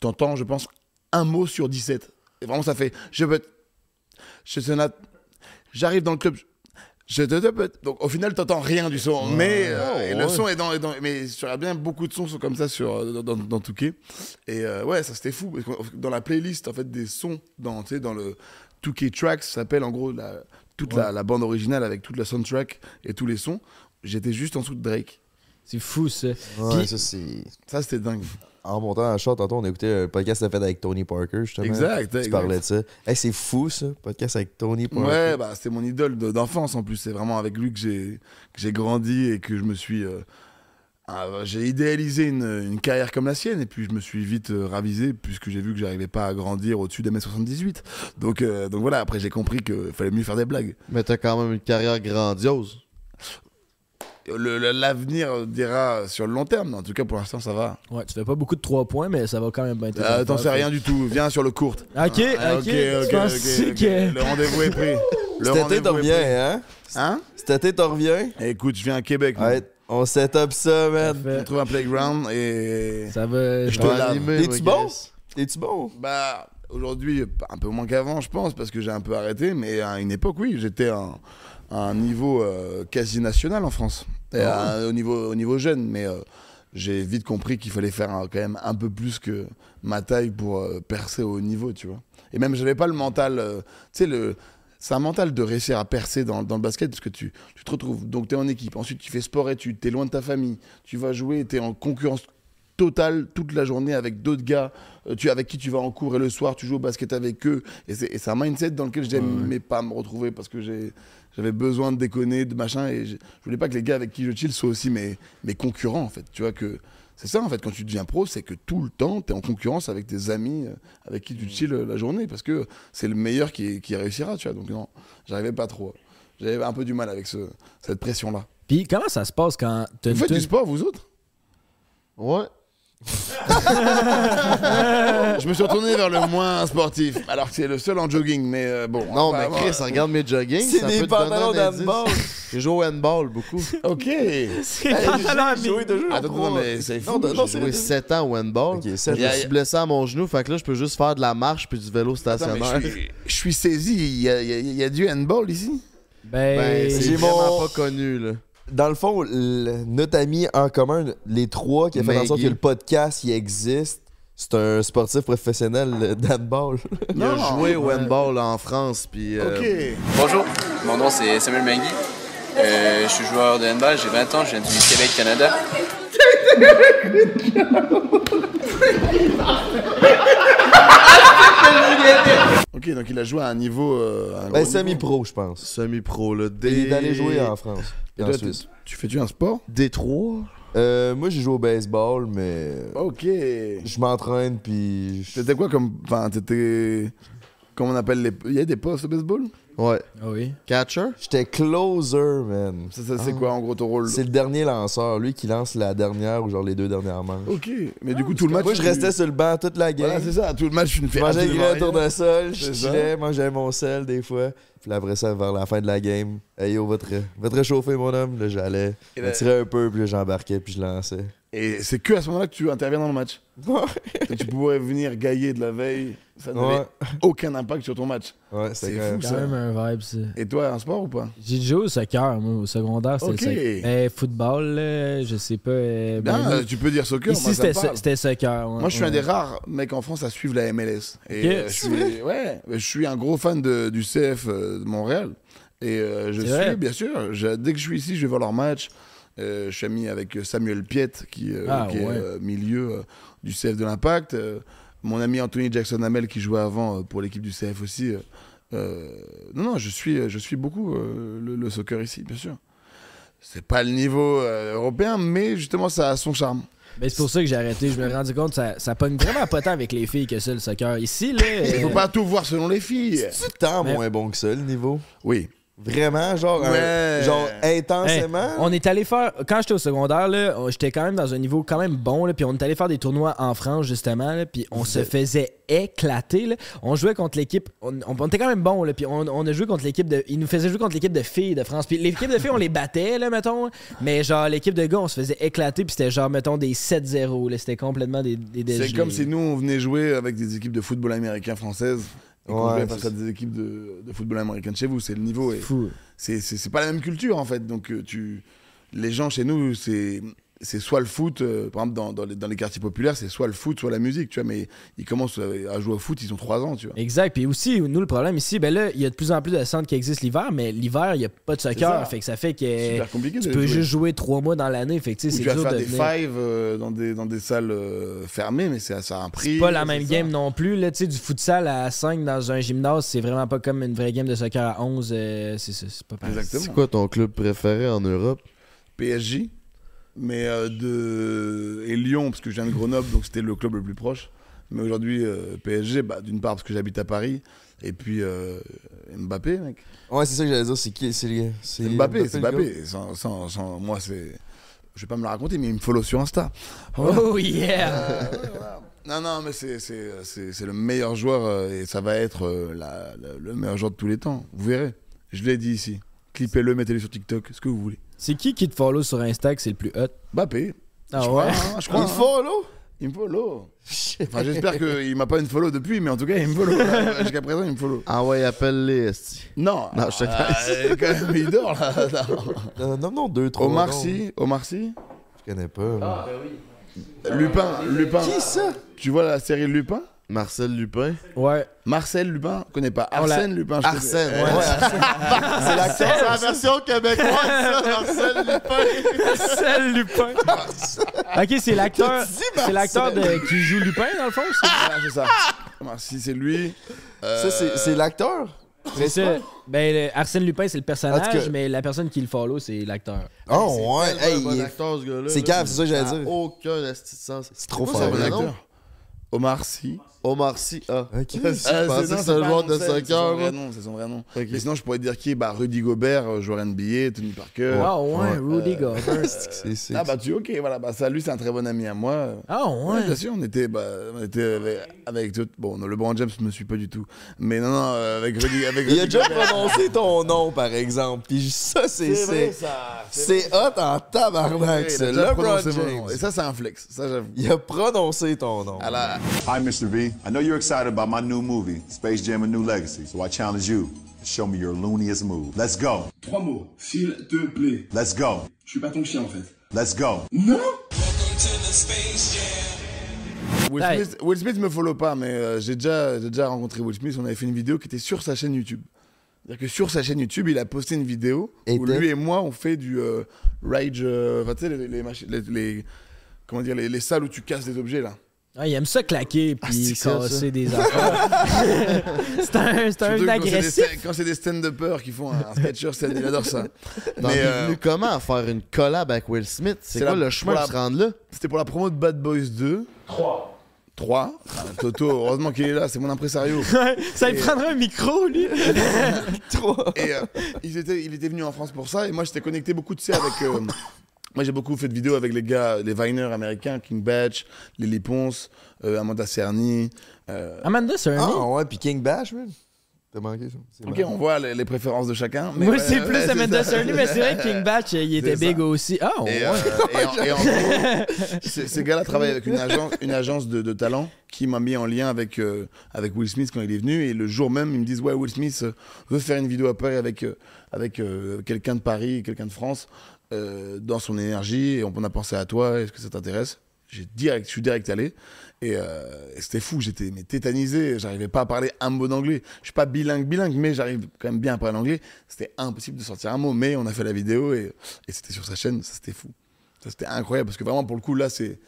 C: t'entends, je pense, un mot sur 17. Et vraiment, ça fait je peux je sais pas. J'arrive dans le club. Je te te peut- Donc au final, t'entends rien du son. Mais euh,
J: Oh,
C: et
J: ouais.
C: le son est dans, est dans- Mais sur bien, beaucoup de sons sont comme ça sur, euh, dans, dans, dans Touquet. Et euh, ouais, ça c'était fou. parce que Dans la playlist en fait, des sons, dans, tu sais, dans le Touquet Tracks, ça s'appelle en gros la, toute la, la bande originale avec toute la soundtrack et tous les sons. J'étais juste en dessous de Drake.
D: C'est fou ça.
B: Ouais, ça c'est.
C: Ça c'était dingue.
B: En montant en short, tantôt, on écoutait un podcast que t'as fait avec Tony Parker, justement.
C: Exact,
B: Tu
C: exact.
B: parlais de ça. Hey, c'est fou, ça, podcast avec Tony Parker.
C: Ouais, bah, c'est mon idole de- d'enfance en plus. C'est vraiment avec lui que j'ai que j'ai grandi et que je me suis. euh, ah, j'ai idéalisé une, une carrière comme la sienne et puis je me suis vite euh, ravisé puisque j'ai vu que j'arrivais pas à grandir au-dessus des mes 78. Donc, euh, donc voilà, après j'ai compris qu'il fallait mieux faire des blagues.
J: Mais t'as quand même une carrière grandiose.
C: Le- le- L'avenir dira sur le long terme, mais en tout cas pour l'instant ça va.
D: Ouais, tu fais pas beaucoup de 3 points, mais ça va quand même bien t'aider.
C: Euh, T'en sais rien du tout, viens sur le court.
D: Ok,
C: Ah,
D: ok, tu pensais que-
C: Le rendez-vous est pris. Le
B: Cet été,
C: rendez-vous
B: t'en
C: est
B: reviens,
C: pris.
B: hein?
C: Hein?
B: Cet été, t'en reviens?
C: Écoute, je viens à Québec.
B: Ouais, on set up ça, man.
C: On trouve un playground et.
D: [laughs] Ça va.
C: Je
B: Je
C: te
B: te
C: lave.
B: Es-tu bon? Es-tu bon?
C: Bah, aujourd'hui, un peu moins qu'avant, je pense, parce que j'ai un peu arrêté, mais à une époque, oui, j'étais à un, à un niveau euh, quasi national en France, Et à un- au, niveau, au niveau jeune, mais euh, j'ai vite compris qu'il fallait faire un- quand même un peu plus que ma taille pour euh, percer au haut niveau, tu vois. Et même, j'avais pas le mental, euh, tu sais, le. C'est un mental de réussir à percer dans, dans le basket parce que tu, tu te retrouves, donc tu es en équipe, ensuite tu fais sport études, tu es loin de ta famille, tu vas jouer, tu es en concurrence totale toute la journée avec d'autres gars euh, tu, avec qui tu vas en cours et le soir tu joues au basket avec eux. Et c'est et c'est un mindset dans lequel j'aimais pas me retrouver parce que j'ai- j'avais besoin de déconner, de machin. Et je je voulais pas que les gars avec qui je chill soient aussi mes, mes concurrents en fait. Tu vois que c'est ça en fait quand tu deviens pro, c'est que tout le temps tu es en concurrence avec tes amis euh, avec qui tu chill euh, la journée parce que c'est le meilleur qui, qui réussira. Tu vois donc non, j'arrivais pas trop. J'avais un peu du mal avec ce- cette pression là.
D: Puis comment ça se passe quand t'as
C: Vous
D: une
C: faites du
D: tune-
C: sport vous autres
J: Ouais.
C: Je me suis retourné vers le moins sportif, alors que c'est le seul en jogging, mais euh, bon.
J: Non,
C: bah,
J: mais
C: bon,
J: Chris,
C: euh,
J: regarde mes joggings.
C: C'est
J: ça
C: des
J: peut te
C: pantalons
J: donner un indice. [laughs]
C: d'handball.
J: J'ai joué au handball beaucoup.
C: Ok.
J: C'est
D: pantalons [laughs]
C: Attends, [laughs] non, mais c'est fou.
J: J'ai joué 7 ans au handball.
C: sept
J: je me
C: ans.
J: suis blessé à mon genou, fait que là, je peux juste faire de la marche puis du vélo
C: Attends, mais
J: stationnaire.
C: je suis- je suis saisi, il y, a- il y a- il y a du handball ici
D: Ben,
J: Ben, c'est
B: j'ai
J: vraiment
B: mon-
J: pas connu, là.
B: Dans le fond, le- notre ami en commun, les trois qui a fait en sorte
J: Maggie.
B: que le podcast il existe, c'est un sportif professionnel euh, d'handball.
J: Il a joué au handball en France, puis... euh,
R: Bonjour, mon nom c'est Samuel Mangui. Euh, je suis joueur de handball, j'ai 20 ans, je viens du Québec, Canada.
C: Ok, donc il a joué à un niveau. euh, à un
B: Ben,
C: gros niveau.
B: semi-pro, je pense.
J: Semi-pro, là.
B: Il est allé jouer en France,
C: Et
B: en
C: toi,
B: Suisse.
C: tu- Tu fais-tu un sport
J: Détroit
B: Euh, moi, j'ai joué au baseball, mais.
C: Ok. Je
B: m'entraîne, puis.
C: C'était quoi comme. Enfin, t'étais. Comment on appelle les. Il y a des postes au baseball
B: Ouais.
D: Ah oui.
B: Catcher? J'étais closer, man.
C: Ça, ça, c'est quoi, en gros, ton rôle?
B: Ah. C'est le dernier lanceur, lui qui lance la dernière ou genre les deux dernières manches.
C: Ok. Mais du coup, tout le match.
B: Moi, Ah, je
C: tu-
B: restais sur le banc toute la game.
C: Voilà, c'est ça. Tout le match, tu ne
B: Je
C: fais
B: mangeais
C: absolument
B: le
C: rien.
B: tournesol, je
C: C'est ça.
B: chillais, mangeais mon sel des fois. Puis là, après ça, vers la fin de la game, hey yo, va te, ré- va te réchauffer, mon homme. Là, j'allais,
C: Et
B: je
C: là-
B: me tirais un peu, puis là, j'embarquais, puis je lançais.
C: Et c'est que à ce moment-là que tu interviens dans
B: [laughs]
C: le match. Donc, tu pouvais venir gailler de la veille. Ça n'avait
B: Ouais.
C: aucun impact sur ton match.
B: Ouais,
C: c'est
B: quand
C: fou
B: même-
C: ça.
D: quand même un vibe, ça.
C: Et toi, en sport ou pas
D: J'ai joué au soccer, moi, au secondaire. C'était
C: Ok.
D: le soccer. Eh, football, là, je sais pas. eh, ben,
C: Ah,
D: nous-
C: tu peux dire soccer, moi,
D: Ici,
C: ça me
D: c'était so-
C: parle.
D: c'était soccer. ouais,
C: Moi, je suis
D: ouais.
C: un des rares mecs en France à suivre la MLS. Et
D: Ok.
C: euh, je
D: C'est
C: suis, ouais, je suis un gros fan de- du CF euh, de Montréal. Et euh, je
D: C'est
C: suis,
D: vrai?
C: bien sûr, je- dès que je suis ici, je vais voir leur match. Euh, je suis ami avec Samuel Piette, qui, euh,
D: Ah,
C: qui est
D: ouais.
C: euh, milieu euh, du CF de l'Impact. Euh, mon ami Anthony Jackson Hamel, qui jouait avant euh, pour l'équipe du CF aussi. euh, euh, non, non, je suis, je suis beaucoup euh, le- le soccer ici, bien sûr. C'est pas le niveau euh, européen, mais justement, ça a son charme.
D: Ben, c'est pour ça que j'ai arrêté. Je me suis rendu compte que ça, ça pogne vraiment pas tant avec les filles que ça, le soccer. Ici, là.
C: [laughs] Il faut
D: euh,
C: pas tout voir selon les filles.
B: C'est tant moins bon que ça, le niveau.
C: Oui.
B: Vraiment, genre, un-
C: Ouais.
B: genre
D: Hey,
B: intensément.
D: on est allé faire quand j'étais au secondaire là, on- j'étais quand même dans un niveau quand même bon là, puis on est allé faire des tournois en France justement là, puis on se faisait éclater là. On jouait contre l'équipe, on, on- on était quand même bon là, puis on, on a joué contre l'équipe de, ils nous faisaient jouer contre l'équipe de filles de France. Puis l'équipe de filles on les battait là mettons, mais genre l'équipe de gars on se faisait éclater puis c'était genre mettons des 7-0 là, c'était complètement des des
C: C'est
D: dégelés.
C: comme si nous, on venait jouer avec des équipes de football américain françaises et qu'on
B: Ouais,
C: jouait
B: c'est
C: face
B: ça.
C: à des équipes de, de football américain de chez vous. C'est le niveau. et
D: fou.
C: C'est c'est- c'est pas la même culture, en fait. Donc, euh, tu, les gens chez nous, c'est. C'est soit le foot, euh, par exemple dans, dans les, dans les quartiers populaires, c'est soit le foot, soit la musique, tu vois. Mais ils commencent à à jouer au foot, ils ont 3 ans, tu vois.
D: Exact. Puis aussi, nous, le problème ici, ben là, il y a de plus en plus de centres qui existent l'hiver, mais l'hiver, il n'y a pas de
C: C'est ça.
D: soccer. Fait que ça fait que
C: Super compliqué
D: tu
C: de
D: peux
C: jouer.
D: juste jouer trois mois dans l'année. Fait que tu
C: Ou
D: sais, c'est
C: tu vas
D: dur
C: faire
D: de
C: des
D: venir.
C: fives euh, dans, des, dans des salles euh, fermées, mais c'est à ça a un prix.
D: C'est pas la même game non plus. Là, tu sais, du futsal à 5 dans un gymnase, c'est vraiment pas comme une vraie game de soccer à 11. euh, c'est ça, c'est pas pareil.
C: Exactement.
J: C'est quoi ton club préféré en Europe?
C: PSG, mais euh, de et Lyon parce que je viens de Grenoble, donc c'était le club le plus proche. Mais aujourd'hui euh, PSG, bah, d'une part parce que j'habite à Paris, et puis euh, Mbappé, mec.
B: Ouais, c'est ça que j'allais dire. C'est qui C'est le- c'est
C: Mbappé, c'est
B: le gars?
C: Mbappé. Sans, sans- sans- moi, c'est. Je vais pas me le raconter, mais il me follow sur Insta.
D: Oh, yeah.
C: Euh, voilà. Non, non, mais c'est- c'est c'est- c'est le meilleur joueur euh, et ça va être euh, la- la- le meilleur joueur de tous les temps. Vous verrez. Je l'ai dit ici. Clippez-le, mettez-le sur TikTok, ce que vous voulez.
D: C'est qui qui te follow sur Insta que c'est le plus hot
C: Mbappé.
D: Ah
C: je
D: ouais?
C: crois, hein, je crois,
B: Il me
C: hein.
B: follow?
C: Il me follow. Enfin, j'espère qu'il m'a pas une follow depuis, mais en tout cas, il me follow. Là, Jusqu'à présent, il me follow.
J: Ah ouais, appelle-les, esti.
C: Non.
J: Non, je te
C: euh, quand même, il dort là.
B: Euh, non, non, deux, trois.
C: Omar
B: non.
C: Sy, Omar Sy.
B: Je connais pas. là.
C: Lupin, Lupin.
B: Qui ça
C: Tu vois la série Lupin
J: Marcel Lupin.
D: Ouais.
C: Marcel Lupin, je connais pas.
J: On l'a-
C: Arsène Lupin, je connais.
J: Arsène,
C: Eh,
J: ouais.
C: C'est la- c'est la
J: version québécoise, ça,
D: [laughs]
J: Marcel Lupin.
D: Marcel Lupin. ok,
B: [laughs]
D: c'est
C: [laughs]
D: l'acteur.
C: T'as dit
D: Ah, C'est l'acteur
C: Marcel.
D: de- qui joue Lupin, dans le fond. c'est-
C: Voilà, c'est ça. Omar Sy, c'est lui.
B: Ça, c'est- c'est l'acteur
D: Euh, C'est ça.
B: principal?
D: Ben, le- Arsène Lupin, c'est le
B: En tout
D: personnage,
B: cas-
D: mais la personne qui le follow, c'est l'acteur.
B: Oh, ouais.
J: C'est
B: Hey,
J: bon
B: il est-
J: acteur, ce gars-là.
B: C'est
J: là.
B: cave, c'est ça que j'allais
J: Ça
C: Ah,
J: a
C: oh.
B: dire.
J: Aucun esti de sens. C'est
B: trop
J: quoi son
B: fort.
J: vrai nom?
C: acteur. Omar Sy.
J: Omar Sy. Ah.
B: Ok.
J: Je pensais que c'était un joueur de soccer. moi.
C: C'est son vrai nom. Mais sinon, je pourrais te dire qui est bah, Rudy Gobert, euh, joueur NBA, Tony Parker.
D: Ah ouais, Rudy Gobert.
C: Ah bah tu ok voilà bah ça lui c'est un très bon ami à moi.
D: Ah ouais.
C: bien sûr on était bah on était avec, avec tout- bon non, LeBron James me suis pas du tout mais non non euh, avec Rudy avec
B: Il a
C: Rudy
B: déjà
C: Gobert.
B: prononcé ton nom, par exemple. Puis ça, c'est.
C: C'est vrai,
B: C'est c'est hot en tabarnak,
C: Il a
B: c'est
C: déjà
B: LeBron
C: prononcé mon nom.
B: James.
C: et ça c'est un flex ça j'avoue.
B: Il a prononcé ton nom.
S: Hi, Mr. V. I know you're excited about my new movie, Space Jam: A New Legacy. So I challenge you to show me your looniest move. Let's go.
T: Trois mots, s'il te plaît.
S: Let's go.
T: Je suis pas ton chien en fait.
S: Let's go.
T: Non
C: Will Smith, Will Smith me follow pas, mais euh, j'ai déjà, j'ai déjà rencontré Will Smith. On avait fait une vidéo qui était sur sa chaîne YouTube. C'est-à-dire que sur sa chaîne YouTube, il a posté une vidéo où
B: t'es-
C: lui et moi, on fait du euh, rage. euh, Enfin, tu sais, les, les, machi- les- les- comment dire, les, les salles où tu casses des objets, là.
D: Ah, il aime ça claquer puis
C: c'est ça,
D: casser
C: ça.
D: des affaires. c'est un, c'est
C: Surtout quand
D: un
C: c'est des
D: agressif.
C: scènes- Quand c'est des scènes de peur qui font un sketch sur scène, il adore ça.
J: Dans
C: Mais, euh,
J: Bienvenue comment à faire une collab avec Will Smith? C'est
C: c'est
J: quoi
C: la-
J: le chemin
C: pour
J: pour se
C: la-
J: rendre là?
C: C'était pour la promo de Bad Boys 2. 3. 3. Toto, heureusement qu'il est là, c'est mon impresario.
D: [laughs] ça
C: Et-
D: lui prendrait un micro, lui.
C: Et euh, ils étaient- il était venu en France pour ça. Et moi, j'étais connecté beaucoup, tu sais, avec. euh, moi, j'ai beaucoup fait de vidéos avec les gars, les Viners américains, King Batch, Lily Ponce, euh, Amanda Cerny. euh,
D: Amanda Cerny.
B: Ah ouais, puis King Bash, man. T'as manqué ça. C'est
C: Ok,
B: marrant.
C: on voit les, les préférences de chacun. mais
D: Moi,
C: ouais,
D: c'est
C: ouais,
D: plus Amanda
C: ça.
D: Cerny, mais c'est vrai que King Batch, il était
C: C'est
D: big
C: ça.
D: aussi. Ah, ouais.
C: Et, euh, et en- et en gros, ces ces gars-là travaillent avec une agence, une agence de, de talent qui m'a mis en lien avec, euh, avec Will Smith quand il est venu. Et le jour même, ils me disent Ouais, Will Smith euh, veut faire une vidéo à Paris avec, euh, avec euh, quelqu'un de Paris, quelqu'un de France, euh, dans son énergie. Et on, on a pensé à toi, est-ce que ça t'intéresse J'ai direct, je suis direct allé et, euh, et c'était fou, j'étais mais tétanisé, j'arrivais pas à parler un mot d'anglais. Je suis pas bilingue bilingue, mais j'arrive quand même bien à parler l'anglais. C'était impossible de sortir un mot, mais on a fait la vidéo et, et c'était sur sa chaîne, ça c'était fou. Ça, c'était incroyable parce que vraiment, pour le coup, là, c'est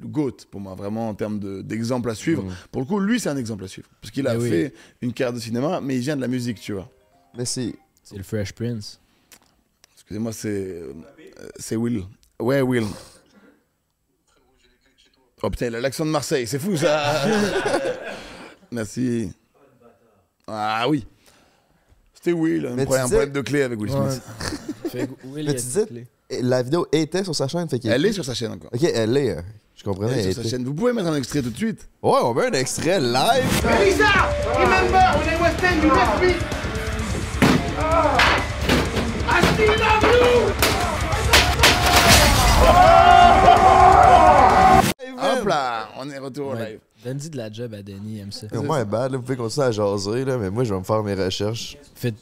C: le GOAT pour moi, vraiment en termes de- d'exemple à suivre. Pour le coup, lui, c'est un exemple à suivre parce qu'il a
D: Mmh. Mais oui.
C: fait une carrière de cinéma, mais il vient de la musique, tu vois. Mais c'est.
D: C'est le Fresh Prince.
C: Excusez-moi, c'est. euh, c'est Will. Ouais, Will. Oh putain, il a l'accent de Marseille, c'est fou ça! [laughs] Merci. Ah oui! C'était Will,
B: Mais tu
C: un problème, un
B: disais-
C: problème de clé avec Will Smith.
B: Mais tu disais, la vidéo était sur sa chaîne. Fait qu'il-
C: Elle est sur sa chaîne encore.
B: Ok, elle est. euh, Je comprenais.
C: Elle est sur sa chaîne. Vous pouvez mettre un extrait tout de suite?
B: Ouais, on met un extrait live.
M: Lisa, remember, on est West End, you left me. I still love you.
C: Hop là! On est retour au live.
D: Dandy de la job à Denis, il aime ça.
B: Au moins, elle est bad, là. Vous pouvez continuer à jaser, là, mais moi, je vais me faire mes recherches.
D: Faites-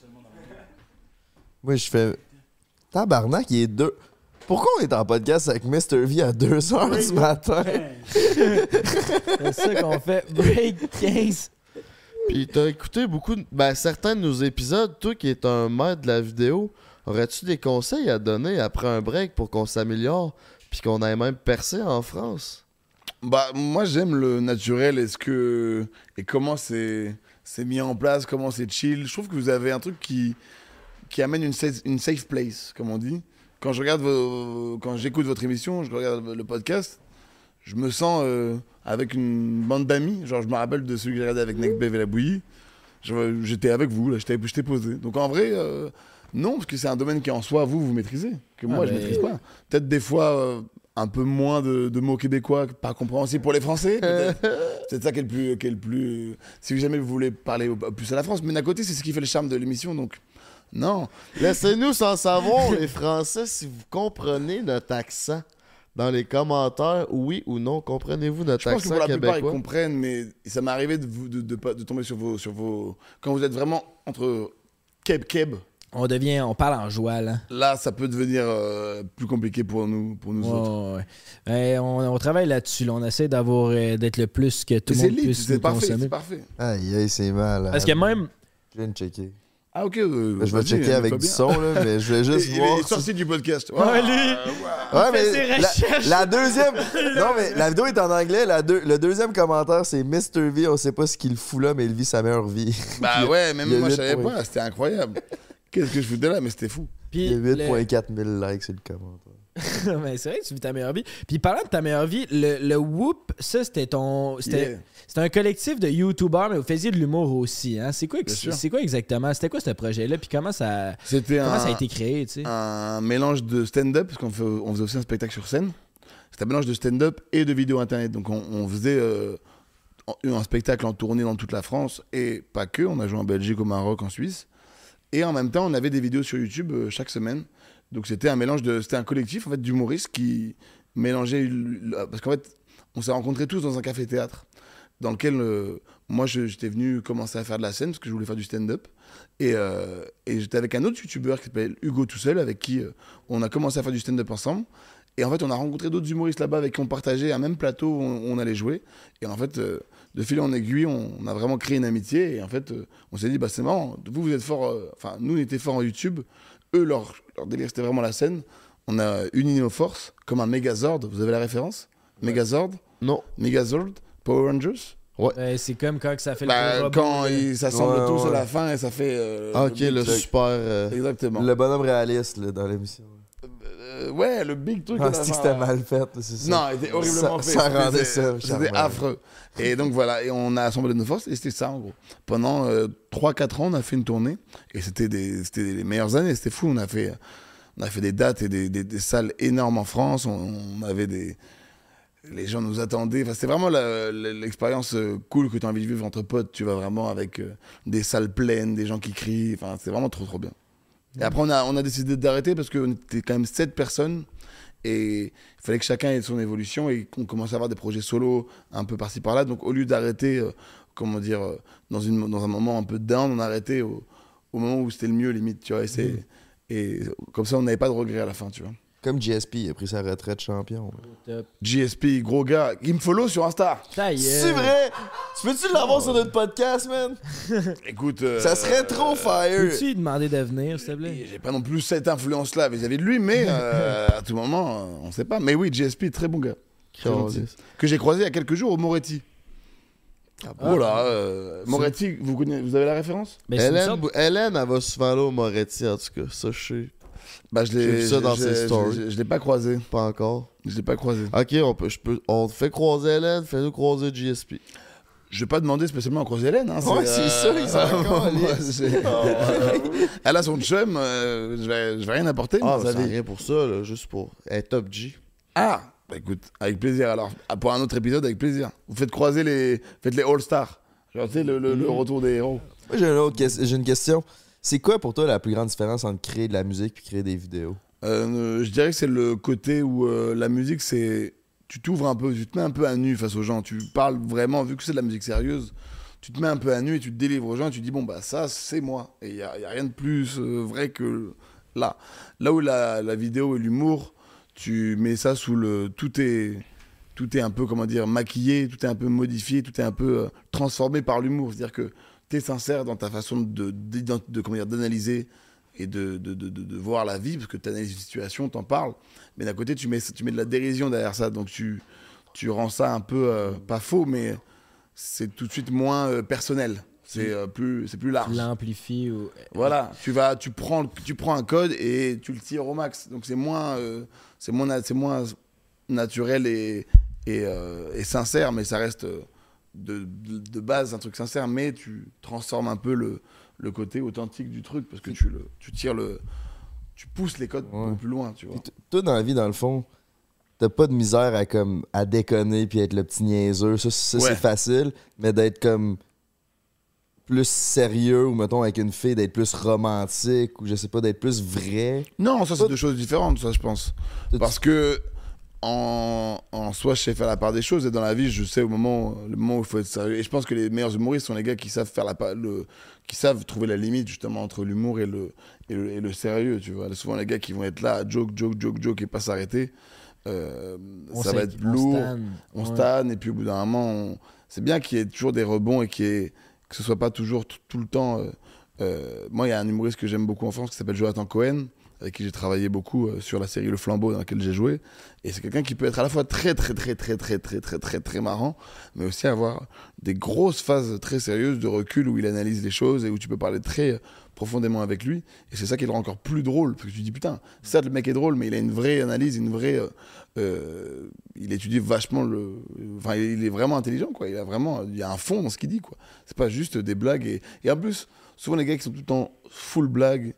B: Moi, je fais. Tabarnak, il est deux. Pourquoi on est en podcast avec Mr. V à 2 h ce matin?
D: C'est ça qu'on fait. Break 15.
J: Puis t'as écouté beaucoup, de- ben, certains de nos épisodes, toi qui es un maître de la vidéo, aurais-tu des conseils à donner après un break pour qu'on s'améliore puis qu'on aille même percer en France?
C: Bah, moi, j'aime le naturel. Est-ce que. Et comment c'est c'est mis en place, comment c'est chill. Je trouve que vous avez un truc qui, qui amène une safe, une safe place, comme on dit. Quand je regarde vos- quand j'écoute votre émission, je regarde le podcast, je me sens euh, avec une bande d'amis. Genre, je me rappelle de celui que j'ai regardé avec Necbev et la bouillie. Je- J'étais avec vous, là, j'étais j'étais posé. Donc en vrai, euh, non, parce que c'est un domaine qui en soi, vous, vous maîtrisez, que
D: Ah,
C: moi, je
D: mais-
C: maîtrise pas. Peut-être des fois, euh, un peu moins de, de mots québécois, pas compréhensibles pour les
D: [laughs]
C: Français. peut-être. C'est ça qui est le plus. Qui est le plus si jamais vous voulez parler au- plus à la France, mais d'un côté, c'est ce qui fait le charme de l'émission, donc non.
J: Laissez-nous sans savoir,
C: [laughs]
J: les Français, si vous comprenez notre accent. Dans les commentaires, oui ou non, comprenez-vous notre
C: Je pense que
J: accent
C: pour la plupart, ils
J: québécois?
C: comprennent, mais ça m'est arrivé de, vous- de, de pas- de tomber sur vos, sur vos. Quand vous êtes vraiment entre keb-keb,
D: On devient, on parle en hein. joie, là.
C: là, ça peut devenir euh, plus compliqué pour nous, pour nous
D: Ouais,
C: autres.
D: ouais, ouais. Eh, on, on travaille là-dessus. là. On essaie d'avoir euh, d'être le plus que
C: Mais
D: tout le
C: c'est
D: monde
C: libre,
D: puisse
C: c'est
D: nous
C: parfait,
D: consommer.
C: c'est parfait.
B: Aïe, aïe, c'est mal. hein.
D: Parce que même.
B: Je viens de checker.
C: Ah, ok. euh,
B: Ben, je vais
C: vas-y,
B: checker
C: euh,
B: avec
C: pas
B: du
C: bien.
B: son, là, mais je vais juste
C: [laughs] il,
B: voir
C: Il est
B: si-
C: sorti du podcast.
D: Ah,
B: Ouais, lui, Ouais,
M: Il fait ses
B: mais
M: recherches.
B: la, la deuxième. Non, mais la vidéo est en anglais. La deux- le deuxième commentaire, c'est Mr. V. On sait pas ce qu'il fout là, mais il vit sa meilleure vie. Il
C: Bah
B: y a-
C: ouais,
B: il y
C: même
B: a
C: moi, je savais
B: 8.4
C: pas, c'était incroyable. [laughs] Qu'est-ce que je foutais là, mais c'était fou.
B: Il y a
D: Puis, [laughs]
B: 8,4 000 likes sur le commentaire.
D: Mais c'est vrai que tu vis ta meilleure vie. Puis parlant de ta meilleure vie, le, le Whoop, ça, c'était ton. C'était
C: Yeah.
D: c'était un collectif de YouTubers, mais vous faisiez de l'humour aussi. Hein? C'est quoi, ex-
C: Bien sûr.
D: c'est quoi exactement? C'était quoi ce projet-là? Puis comment ça,
C: C'était
D: comment
C: un-
D: ça a été créé? tu sais?
C: un mélange de stand-up, parce qu'on fait- on faisait aussi un spectacle sur scène. C'était un mélange de stand-up et de vidéo internet. Donc on, on faisait euh, en- un spectacle en tournée dans toute la France et pas que. On a joué en Belgique, au Maroc, en Suisse. Et en même temps, on avait des vidéos sur YouTube euh, chaque semaine. Donc c'était un mélange de. C'était un collectif en fait, d'humoristes qui mélangeaient. l- l- Parce qu'en fait, on s'est rencontrés tous dans un café-théâtre dans lequel euh, moi je- j'étais venu commencer à faire de la scène parce que je voulais faire du stand-up. Et, euh, et j'étais avec un autre youtubeur qui s'appelle Hugo tout seul, avec qui euh, on a commencé à faire du stand-up ensemble. Et en fait, on a rencontré d'autres humoristes là-bas avec qui on partageait un même plateau où on, on allait jouer. Et en fait, euh, de fil en aiguille, on, on a vraiment créé une amitié. Et en fait, euh, on s'est dit, bah, c'est marrant, vous, vous êtes fort, euh, enfin, nous, on était forts en YouTube. Eux, leur, leur délire, c'était vraiment la scène. On a uni nos forces, comme un Megazord, vous avez la référence Megazord
J: Non.
C: Megazord Power Rangers
J: Ouais.
D: c'est comme quand ça fait
C: Bah,
D: le gros robot,
C: quand
D: là.
C: il s'assemble tout sur la fin et ça fait. euh,
B: Ah, ok,
C: big
B: le
C: truc.
B: super. euh,
C: Exactement.
B: Le bonhomme réaliste là, dans l'émission.
C: Euh, ouais, le big truc.
B: Ah,
C: que
B: c'est
C: t'as
B: que c'était
C: fait.
B: mal fait, c'est ça.
C: Non, il était
B: Ça-
C: horriblement fait.
B: ça
C: C'était-
B: rendait ça charmant.
C: C'était affreux. Et donc voilà, et on a assemblé nos forces et c'était ça en gros. Pendant 3-4 ans, on a fait une tournée et c'était des- c'était les meilleures années, c'était fou. On a fait, on a fait des dates et des, des- des salles énormes en France. On, on avait des. Les gens nous attendaient. Enfin, c'était vraiment la- la- l'expérience euh, cool que tu as envie de vivre entre potes. Tu vas vraiment avec euh, des salles pleines, des gens qui crient. Enfin, c'est vraiment trop, trop bien. Et après, on a, on a décidé d'arrêter parce qu'on était quand même sept personnes et il fallait que chacun ait son évolution et qu'on commence à avoir des projets solo un peu par-ci par-là. Donc, au lieu d'arrêter, euh, comment dire, euh, dans, une, dans un moment un peu down, on a arrêté au, au moment où c'était le mieux, limite, tu vois. Et, c'est-
B: Mm-hmm.
C: et comme ça, on n'avait pas de regrets à la fin, tu vois.
B: Comme GSP, il a pris sa retraite champion.
C: GSP, gros gars, il me follow sur Insta.
B: C'est vrai! Tu peux-tu l'avoir sur notre podcast, man?
C: Écoute. euh,
B: Ça serait trop fire!
D: Peux-tu lui demander de venir, s'il te plaît?
C: J'ai pas non plus cette influence-là vis-à-vis de lui, mais
B: [laughs]
C: euh, à tout moment, euh, on sait pas. Mais oui, JSP, très bon gars. Très
J: Carlis.
C: gentil. Que j'ai croisé il y a quelques jours au Moretti.
B: Ah
C: Voilà, euh, Moretti, vous, connaissez, vous avez la référence
D: Ben,
J: Hélène, Hélène, elle va souvent aller au Moretti, en tout cas. Ça, je sais.
C: Bah, je l'ai-
J: J'ai vu ça
C: je-
J: dans
C: je-
J: ses
C: je-
J: stories.
C: je- je l'ai pas croisé.
J: Pas encore.
C: Je l'ai pas croisé.
J: Ok, on, peut, je peux, on te fait croiser Hélène, fais-nous croiser GSP.
C: Je vais pas demander spécialement à croiser Hélène. Hein,
J: Ouais, c'est ça, ils sont encore
C: [laughs] Moi,
J: lisses.
C: c'est-
J: Oh.
C: [laughs] Elle a son chum, euh, je, vais, je vais rien apporter.
J: Ah,
C: mais
J: ça
C: ça dit-
J: rien pour ça, là, juste pour être top G.
C: Ah, bah écoute, avec plaisir alors. Ah, Pour un autre épisode, avec plaisir. Vous faites croiser les, faites les All-Stars. Genre, tu sais, le, le- le
J: Mm.
C: retour des héros.
B: Moi, j'ai une, autre ques- j'ai une question. C'est quoi pour toi la plus grande différence entre créer de la musique et créer des vidéos?
C: Euh, euh, je dirais que c'est le côté où euh, la musique, c'est. Tu t'ouvres un peu, tu te mets un peu à nu face aux gens. Tu parles vraiment, vu que c'est de la musique sérieuse, tu te mets un peu à nu et tu te délivres aux gens. Tu dis, bon, bah ça, c'est moi. Et il n'y a, y a rien de plus euh, vrai que là. Là où la, la vidéo et l'humour, tu mets ça sous le. Tout est. Tout est un peu, comment dire, maquillé, tout est un peu modifié, tout est un peu euh, transformé par l'humour. C'est-à-dire que tu es sincère dans ta façon de, d'ident- de, comment dire, d'analyser et de, de, de, de- de voir la vie, parce que tu analyses une situation, t'en parles, mais d'un côté, tu mets, tu mets de la dérision derrière ça, donc tu, tu rends ça un peu, euh, pas faux, mais c'est tout de suite moins euh, personnel, c'est euh, plus, c'est plus large.
D: L'amplifie ou.
C: Voilà, tu, vas, tu, prends, le- tu prends un code et tu le tires au max, donc c'est moins, euh, c'est moins, na- c'est moins naturel et, et, euh, et sincère, mais ça reste euh, de, de, de base un truc sincère, mais tu transformes un peu le, le côté authentique du truc, parce que tu, le, tu tires le... Tu pousses les codes beaucoup plus loin, tu vois.
B: Toi, dans la vie, dans le fond, t'as pas de misère à, comme, à déconner puis être le petit niaiseux. Ça, ça,
C: Ouais.
B: c'est facile. Mais d'être comme plus sérieux ou, mettons, avec une fille, d'être plus romantique ou, je sais pas, d'être plus vrai.
C: Non, ça, c'est deux choses différentes, ça, je pense. Parce que, en, en soi, je sais faire la part des choses, et dans la vie, je sais au moment, le moment où il faut être sérieux. Et je pense que les meilleurs humoristes sont les gars qui savent faire la pa- le, qui savent trouver la limite, justement, entre l'humour et le, et le, et le sérieux, tu vois. Souvent, les gars qui vont être là, joke, joke, joke, joke, et pas s'arrêter, euh,
D: On
C: ça va
D: sait
C: être
D: qu'on
C: lourd.
D: stanne.
C: On
D: Ouais.
C: stanne, et puis au bout d'un moment, on- c'est bien qu'il y ait toujours des rebonds et qu'il y ait- que ce soit pas toujours tout, tout le temps. euh, euh, moi, il y a un humoriste que j'aime beaucoup en France qui s'appelle Jonathan Cohen, avec qui j'ai travaillé beaucoup euh, sur la série Le Flambeau dans laquelle j'ai joué. Et c'est quelqu'un qui peut être à la fois très, très, très, très, très, très, très, très, très marrant, mais aussi avoir des grosses phases très sérieuses de recul où il analyse les choses et où tu peux parler très euh, profondément avec lui. Et c'est ça qui le rend encore plus drôle, parce que tu te dis putain, certes le mec est drôle, mais il a une vraie analyse, une vraie. euh, euh, il étudie vachement le. Enfin, il est vraiment intelligent, quoi. Il a vraiment. Il y a un fond dans ce qu'il dit, quoi. C'est pas juste des blagues. Et, et en plus, souvent les gars qui sont tout le temps full blague,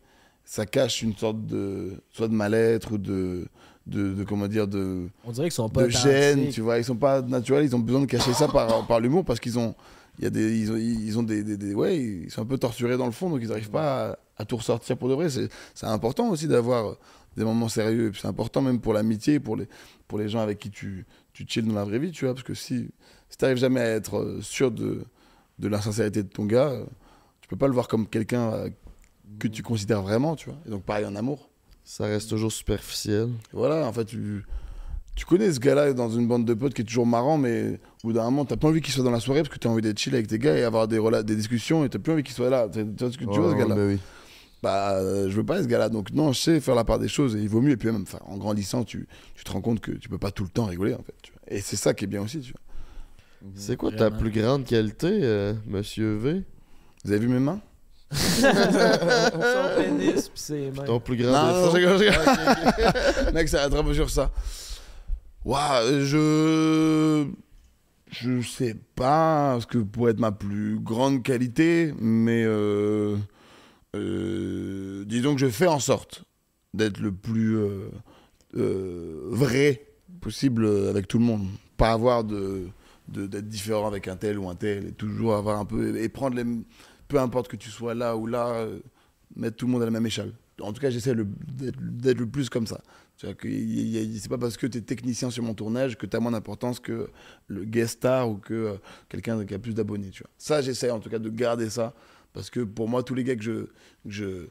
C: ça cache une sorte de. soit de mal-être ou de. de, de- comment dire, de.
D: On dirait qu'ils sont pas
C: de gêne,
D: authentiques.
C: tu vois. Ils sont pas naturels, ils ont besoin de cacher ça par, par l'humour parce qu'ils ont. Il y a des, ils ont, ils ont des, des- des- Ouais, ils sont un peu torturés dans le fond, donc ils n'arrivent pas à, à tout ressortir pour de vrai. C'est c'est important aussi d'avoir des moments sérieux. Et puis c'est important même pour l'amitié, pour les, pour les gens avec qui tu, tu chilles dans la vraie vie, tu vois. Parce que si, si tu n'arrives jamais à être euh, sûr de, de la sincérité de ton gars, euh, tu peux pas le voir comme quelqu'un euh, que tu considères vraiment, tu vois. Et donc pareil en amour.
J: Ça reste toujours superficiel.
C: Voilà, en fait, tu, tu connais ce gars-là dans une bande de potes qui est toujours marrant, mais au bout d'un moment, t'as pas envie qu'il soit dans la soirée parce que t'as envie d'être chill avec tes gars et avoir des, rela- des discussions et t'as plus envie qu'il soit là. T'as- t'as- Tu vois ce
B: Ouais,
C: gars-là
B: ouais, bah oui.
C: bah, euh, je veux pas ce gars-là. Donc, non, je sais faire la part des choses et il vaut mieux. Et puis, même, enfin, en grandissant, tu, tu te rends compte que tu peux pas tout le temps rigoler, en fait. tu vois. Et c'est ça qui est bien aussi, tu vois.
B: Mhm.
J: C'est quoi ta plus grande qualité, euh, monsieur V
C: Vous avez vu mes mains
J: Son
C: pénis,
J: pis ses mains. Ton plus grand
C: Non, non,
J: défaut.
C: je rigole, je rigole. [laughs]
J: Ok,
C: Mec, ça attrape sur ça. Waouh, je. Je sais pas ce que pourrait être ma plus grande qualité, mais. euh, euh, disons que je fais en sorte d'être le plus euh, euh, vrai possible avec tout le monde. Pas avoir de. de- d'être différent avec un tel ou un tel, et toujours avoir un peu. et prendre les. peu importe que tu sois là ou là, euh, mettre tout le monde à la même échelle. En tout cas, j'essaie le- d'être d'être le plus comme ça. C'est-à-dire que y- y- y- c'est pas parce que tu es technicien sur mon tournage que tu as moins d'importance que le guest star ou que euh, quelqu'un qui a plus d'abonnés. Tu vois. Ça, j'essaie en tout cas de garder ça. Parce que pour moi, tous les gars que je, que je,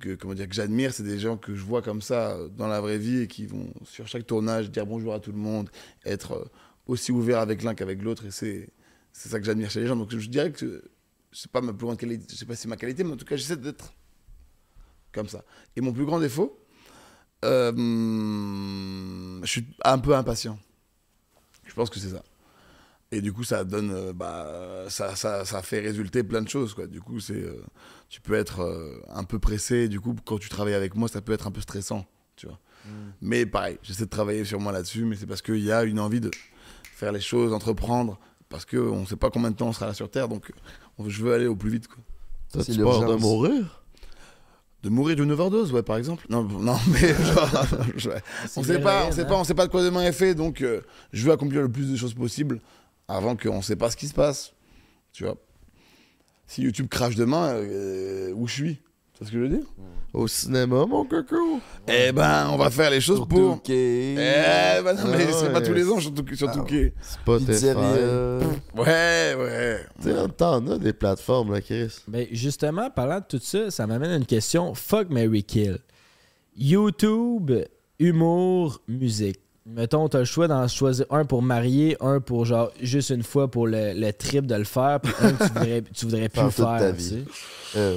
C: que, comment dire, que j'admire, c'est des gens que je vois comme ça euh, dans la vraie vie et qui vont sur chaque tournage dire bonjour à tout le monde, être euh, aussi ouvert avec l'un qu'avec l'autre. Et c'est c'est ça que j'admire chez les gens. Donc je dirais que c'est pas ma plus grande qualité, je sais pas si c'est ma qualité, mais en tout cas, j'essaie d'être comme ça. Et mon plus grand défaut, euh, hum, je suis un peu impatient. Je pense que c'est ça. Et du coup, ça donne, euh, bah, ça, ça, ça fait résulter plein de choses, quoi. Du coup, c'est, euh, tu peux être euh, un peu pressé. Du coup, quand tu travailles avec moi, ça peut être un peu stressant, tu vois. Mais pareil, j'essaie de travailler sur moi là-dessus, mais c'est parce qu'il y a une envie de faire les choses, entreprendre, parce que on ne sait pas combien de temps on sera là sur Terre, donc on- je veux aller au plus vite, quoi.
J: Toi, C'est tu peur l'urgence. de mourir
C: de mourir d'une overdose, ouais, par exemple. Non, non, [laughs] mais genre, je- on sait
J: bien
C: pas,
J: réel,
C: on sait
J: hein.
C: pas, on sait pas de quoi demain est fait, donc euh, je veux accomplir le plus de choses possible avant qu'on sait pas ce qui se passe, tu vois. Si YouTube crache demain, euh, où je suis C'est ce que je veux dire
J: Au cinéma, mon coco.
C: Eh ben, on va faire les choses pour. Eh ben non, mais
J: Ah
C: c'est pas
J: ouais. Ah
C: tous les ans, surtout que.
B: Ah.
C: Surtout que...
J: Spotify. Pizzeria.
B: euh,
C: [laughs] Ouais, ouais.
J: Tu sais, t'en as des plateformes, là, Chris.
D: Ben, justement, parlant de tout ça, ça m'amène à une question. Fuck Mary Kill. YouTube, humour, musique. Mettons, t'as le choix d'en choisir un pour marier, un pour genre juste une fois pour le, le trip de le faire, puis un que tu
C: [laughs]
D: voudrais, tu voudrais plus
C: Faire toute
D: faire.
C: ta
D: tu
C: vie.
D: sais.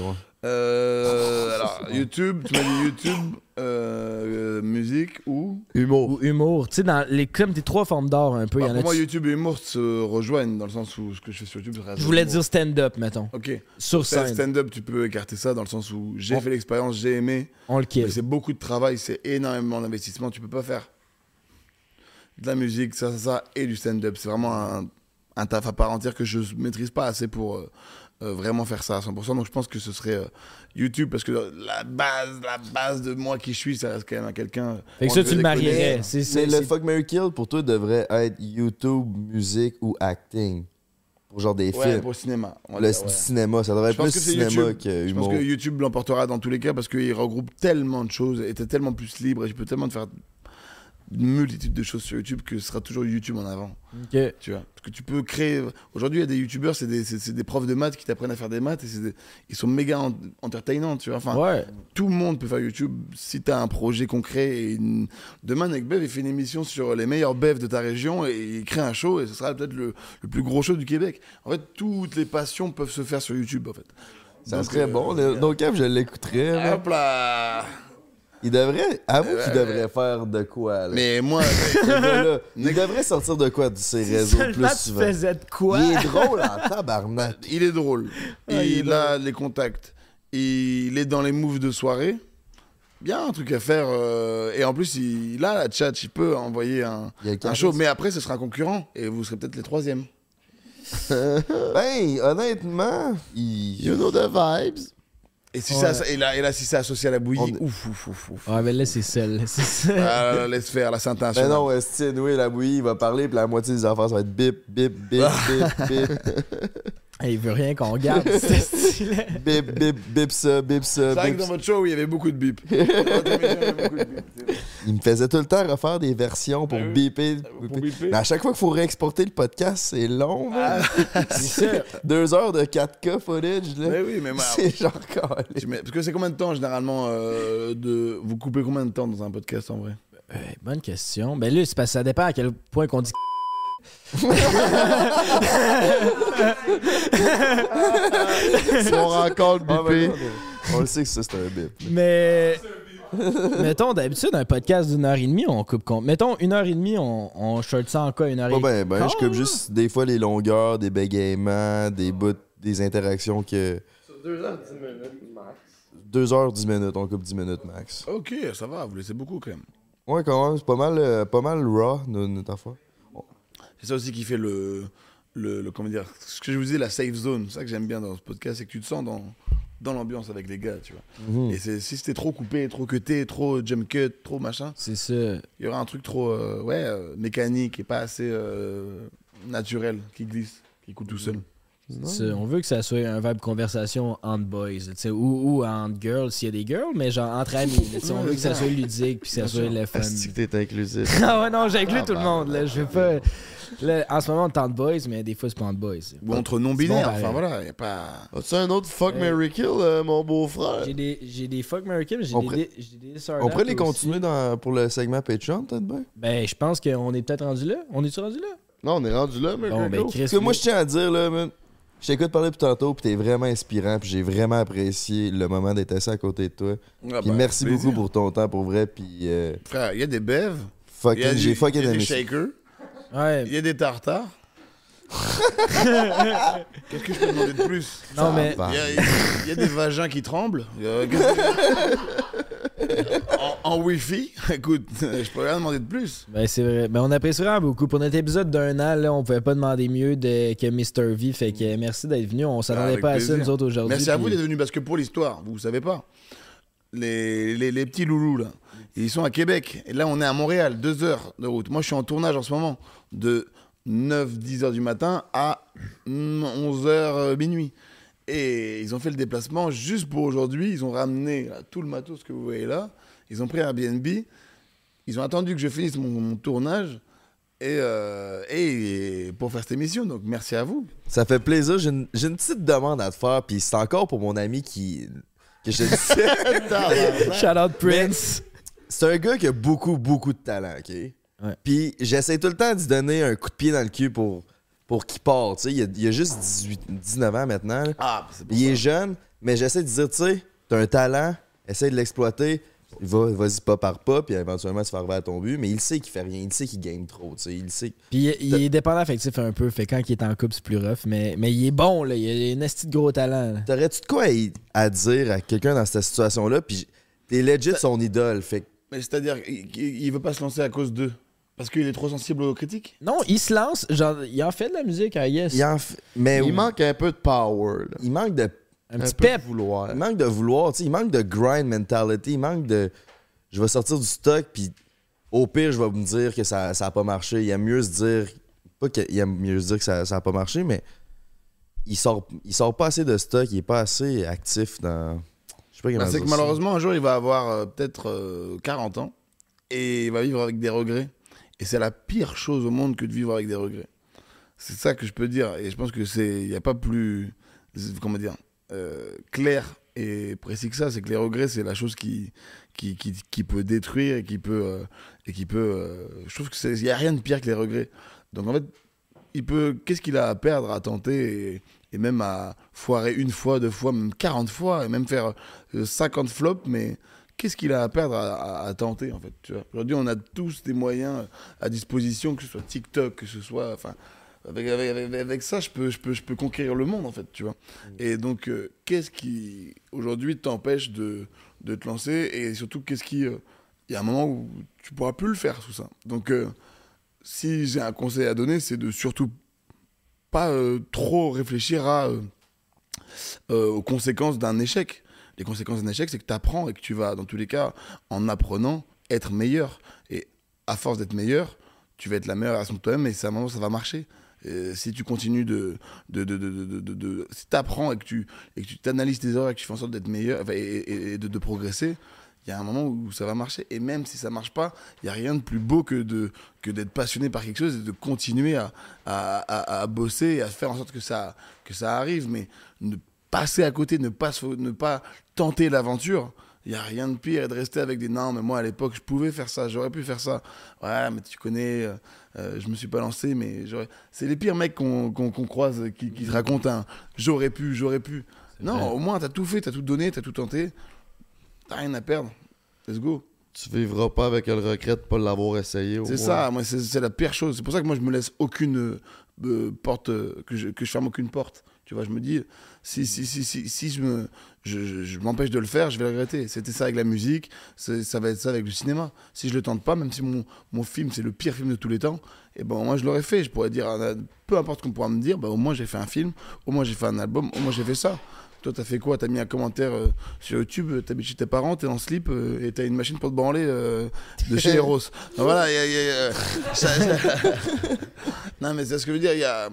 C: Euh, alors, YouTube, tu m'as dit YouTube, euh, euh, musique ou.
J: Humour.
D: Ou humour. Tu sais, dans les, comme tes trois formes d'art un peu, il
C: Bah,
D: y en a.
C: pour moi, YouTube et humour se rejoignent dans le sens où ce que je fais sur YouTube. ça reste
D: Je voulais
C: humour.
D: dire stand-up, mettons.
C: Ok.
D: Sur
C: Stand-
D: scène.
C: Stand-up, tu peux écarter ça dans le sens où j'ai
D: On-
C: fait l'expérience, j'ai aimé.
D: On le kill.
C: Mais C'est beaucoup de travail, c'est énormément d'investissement. Tu peux pas faire de la musique, ça, ça, ça, et du stand-up. C'est vraiment un, un taf à part entière que je maîtrise pas assez pour euh, euh, vraiment faire ça à 100%. Donc je pense que ce serait euh, YouTube parce que la base, la base de moi qui je suis, ça reste quand même à quelqu'un. On veut déconner.
B: Mais- Mais le fuck Mary Kill pour toi devrait être YouTube, musique ou acting. Pour genre des
C: Ouais,
B: films.
C: pour le cinéma, on va
B: Le
C: dire, ouais.
B: cinéma, ça devrait
C: Je
B: être
C: pense
B: plus
C: que c'est
B: cinéma
C: YouTube.
B: que
C: Je pense
B: humour.
C: que YouTube l'emportera dans tous les cas parce qu'il regroupe tellement de choses et t'es tellement plus libre et tu peux tellement te faire une multitude de choses sur YouTube que ce sera toujours YouTube en avant.
D: Ok.
C: Tu vois, parce que tu peux créer. Aujourd'hui, il y a des YouTubeurs, c'est des, c'est- c'est des profs de maths qui t'apprennent à faire des maths et c'est des- ils sont méga en- entertainants. Tu vois, enfin, tout le monde peut faire YouTube si t'as un projet concret. Et une- Demain, Nick Bev, il fait une émission sur les meilleurs bèves de ta région et il crée un show et ce sera peut-être le, le plus gros show du Québec. En fait, toutes les passions peuvent se faire sur YouTube. En fait.
B: Ça
C: Donc,
B: serait
C: euh, Ah.
B: bon. le- Donc, Kev, je l'écouterais. là.
C: Hop là
B: Il devrait. Avoue qu'il
C: Ouais.
B: devrait faire de quoi. là.
C: Euh, Mais moi.
B: [laughs] Ce gars-là, il
C: [laughs]
B: devrait sortir de quoi de ses réseaux plus souvent.
D: de quoi
B: Il est drôle en
C: [laughs]
B: tabarnak.
C: Il est drôle. Ah, il, a les contacts. Il est dans les moves de soirée. Bien un truc à faire. euh, et en plus, il, il a la chat. Il peut envoyer un,
B: Il y a
C: un
B: quelqu'un
C: show.
B: qui-
C: Mais après, ce sera un concurrent. Et vous serez peut-être les troisièmes.
B: ben, honnêtement, il...
J: You know the vibes.
C: Et, si
J: Ouais.
C: ça, et, là, et là, si c'est associé à la bouillie, ouf, ouf, ouf, ouf.
D: Ouais, mais là, c'est celle. [laughs] C'est celle.
C: Ah, là, là, laisse faire, la Sainte
B: Mais Ben non, Esti, oui, la bouillie, il va parler, puis la moitié des affaires, ça va être bip, bip, bip, bip, bip.
D: Hey, il veut rien qu'on regarde. [laughs] c'est stylé.
B: Bip, bip, bip ça, bip ça,
C: C'est vrai que
B: bip
C: dans
B: ça.
C: votre show, il y avait beaucoup
B: [laughs]
C: de bips.
B: Il me faisait tout le temps refaire des versions Ben pour biper. biper. Ah. Mais à chaque fois qu'il faut réexporter le podcast, c'est long, man. [laughs]
C: sûr.
B: Deux heures de 4K footage, là.
C: Mais oui, mais moi-
B: [laughs] C'est genre
C: Tu mets- Parce que c'est combien de temps généralement euh, de. Vous coupez combien de temps dans un podcast en vrai
D: Eh, Bonne question. Ben là, c'est parce que ça dépend à quel point qu'on dit.
J: Ils vont encore le
B: Ah, ben, Ah,
J: bipper.
B: non, mais- On le sait que ça, c'est un bip.
D: Mais. [laughs] Mettons, d'habitude, un podcast d'une heure et demie, on coupe compte. Mettons, une heure et demie, on, on short ça en quoi Une heure
B: Pas
D: et
B: ben, ben, je
D: Quand?
B: coupe juste des fois les longueurs, des bégaiements, des bouts, des interactions que.
Q: Deux heures, dix minutes max.
B: 2 heures, 10 minutes, on coupe 10 minutes max.
C: Ok, ça va, vous laissez beaucoup quand même.
B: Ouais, quand même, c'est pas mal, euh, pas mal raw, no- notre affaire.
C: C'est ça aussi qui fait le, le, le- Comment dire Ce que je vous dis, la safe zone. C'est ça que j'aime bien dans ce podcast, c'est que tu te sens dans, dans l'ambiance avec les gars, tu vois.
B: Mhm.
C: Et c'est- si c'était trop coupé, trop cuté, trop jump cut, trop machin.
D: C'est ça.
C: Il y aurait un truc trop. euh, ouais, euh, mécanique et pas assez euh, naturel, qui glisse, qui coule tout seul.
D: C'est- On veut que ça soit un vibe conversation entre boys, tu sais, ou, ou entre girls, s'il y a des girls, mais genre entre amis. tu sais, on veut que ça soit ludique, puis que ça soit le fun.
J: Est-ce que t'es inclusif?
D: ah ouais, non, j'inclus
J: Ah,
D: tout le
J: bah,
D: monde. Là, je veux pas. Là, en ce moment, on tente boys, mais des fois, c'est pas entre boys.
C: Ou entre non-binaires, enfin voilà, y a pas.
J: [laughs] As-tu un autre fuck
D: Ouais.
J: Mary Kill, euh, mon beau-frère?
D: J'ai des, j'ai des fuck American, j'ai
B: On
D: des,
B: pourrait-
D: des- j'ai des Sarlat
B: On pourrait les
D: aussi.
B: continuer dans, pour le segment Patreon, peut-être bien?
D: Ben, je pense qu'on est peut-être rendu là. On est-tu rendu là?
J: Non, on est rendu là, mais.
D: Bon, ben, Chris,
B: Parce que moi,
D: oui.
B: je tiens à dire, là, man, je t'écoute parler depuis tantôt, puis t'es vraiment inspirant, puis j'ai vraiment apprécié le moment d'être assis à côté de toi.
C: Ah
B: puis
C: bah,
B: merci
C: plaisir.
B: beaucoup pour ton temps, pour vrai, puis... euh,
C: Frère, il y a des bèves.
B: Fucking-
C: y a du-
B: j'ai fucking
C: y a des
B: aimé ça.
C: shakers.
D: Il
C: y a des tartares.
B: [laughs]
C: Qu'est-ce que je peux demander de plus
D: Non, mais-
C: Il y a- Il y, a des vagins qui tremblent. Euh, qu'est-ce que- [laughs] en, en Wi-Fi, [laughs] écoute, je peux rien demander de plus.
D: Ben, c'est vrai. Ben, on apprécie vraiment beaucoup. Pour notre épisode d'un an, là, on pouvait pas demander mieux de, que Mr. V. Fait que merci d'être venu. On s'attendait
C: Avec
D: pas à ça,
C: plaisir.
D: nous autres, aujourd'hui.
C: Merci à vous
D: puis-
C: d'être venus, parce que pour l'histoire, vous savez pas, les, les, les petits loulous, là, ils sont à Québec. Et là, on est à Montréal, deux heures de route. Moi, je suis en tournage en ce moment, de 9-10 heures du matin à 11 heures euh, minuit. Et ils ont fait le déplacement juste pour aujourd'hui. Ils ont ramené là, tout le matos que vous voyez là. Ils ont pris Airbnb. Ils ont attendu que je finisse mon, mon tournage. Et, euh, et pour faire cette émission, donc merci à vous.
B: Ça fait plaisir. J'ai une, j'ai une petite demande à te faire, puis c'est encore pour mon ami qui. que je te
C: [laughs]
B: disais.
D: Shout out Prince.
B: C'est un gars qui a beaucoup, beaucoup de talent, OK? Puis j'essaie tout le temps d'y donner un coup de pied dans le cul pour, pour qu'il part. Tu sais, il a, il a juste 18, 19 ans maintenant.
C: Ah,
B: là. il est jeune, mais j'essaie de dire, tu sais, t'as un talent, essaie de l'exploiter. Va- Vas-y pas par pas, puis éventuellement se faire arriver à ton but, mais il sait qu'il fait rien, il sait qu'il gagne trop, tu sais, il sait.
D: Puis il, il est dépendant affectif un peu. Fait que quand il est en couple, c'est plus rough. Mais, mais il est bon, là. Il a un esti de gros talent. là.
B: T'aurais-tu de quoi à, y- à dire à quelqu'un dans cette situation-là? Puis j- t'es legit son idole. Fait que
C: Mais c'est-à-dire qu'il il veut pas se lancer à cause d'eux. Parce qu'il est trop sensible aux critiques.
D: Non, il se lance. Genre, il en fait de la musique, ah yes.
B: il en f- mais
J: Il
B: oui.
J: manque un peu de power, là.
B: Il manque de.
D: Un petit
B: peu de
D: pep.
B: vouloir. Il manque de vouloir, tu sais. Il manque de grind mentality. Il manque de. Je vais sortir du stock, puis au pire, je vais me dire que ça n'a pas marché. Il aime mieux se dire. Pas qu'il aime mieux se dire que ça n'a pas marché, mais il sort, il sort pas assez de stock. Il est pas assez actif dans. Je sais pas
J: Ben,
B: comment
C: Bah, c'est
B: dire
C: que
B: ça.
C: malheureusement, un jour, il va avoir euh, peut-être euh, 40 ans et il va vivre avec des regrets. Et c'est la pire chose au monde que de vivre avec des regrets. C'est ça que je peux dire. Et je pense que c'est, il n'y a pas plus, comment dire, euh, clair et précis que ça. C'est que les regrets, c'est la chose qui, qui, qui, qui peut détruire et qui peut, euh, et qui peut. euh, je trouve que c'est, il n'y a rien de pire que les regrets. Donc en fait, il peut, qu'est-ce qu'il a à perdre à tenter et, et même à foirer une fois, deux fois, même 40 fois, et même faire euh, 50 flops, mais qu'est-ce qu'il a à perdre à, à- à tenter, en fait, tu vois Aujourd'hui, on a tous des moyens euh, à disposition, que ce soit TikTok, que ce soit... Enfin, avec, avec, avec- avec ça, je peux, je, peux, je peux conquérir le monde, en fait, tu vois. Et donc, euh, qu'est-ce qui, aujourd'hui, t'empêche de, de te lancer Et surtout, qu'est-ce qui... euh, Il y a un moment où tu pourras plus le faire, tout ça. Donc... euh, si j'ai un conseil à donner, c'est de surtout pas euh, trop réfléchir à, euh, euh, aux conséquences d'un échec. Les conséquences d'un échec, c'est que tu apprends et que tu vas, dans tous les cas, en apprenant, être meilleur. Et à force d'être meilleur, tu vas être la meilleure version de toi-même et ça, à un moment, ça va marcher. Euh, si tu continues de. de, de, de, de- de- de- si tu apprends et que tu et que tu t'analyses tes erreurs et que tu fais en sorte d'être meilleur enfin, et, et- et de, de progresser, il y a un moment où ça va marcher. Et même si ça marche pas, il n'y a rien de plus beau que de que d'être passionné par quelque chose et de continuer à, à, à- à bosser et à faire en sorte que ça, que ça arrive. Mais ne passer à côté, ne pas, se- ne pas tenter l'aventure, il n'y a rien de pire et de rester avec des non, mais moi à l'époque je pouvais faire ça, j'aurais pu faire ça. Ouais, mais tu connais, euh, euh, je me suis pas lancé, mais j'aurais. C'est les pires mecs qu'on qu'on qu'on croise euh, qui, qui te racontent un j'aurais pu, j'aurais pu. Non, au moins, t'as tout fait, t'as tout donné, t'as tout tenté. T'as rien à perdre. Let's go.
J: Tu vivras pas avec le regret de pas l'avoir essayé. au
C: C'est
J: moins.
C: ça, moi, c'est c'est la pire chose. C'est pour ça que moi, je me laisse aucune euh, euh, porte, euh, que je, que je ferme aucune porte. Tu vois, je me dis, si, si, si, si, si je me- je, je- je m'empêche de le faire, je vais le regretter. C'était ça avec la musique, c'est- ça va être ça avec le cinéma. Si je le tente pas, même si mon, mon film, c'est le pire film de tous les temps, et ben moi, je l'aurais fait. Je pourrais dire, euh, peu importe qu'on pourra me dire, bah, au moins, j'ai fait un film, au moins, j'ai fait un album, au moins, j'ai fait ça. Toi, t'as fait quoi T'as mis un commentaire euh, sur YouTube, euh, t'habites chez tes parents, t'es en slip euh, et t'as une machine pour te branler euh, de chez Eros. Donc voilà, il y a- il y a- euh, ça- ça- [laughs] non, mais c'est ce que je veux dire. Il y a,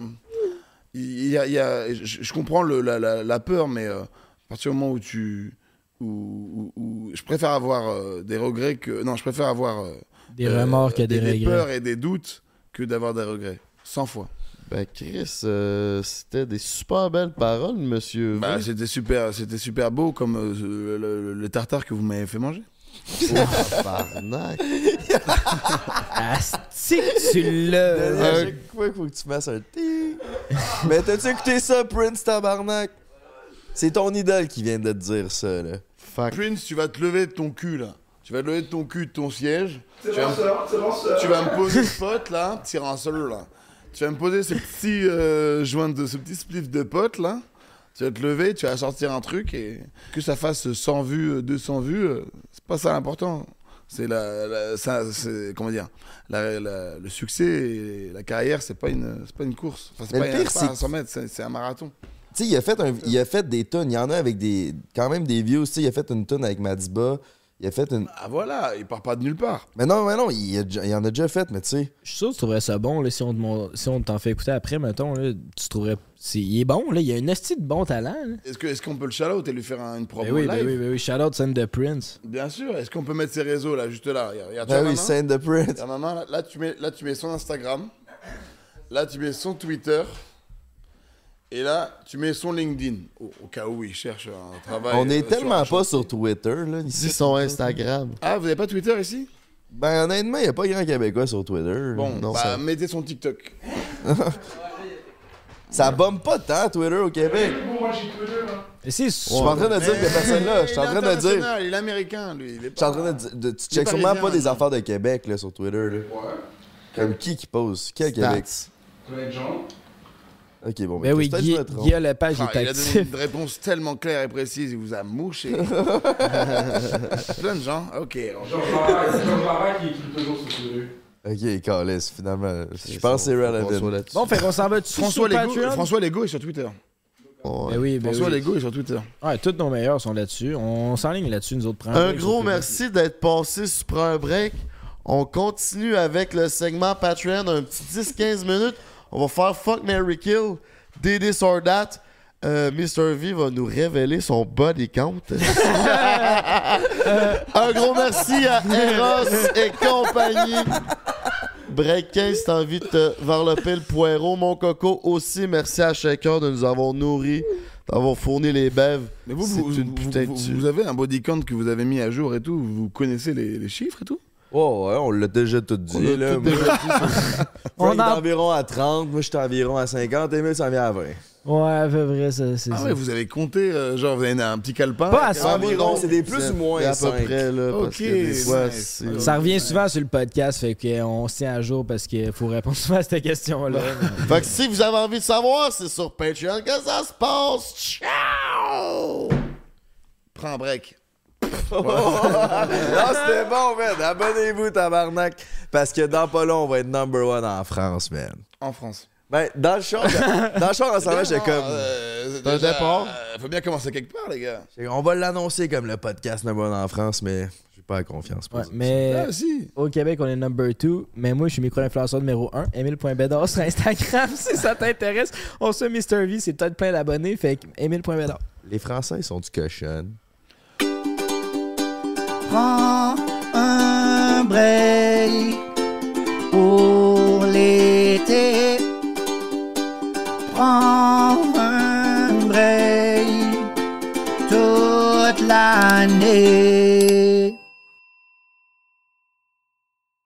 C: il y a- il y a- je, je comprends le- la, la- la peur, mais euh, à partir du moment où tu. Où, où- où- je préfère avoir euh, des regrets que. Non, je préfère avoir. euh,
D: Des remords que des regrets.
C: Des peurs et des doutes que d'avoir des regrets. 100 fois.
J: Ben, Chris, euh, c'était des super belles paroles, monsieur.
B: Ben,
C: Bah,
J: V.
C: c'était super, c'était super beau comme euh, le, le- le tartare que vous m'avez fait manger.
J: oh,
B: [laughs]
J: Tabarnak.
D: Asti que tu [laughs]
J: Euh,
D: l'as.
B: Un quoi faut que tu fasses un ting. Mais t'as-tu écouté ça, Prince Tabarnak? C'est ton idole qui vient de te dire ça, là.
C: Prince, tu vas te lever de ton cul là. Tu vas te lever de ton cul de ton siège.
Q: C'est
C: Tu vas
Q: bon,
C: me-
Q: sœur, c'est bon, sœur.
C: Tu vas me poser ce pote là, petit ranceur là. Tu vas me poser ce petit euh, joint de ce petit spliff de pote là. Tu vas te lever, tu vas sortir un truc et que ça fasse 100 vues, euh, 200 vues, euh, c'est pas ça l'important. C'est la, la- ça, c'est- comment dire, la- la- le succès, et la carrière, c'est pas une, c'est pas une course. Enfin, c'est
B: Mais
C: pas,
B: le
C: un-
B: pire,
C: pas
B: c'est-
C: un 100 mètres, c'est c'est un marathon.
B: Tu sais, il a fait un- il a fait des tonnes. Il y en a avec des, quand même des views. Tu sais, il a fait une tonne avec Madiba. Il a fait une.
C: Ah voilà, il part pas de nulle part.
B: Mais non, mais non, il, a déjà- il en a déjà fait, mais tu sais.
D: Je suis sûr que tu trouverais ça bon là, si on te mon- si on t'en fait écouter après, mettons, là, tu trouverais. c'est- Il est bon, là, il a une esti de bon talent. là.
C: Est-ce que- est-ce qu'on peut le shout et lui faire un- une promo
D: Ben oui, ben
C: live
D: oui, ben oui. Shout out Son the Prince.
C: Bien sûr. Est-ce qu'on peut mettre ses réseaux là, juste là Regarde, regarde
B: Ah
C: ta
B: oui,
C: maman.
B: Send the Prince.
C: Regarde maman, là, là, tu mets, là, tu mets son Instagram. Là, tu mets son Twitter. Et là, tu mets son LinkedIn. Au, au cas où il cherche un travail.
J: Ah,
B: on
C: euh,
B: est
C: sur
B: tellement
C: un
B: pas sur Twitter, là. Ici, son Instagram.
C: Ah, vous avez pas Twitter ici
B: Ben, honnêtement, il n'y a pas grand Québécois sur Twitter.
C: Bon,
B: Non,
C: bah,
B: ça...
C: mettez son TikTok.
B: ça bombe pas tant, Twitter au Québec.
D: Et si, je
B: suis en train de dire que personne là, je suis en train de
C: Il est
B: dire.
C: international, il est américain, lui. Il
B: Je
C: est
B: suis
C: pas...
B: en train de dire. de- Tu
C: Il est
B: checkes sûrement
C: parisien,
B: pas des
C: là.
B: affaires de Québec, là, sur Twitter, là. Comme qui qui pose Quel
C: Stats.
B: Québec Ok, bon,
D: Ben oui,
B: peut-être
D: Guy-
B: je me trompe.
D: Guy a la page
C: Ah,
D: est
C: il a
D: actif.
C: donné une réponse tellement claire et précise, il vous a
B: [laughs]
C: mouché. Plein de gens. Ok.
K: Jean Barra qui écrit toujours sur Twitter.
B: Ok, Carlis, finalement. Je pense que c'est relevant.
D: Bon, fait qu'on s'en va dessus.
C: François
D: sur
C: Legault,
D: Patreon?
C: François Legault est sur Twitter.
D: Ben oui, ben
C: François
D: oui.
C: Legault est sur Twitter.
D: Ouais, tous nos meilleurs sont là-dessus. On s'enligne là-dessus, nous autres. prends
J: Un
D: break,
J: gros
D: surtout.
J: merci d'être passé sur un break. On continue avec le segment Patreon, un petit 10-15 minutes. On va faire Fuck Mary Kill, Dédé Sordat. Euh, Mr. V va nous révéler son body count. Euh, un gros merci à Eros et compagnie. Break 15, t'as envie de te varloper le poireau, mon coco. Aussi, merci à chacun de nous avoir nourris, d'avoir fourni les bèves.
C: Mais vous,
J: C'est
C: vous,
J: une
C: vous-
J: putain de
C: vous-
J: tuerie.
C: vous avez un body count que vous avez mis à jour et tout, vous connaissez les, les chiffres et tout
B: Oh, ouais, on l'a déjà tout dit.
C: l'a
B: là,
C: tout
B: moi.
C: déjà
B: [laughs] Frank
D: On en-
B: est environ à 30, moi, je suis environ à 50, et Emile, ça vient à 20.
D: Ouais, à peu près, ça, c'est
C: Ah
D: ça.
C: ouais, vous avez compté, euh, genre vous avez un petit calepin
D: Pas à
C: avec un-
D: ça,
B: Environ, c'est des plus ou moins
J: à peu
B: cinq.
J: près, là.
C: Ok,
J: parce que des fois,
C: nice.
J: c'est-
D: Ça revient souvent sur le podcast, fait qu'on se tient à jour parce qu'il faut répondre [laughs] souvent à cette question-là.
J: Fait que si vous avez envie de savoir, c'est sur Patreon que ça se passe. Ciao!
C: Prends un break.
B: non, c'était bon, man. Abonnez-vous, tabarnak. Parce que dans pas long, on va être number one en France, man.
C: En France.
B: Ben, dans le char, dans le char, on s'en va, j'ai comme.
C: C'est
B: un départ.
C: Euh, faut bien commencer quelque part, les gars.
B: j'ai- On va l'annoncer comme le podcast number one en France, mais j'ai pas la confiance. pour
D: Ouais,
B: ça.
D: mais
C: Ah, si.
D: au Québec, on est number 2, mais moi, je suis micro-influenceur numéro 1. Emile.Bédard sur Instagram, [laughs] si ça t'intéresse. On se Mr. V, c'est peut-être plein d'abonnés, fait que Emile.Bédard.
B: Les Français, ils sont du cochon.
U: prends un break pour l'été. Prends un break toute l'année.